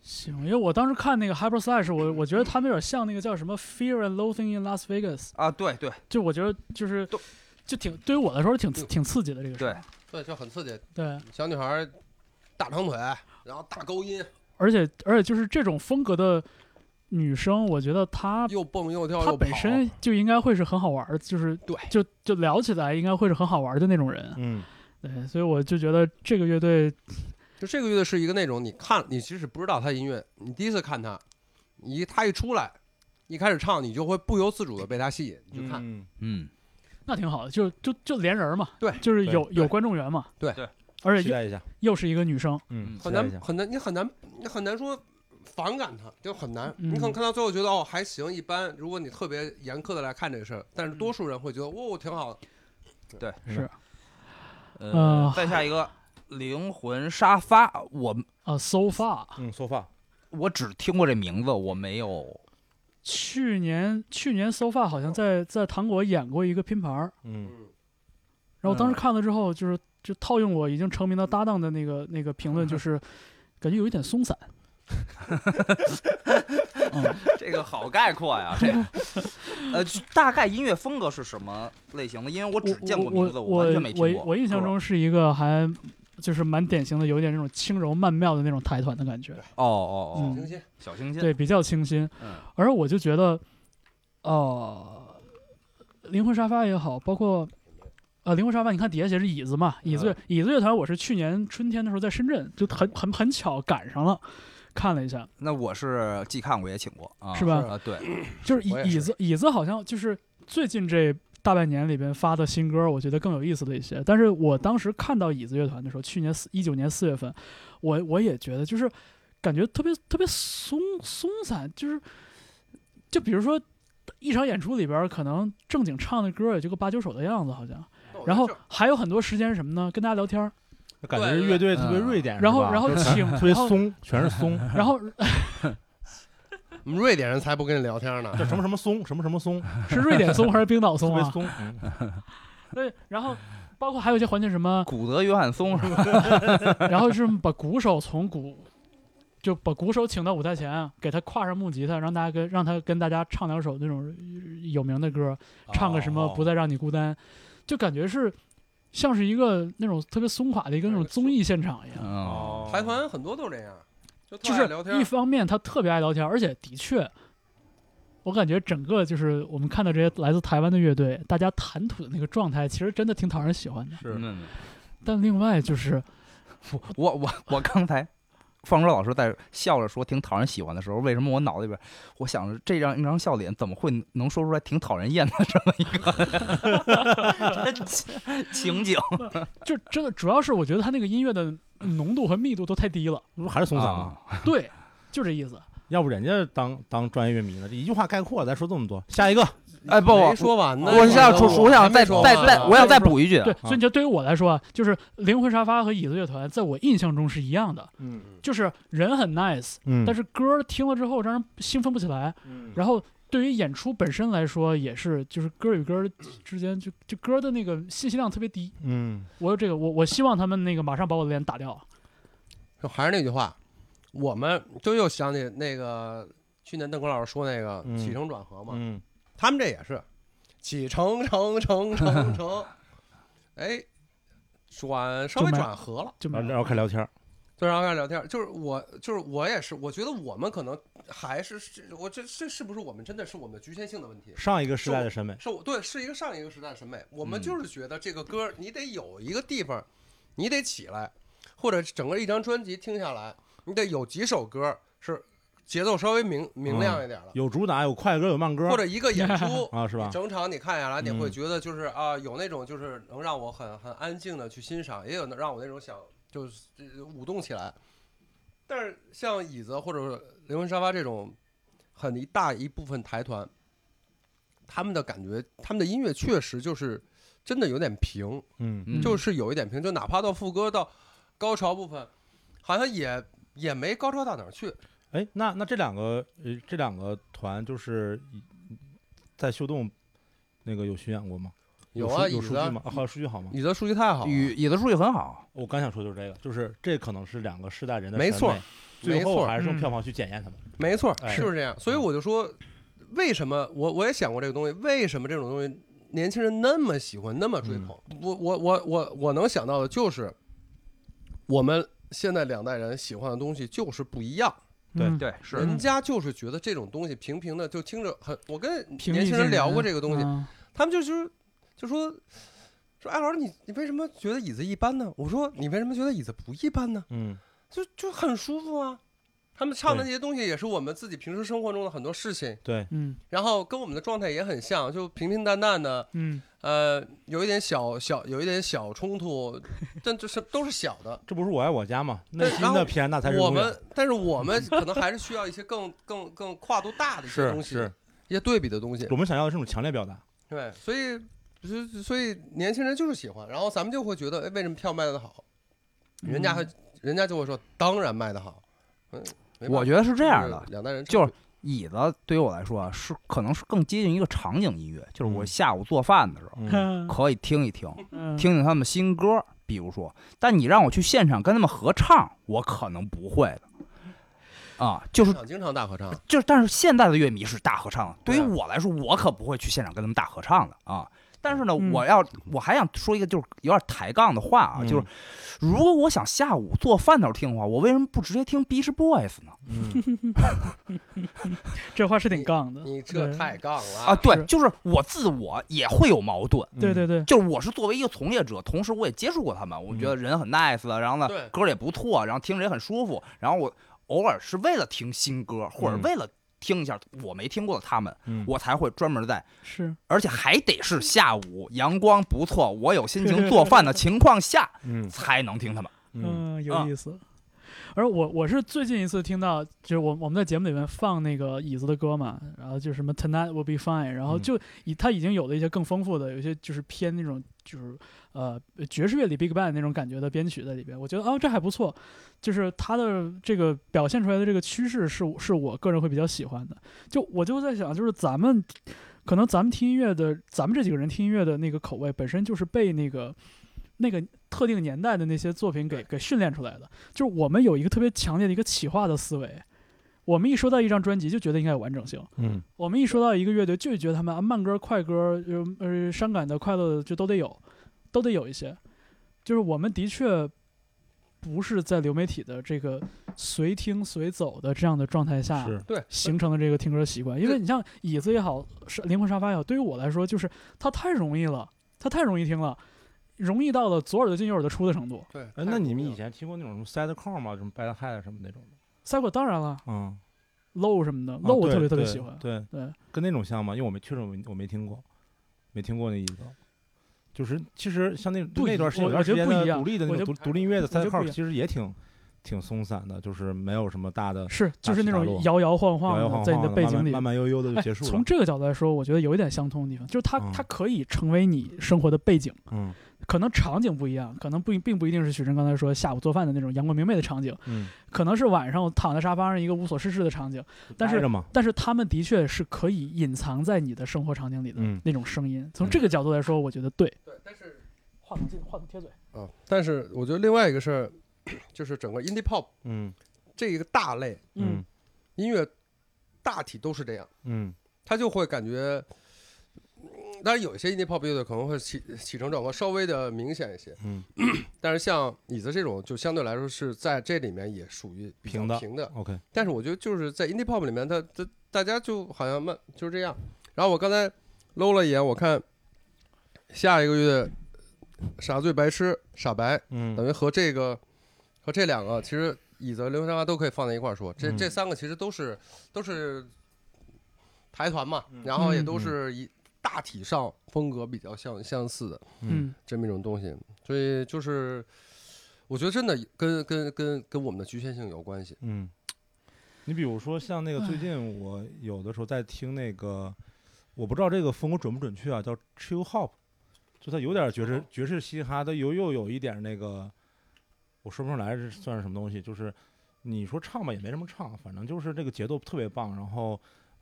Speaker 1: 行，因为我当时看那个 Hyper Slash，我我觉得他们有点像那个叫什么 Fear and Loathing in Las Vegas，
Speaker 4: 啊对对
Speaker 1: 就我觉得就是
Speaker 4: 都
Speaker 1: 就挺对于我来说挺挺刺激的这个事
Speaker 4: 对
Speaker 1: 儿，，
Speaker 3: 对，就很刺激。
Speaker 1: 对。
Speaker 3: 小女孩儿大长腿，然后大高音，
Speaker 1: 而且而且就是这种风格的，女生，我觉得她
Speaker 3: 又蹦又跳又
Speaker 1: 她
Speaker 3: 跑，
Speaker 1: 本身就应该会是很好玩儿，就是
Speaker 3: 对
Speaker 1: 就就聊起来应该会是很好玩儿的那种人。
Speaker 2: 嗯，
Speaker 1: 对，所以我就觉得这个乐队
Speaker 3: 就这个乐队是一个那种你看你其实不知道他音乐，你第一次看他，你一他一出来，一开始唱你就会不由自主的被他吸引，你就看。
Speaker 2: 嗯
Speaker 6: 嗯，
Speaker 1: 那挺好的，就就就连人儿嘛，
Speaker 3: 对
Speaker 1: 就是
Speaker 2: 对
Speaker 1: 有有
Speaker 3: 对
Speaker 1: 观众缘嘛，
Speaker 3: 对
Speaker 6: 对，
Speaker 1: 而且
Speaker 2: 期
Speaker 1: 又
Speaker 2: 待一下，
Speaker 1: 又是一个女生，
Speaker 2: 嗯，
Speaker 3: 很
Speaker 2: 期待一
Speaker 3: 难
Speaker 2: 下
Speaker 3: 很难，你很难你很难说反感他，就很难。
Speaker 1: 嗯
Speaker 3: 你可能看到最后觉得哦还行一般，如果你特别严苛的来看这事儿，但是多数人会觉得哦挺好的。
Speaker 1: 呃
Speaker 6: 呃，再下一个灵魂沙发，我
Speaker 1: 啊，so far，
Speaker 2: 嗯，sofa，
Speaker 6: 我只听过这名字，我没有
Speaker 1: 去年去年 so far 好像在在糖果演过一个拼盘儿，
Speaker 2: 嗯
Speaker 3: 嗯，
Speaker 1: 然后我当时看了之后，就是就套用我已经成名的搭档的那个那个评论，就是感觉有一点松散。嗯，
Speaker 6: <laughs> 这个好概括呀，这 <laughs> 个呃，大概音乐风格是什么类型的？因为我只见过名字，
Speaker 1: 我我
Speaker 6: 完全没听
Speaker 1: 我
Speaker 6: 过。
Speaker 1: 我印象中是一个还就是蛮典型的，有点那种轻柔曼妙的那种台团的感觉，
Speaker 6: 哦哦哦，
Speaker 3: 嗯行行，
Speaker 6: 小清新，
Speaker 1: 对，比较清新。
Speaker 6: 嗯
Speaker 1: 而我就觉得，呃，灵魂沙发也好，包括呃灵魂沙发，你看底下写是椅子嘛，椅子、椅子乐团，我是去年春天的时候在深圳，就很很很巧赶上了，看了一下，
Speaker 6: 那我是既看过也请过啊，
Speaker 1: 是吧
Speaker 6: 啊，对，
Speaker 1: 就是椅
Speaker 3: 我也是
Speaker 1: 椅子椅子好像就是最近这大半年里边发的新歌，我觉得更有意思了一些。但是我当时看到椅子乐团的时候，去年四一九年四月份，我我也觉得就是感觉特别特别松松散，就是就比如说一场演出里边，可能正经唱的歌也就个八九首的样子，好像。
Speaker 3: 哦那我
Speaker 1: 然后
Speaker 3: 在这儿
Speaker 1: 还有很多时间是什么呢？跟大家聊天儿，
Speaker 2: 感觉
Speaker 3: 对
Speaker 2: 是
Speaker 3: 对
Speaker 2: 乐队特别
Speaker 6: 嗯
Speaker 2: 瑞典，
Speaker 1: 然
Speaker 2: 哎是
Speaker 1: 后
Speaker 2: 吧
Speaker 1: 然后
Speaker 2: 就是
Speaker 1: 请
Speaker 2: 特别
Speaker 1: 然后 <laughs>
Speaker 2: 松，全是松，
Speaker 1: 然
Speaker 2: <laughs>
Speaker 1: 后
Speaker 3: 我们瑞典人才不跟你聊天呢。
Speaker 6: <laughs>
Speaker 2: 这什么什么松，什么什么松，
Speaker 1: 是瑞典松还是冰岛
Speaker 2: 特
Speaker 1: 松
Speaker 2: 别
Speaker 1: 啊？
Speaker 2: 松，嗯
Speaker 1: 对，然后包括还有一些环节什么。
Speaker 6: 古德约翰松是吧？
Speaker 1: 然后是把鼓手从鼓，就把鼓手请到舞台前，给他挎上木吉他，让大家跟让他跟大家唱两首那种呃有名的歌，唱个什
Speaker 2: 哦
Speaker 1: 么
Speaker 3: 哦
Speaker 1: 《不再让你孤单》，就感觉是像是一个那种特别松垮的一个那种综艺现场一样。
Speaker 6: 嗯，
Speaker 2: 哦
Speaker 3: 台团很多都这样，就特
Speaker 1: 就
Speaker 3: 爱
Speaker 1: 是
Speaker 3: 聊天
Speaker 1: 一。方面他特别爱聊天，而且的确，我感觉整个就是我们看到这些来自台湾的乐队，大家谈吐的那个状态，其实真的挺讨人喜欢的。
Speaker 2: 是
Speaker 6: 嗯
Speaker 1: 但另外就是
Speaker 6: <laughs> 我我我刚才方舟老师在笑着说挺讨人喜欢的时候，为什么我脑子里边我想着这张一张笑脸怎么会能说出来挺讨人厌的这么一个 <laughs> 情情景？
Speaker 1: 就真的主要是我觉得他那个音乐的浓度和密度都太低了，
Speaker 2: 不还是松散吗？
Speaker 6: 啊
Speaker 1: 对，就这
Speaker 3: <laughs>
Speaker 1: 意思。
Speaker 2: 要不人家当当专业乐迷呢？这一句话概括，咱说这么多，下一个
Speaker 6: 哎不
Speaker 3: 没
Speaker 6: 我
Speaker 3: 说完呢，
Speaker 6: 我想
Speaker 3: 还
Speaker 6: 说，我想
Speaker 3: 没
Speaker 6: 再
Speaker 3: 说
Speaker 6: 再
Speaker 3: 完
Speaker 6: 再，
Speaker 3: 呢
Speaker 6: 我想再
Speaker 1: 就是
Speaker 6: 补一句啊，
Speaker 1: 对，所以就对于我来说啊，就是灵魂沙发和椅子乐团，在我印象中是一样的，
Speaker 2: 嗯
Speaker 1: 就是人很 nice，
Speaker 2: 嗯，
Speaker 1: 但是歌听了之后让人兴奋不起来。
Speaker 3: 嗯
Speaker 1: 然后对于演出本身来说，也是就是歌与歌之间就就歌的那个信息量特别低。
Speaker 2: 嗯，
Speaker 1: 我有这个，我我希望他们那个马上把我的脸打掉。
Speaker 3: 就还是那句话，我们就又想起那个去年邓坤老师说那个
Speaker 2: 嗯
Speaker 3: 起承转合嘛，
Speaker 2: 嗯
Speaker 3: 他们这也是起承承承承 <laughs> 承，哎，转稍微
Speaker 1: 就没
Speaker 3: 转合了，
Speaker 1: 就没
Speaker 2: 然后然
Speaker 1: 有
Speaker 2: 后开始聊天儿，
Speaker 3: 就然后开始聊天。就是我，就是我也是，我觉得我们可能还是是我这这是不是我们真的是我们的局限性的问题？
Speaker 2: 上一个时代的审美，
Speaker 3: 是我对，是一个上一个时代的审美。我们
Speaker 6: 嗯
Speaker 3: 就是觉得这个歌儿你得有一个地方，你得起来，或者整个一张专辑听下来，你得有几首歌儿是节奏稍微明明亮一点了，
Speaker 2: 有主打，有快歌，有慢歌，。
Speaker 3: 或者一个演出
Speaker 2: 啊，是吧？
Speaker 3: 整场你看下来，你会
Speaker 2: 嗯
Speaker 3: 觉得就是啊，有那种就是能让我很很安静的去欣赏，也有能让我那种想就是呃舞动起来。但是像椅子或者灵魂沙发这种很一大一部分台团，他们的感觉，他们的音乐确实就是真的有点平，
Speaker 2: 嗯
Speaker 6: 嗯
Speaker 3: 就是有一点平，就哪怕到副歌到高潮部分，好像也也没高潮到哪儿去。
Speaker 2: 哎，那那这两个呃，这两个团就是以在秀动那个有巡演过吗？
Speaker 3: 有
Speaker 2: 数
Speaker 3: 啊，椅
Speaker 2: 有数
Speaker 3: 子
Speaker 2: 据吗？啊，还有数据好吗？
Speaker 3: 椅子数据太好了，
Speaker 6: 语椅子数据很好，
Speaker 2: 我刚想说就是这个，就是这可能是两个世代人的
Speaker 3: 没
Speaker 2: 审
Speaker 3: 错
Speaker 2: 美，
Speaker 3: 没
Speaker 2: 最
Speaker 3: 错
Speaker 2: 后
Speaker 3: 儿
Speaker 2: 还是用
Speaker 1: 嗯
Speaker 2: 票房去检验他们。
Speaker 3: 没错，
Speaker 2: 哎
Speaker 3: 就是这样。所以我就说，为什么我我也想过这个东西，为什么这种东西年轻人那么喜欢，那么追捧？我我我我我能想到的就是，我们现在两代人喜欢的东西就是不一样。
Speaker 2: 对
Speaker 1: 嗯
Speaker 4: 对，是
Speaker 3: 人家就是觉得这种东西平平的，就听着很。我跟
Speaker 1: 平
Speaker 3: 年
Speaker 1: 易
Speaker 3: 轻
Speaker 1: 近
Speaker 3: 人聊过这个东西，
Speaker 1: 嗯
Speaker 3: 他们就是就说说哎，老师你你为什么觉得椅子一般呢？我说你为什么觉得椅子不一般呢？
Speaker 2: 嗯，
Speaker 3: 就就很舒服啊。他们唱的那
Speaker 2: 对
Speaker 3: 些东西也是我们自己平时生活中的很多事情，
Speaker 2: 对，
Speaker 1: 嗯
Speaker 3: 然后跟我们的状态也很像，就平平淡淡的，
Speaker 1: 嗯，
Speaker 3: 呃，有一点小小有一点小冲突，但这是都是小
Speaker 4: <laughs>
Speaker 3: 的。
Speaker 2: 这不是我爱我家吗？内心
Speaker 3: 然后
Speaker 2: 的偏那才是
Speaker 3: 我
Speaker 2: 永远
Speaker 3: 们，但是我们可能还是需要一些更更更跨度大的一些
Speaker 2: 是
Speaker 3: 东西，
Speaker 2: 是，
Speaker 3: 一些对比的东西。
Speaker 2: 我们想要的是种强烈表达。
Speaker 3: 对，所以所所以年轻人就是喜欢，然后咱们就会觉得，哎，为什么票卖的好？人
Speaker 4: 嗯
Speaker 3: 家还人家就会说，当然卖的好。嗯，没办
Speaker 4: 我
Speaker 3: 法
Speaker 4: 觉得是这样的
Speaker 3: 就是，两代人
Speaker 4: 就是
Speaker 3: 差
Speaker 4: 椅子对于我来说啊，是可能是更接近一个场景音乐，就是我
Speaker 2: 嗯
Speaker 4: 下午做饭的时候、
Speaker 1: <laughs>
Speaker 2: 嗯
Speaker 1: 嗯
Speaker 4: 可以听一听，
Speaker 1: 嗯 <laughs>
Speaker 4: 听听他们新歌，比如说，但你让我去现场跟他们合唱，我可能不会的。啊，就
Speaker 3: 别
Speaker 4: 是
Speaker 3: 经常经常
Speaker 2: <laughs>
Speaker 3: 大合唱，
Speaker 4: 就是，但是现在的乐迷是大合唱的，对于
Speaker 3: 对啊
Speaker 4: 我来说，我可不会去现场跟他们大合唱的啊。但是呢，
Speaker 1: 嗯
Speaker 4: 我要我还想说一个就是有点抬杠的话啊，
Speaker 2: 嗯
Speaker 4: 就是如果我想下午做饭的时候听的话，我为什么不直接听 Beach Boys 呢？
Speaker 2: 嗯，
Speaker 1: 这话是挺杠的，
Speaker 3: 你这
Speaker 1: 对
Speaker 3: 太杠了
Speaker 4: 啊，！对
Speaker 1: 是，
Speaker 4: 就是我自我也会有矛盾，
Speaker 1: 对对对，
Speaker 4: 就是我是作为一个从业者，同时我也接触过他们，我觉
Speaker 2: 嗯
Speaker 4: 得人很 nice，然后呢
Speaker 3: 对
Speaker 4: 歌儿也不错，然后听着也很舒服，然后我偶尔是为了听新歌，或者
Speaker 2: 嗯
Speaker 4: 为了听一下我没听过的他们，
Speaker 2: 嗯，
Speaker 4: 我才会专门在，
Speaker 1: 是
Speaker 4: 而且还得是下午阳光不错，我有心情做饭的情况下
Speaker 2: 嗯
Speaker 4: 才能听他们。
Speaker 2: 嗯
Speaker 1: 嗯
Speaker 4: 啊
Speaker 1: 有意思。而我我是最近一次听到，就是我我们在节目里面放那个椅子的歌嘛，然后就是什么 Tonight Will Be Fine，然后
Speaker 2: 嗯
Speaker 1: 就以他已经有了一些更丰富的，有一些就是偏那种就是呃爵士乐里 Big Band 那种感觉的编曲在里边，我觉得哦这还不错，就是他的这个表现出来的这个趋势是我是我个人会比较喜欢的。就我就在想，就是咱们可能咱们听音乐的，咱们这几个人听音乐的那个口味本身就是被那个那个特定年代的那些作品给给训练出来的。就是我们有一个特别强烈的一个企划的思维，我们一说到一张专辑就觉得应该有完整性，
Speaker 2: 嗯
Speaker 1: 我们一说到一个乐队就觉得他们啊慢歌、快歌、呃呃伤感的、快乐的就都得有，都得有一些。就是我们的确不是在流媒体的这个随听随走的这样的状态下
Speaker 2: 是
Speaker 3: 对，
Speaker 1: 形成的这个听歌习惯。因为你像椅子也好，是灵魂沙发也好，对于我来说，就是它太容易了，它太容易听了，容易到了左耳朵进右耳朵出的程度。
Speaker 3: 对。
Speaker 2: 哎，
Speaker 3: 太
Speaker 2: 那你
Speaker 3: 重
Speaker 2: 们
Speaker 3: 要
Speaker 2: 以前听过那种什么 side core 吗？什么 bad head 啊什么那种的？
Speaker 1: 赛果当然了
Speaker 2: 嗯，
Speaker 1: ，low 什么的、
Speaker 2: 啊
Speaker 1: l o w 我
Speaker 2: 对
Speaker 1: 特别特别
Speaker 2: 对
Speaker 1: 喜欢。
Speaker 2: 对，
Speaker 1: 对，
Speaker 2: 跟那种像吗？因为我没确实我没我没听过，没听过那意思。就是其实像那
Speaker 1: 不一
Speaker 2: 那段时间
Speaker 1: 我
Speaker 2: 有段
Speaker 1: 我觉
Speaker 2: 时
Speaker 1: 得
Speaker 2: 间
Speaker 1: 不一
Speaker 2: 的
Speaker 1: 样
Speaker 2: 独立的那
Speaker 1: 我
Speaker 2: 种
Speaker 1: 觉
Speaker 2: 独
Speaker 1: 得
Speaker 2: 独立音乐的
Speaker 1: 觉
Speaker 2: side
Speaker 1: 得不一
Speaker 2: core
Speaker 1: 样
Speaker 2: 其实也挺挺松散的，就是没有什么大的
Speaker 1: 是就是
Speaker 2: 起
Speaker 1: 那
Speaker 2: 大
Speaker 1: 种
Speaker 2: 落
Speaker 1: 摇摇晃
Speaker 2: 摇
Speaker 1: 晃
Speaker 2: 摇
Speaker 1: 的，
Speaker 2: 晃晃
Speaker 1: 在你的
Speaker 2: 的
Speaker 1: 背
Speaker 2: 慢
Speaker 1: 景
Speaker 2: 慢
Speaker 1: 里
Speaker 2: 慢慢悠悠的就
Speaker 1: 哎，
Speaker 2: 结束了
Speaker 1: 从。这个角度来说，我觉得有一点相通的地方，就是它、
Speaker 2: 嗯
Speaker 1: 它可以成为你生活的背景，
Speaker 2: 嗯
Speaker 1: 可能场景不一样，可能不一并不一定是许晨刚才说下午做饭的那种阳光明媚的场景，
Speaker 2: 嗯，
Speaker 1: 可能是晚上我躺在沙发上一个无所事事的场景，但
Speaker 2: 待
Speaker 1: 是
Speaker 2: 着嘛，
Speaker 1: 但是他们的确是可以隐藏在你的生活场景里的
Speaker 2: 嗯
Speaker 1: 那种声音。从
Speaker 2: 嗯
Speaker 1: 这个角度来说，我觉得对。
Speaker 3: 对，但是
Speaker 1: 话筒进，话筒贴嘴。
Speaker 3: 啊，但是我觉得另外一个事儿，就是整个 indie pop
Speaker 2: 嗯
Speaker 3: 这一个大类
Speaker 2: 嗯
Speaker 3: 音乐，大体都是这样，
Speaker 2: 嗯
Speaker 3: 他就会感觉。嗯当然，有一些 indie pop 乐队可能会起起承转合稍微的明显一些，
Speaker 2: 嗯
Speaker 3: <clears throat> 但是像椅子这种，就相对来说是在这里面也属于比较
Speaker 2: 平的
Speaker 3: 平的。
Speaker 2: 嗯，OK，
Speaker 3: 但是我觉得就是在 indie pop 里面，它它大家就好像慢就是这样。然后我刚才搂了一眼，我看下一个月傻最白痴傻白，
Speaker 2: 嗯
Speaker 3: 等于和这个和这两个其实椅子、流星沙发都可以放在一块儿说。这
Speaker 2: 嗯
Speaker 3: 这三个其实都是都是台团嘛，
Speaker 2: 嗯
Speaker 3: 然后也都是一大体上风格比较相相似的。
Speaker 2: 嗯
Speaker 1: 嗯
Speaker 3: 这么一种东西，所以就是我觉得真的跟跟跟跟我们的局限性有关系。
Speaker 2: 嗯。你比如说像那个最近我有的时候在听那个，我不知道这个风格准不准确啊，叫 chill hop，就它有点爵
Speaker 1: 哦
Speaker 2: 士爵士嘻哈，它又又有一点那个，我说不上来这算是什么东西，就是你说唱吧也没什么唱，反正就是这个节奏特别棒，然后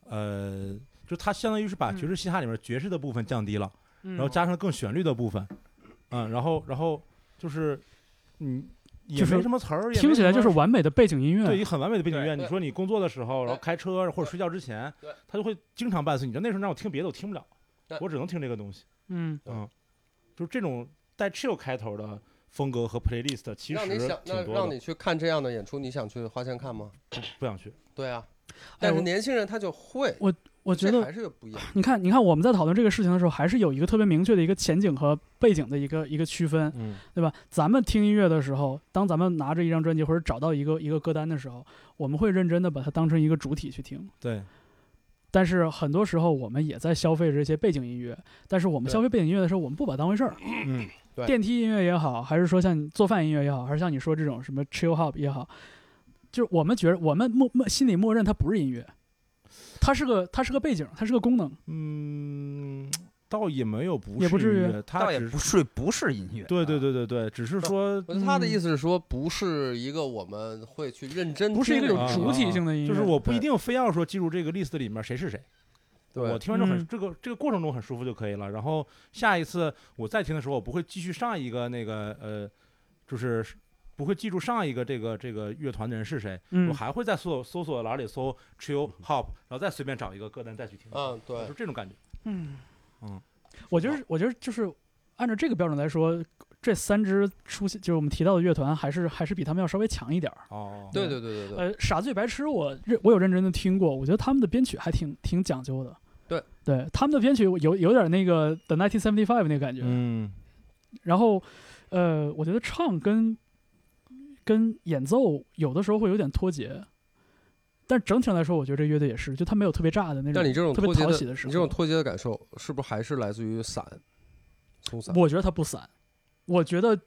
Speaker 2: 呃，就它相当于是把
Speaker 1: 嗯
Speaker 2: 爵士嘻哈里面爵士的部分降低了。
Speaker 1: 嗯
Speaker 2: 然后加上更旋律的部分，嗯，然后然后就是嗯，也
Speaker 1: 就是
Speaker 2: 没什么词儿，也
Speaker 1: 听
Speaker 2: 没
Speaker 1: 起
Speaker 2: 什
Speaker 1: 来就
Speaker 2: 么
Speaker 1: 是完美的背景音乐。
Speaker 2: 对一个很完美的背景音乐。
Speaker 3: 对
Speaker 2: 你说你工作的时候，然后
Speaker 3: 对
Speaker 2: 开车或者睡觉之前
Speaker 3: 对，
Speaker 2: 它就会经常伴随你。那时候让我听别的我听不了
Speaker 3: 对，
Speaker 2: 我只能听这个东西，
Speaker 1: 嗯
Speaker 2: 就是这种带 chill 开头的风格和 playlist 其实
Speaker 3: 让你想，那
Speaker 2: 挺多
Speaker 3: 让
Speaker 2: 的，
Speaker 3: 你去看这样的演出，你想去花钱看吗？
Speaker 2: 不想去。
Speaker 3: 对啊，但
Speaker 1: 哎我
Speaker 3: 是年轻人他就会，
Speaker 1: 我觉
Speaker 3: 这
Speaker 1: 得
Speaker 3: 还
Speaker 1: <clears throat>
Speaker 3: 是不一样。
Speaker 1: 你看，你看我们在讨论这个事情的时候，还是有一个特别明确的一个前景和背景的一个一个区分，
Speaker 2: 嗯，
Speaker 1: 对吧？咱们听音乐的时候，当咱们拿着一张专辑或者找到一个一个歌单的时候，我们会认真的把它当成一个主体去听。
Speaker 2: 对，
Speaker 1: 但是很多时候，我们也在消费这些背景音乐，但是我们
Speaker 3: 对
Speaker 1: 消费背景音乐的时候，我们不把它当回事儿。
Speaker 2: 嗯，
Speaker 3: 对
Speaker 1: 电梯音乐也好，还是说像你做饭音乐也好，还是像你说这种什么 chill hop 也好，就是我们觉得我们默默心里默认它不是音乐，它是个它是个背景，它是个功能。
Speaker 2: 嗯，倒也没有不
Speaker 1: 也不
Speaker 2: 是
Speaker 1: 至于
Speaker 2: 音乐，他
Speaker 6: 倒也
Speaker 2: 只
Speaker 6: 不是不是音乐，
Speaker 2: 对对，对对对，只是说
Speaker 3: 我觉得
Speaker 1: 嗯
Speaker 3: 他的意思是说，不是一个我们会去认真听的，
Speaker 1: 不是一个有
Speaker 2: 啊
Speaker 1: 主体性的音乐，
Speaker 2: 就是我不一
Speaker 3: 对
Speaker 2: 定非要说记住这个 list 里面谁是谁，我
Speaker 3: 对
Speaker 2: 听完之后很
Speaker 1: 嗯
Speaker 2: 这个这个过程中很舒服就可以了。然后下一次我再听的时候，我不会继续上一个那个呃，就是不会记住上一个这个这个乐团的人是谁，我
Speaker 1: 嗯，
Speaker 2: 还会在搜搜索栏里搜 chill hop，然后再随便找一个歌单再去听，
Speaker 3: 嗯对
Speaker 2: 就。这种感觉。
Speaker 1: 嗯
Speaker 2: 嗯，
Speaker 1: 我觉得我觉得就是按照这个标准来说，这三支出现就是我们提到的乐团，还是还是比他们要稍微强一点儿。
Speaker 2: 哦，
Speaker 3: 对对对对对，
Speaker 1: 呃，傻醉白痴我，认我有认真的听过，我觉得他们的编曲还挺挺讲究的。
Speaker 3: 对
Speaker 1: 对，他们的编曲有有点那个 The 1975那个感觉。
Speaker 2: 嗯，
Speaker 1: 然后，呃，我觉得唱跟跟演奏有的时候会有点脱节，但整体上来说，我觉得这乐队也是，就他没有特别炸的那种。
Speaker 3: 但你这种
Speaker 1: 特别
Speaker 3: 脱节
Speaker 1: 讨
Speaker 3: 的，
Speaker 1: 喜的时
Speaker 3: 你这种
Speaker 1: 候
Speaker 3: 脱节的感受，是不是还是来自于散？松散？
Speaker 1: 我觉得他不散，我觉得，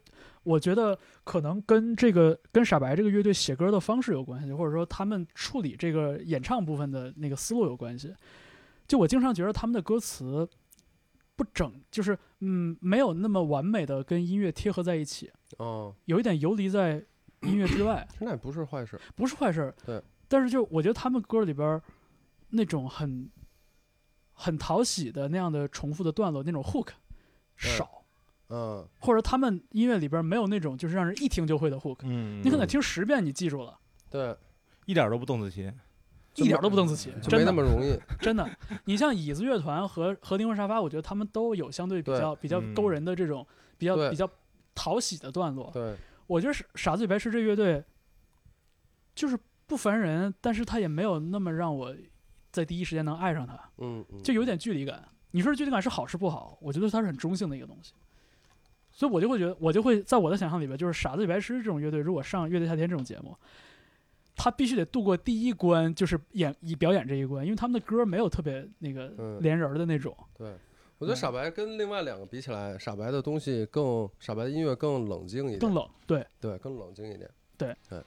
Speaker 1: 我觉得可能跟这个跟傻白这个乐队写歌的方式有关系，或者说他们处理这个演唱部分的那个思路有关系。就我经常觉得他们的歌词不整，就是嗯，没有那么完美的跟音乐贴合在一起，
Speaker 3: 嗯，
Speaker 1: 有一点游离在音乐之外，
Speaker 3: 那也不是坏事。
Speaker 1: 不是坏事。
Speaker 3: 对，
Speaker 1: 但是就我觉得他们歌里边儿那种很很讨喜的那样的重复的段落，那种 hook 少。
Speaker 3: 嗯，
Speaker 1: 或者他们音乐里边没有那种就是让人一听就会的 hook，、
Speaker 2: 嗯
Speaker 1: 你可能听十遍你记住了，
Speaker 3: 对，
Speaker 2: 一点都不动子琴，
Speaker 1: 一点都不邓紫棋，
Speaker 3: 就没
Speaker 1: 真
Speaker 3: 那
Speaker 1: 的
Speaker 3: 么容易。
Speaker 1: 真的。你像椅子乐团和和灵魂沙发，我觉得他们都有相对比
Speaker 3: 对
Speaker 1: 较比较
Speaker 2: 嗯
Speaker 1: 勾人的这种比较
Speaker 3: 对
Speaker 1: 比较讨喜的段落。
Speaker 3: 对，
Speaker 1: 我觉得傻傻嘴白痴这乐队就是不烦人，但是他也没有那么让我在第一时间能爱上他，
Speaker 3: 嗯，嗯
Speaker 1: 就有点距离感。你说这距离感是好是不好？我觉得它是很中性的一个东西，所以我就会觉得，我就会在我的想象里边，就是傻子与白痴这种乐队，如果上《乐队夏天》这种节目，他必须得度过第一关，就是演以表演这一关，因为他们的歌没有特别那个
Speaker 3: 嗯
Speaker 1: 连人儿的那种。
Speaker 3: 对，我觉得傻白跟另外两个比起来，傻白的东西更，傻白的音乐更冷静一点，
Speaker 1: 更冷，对
Speaker 3: 对，更冷静一点。
Speaker 1: 对
Speaker 3: 对，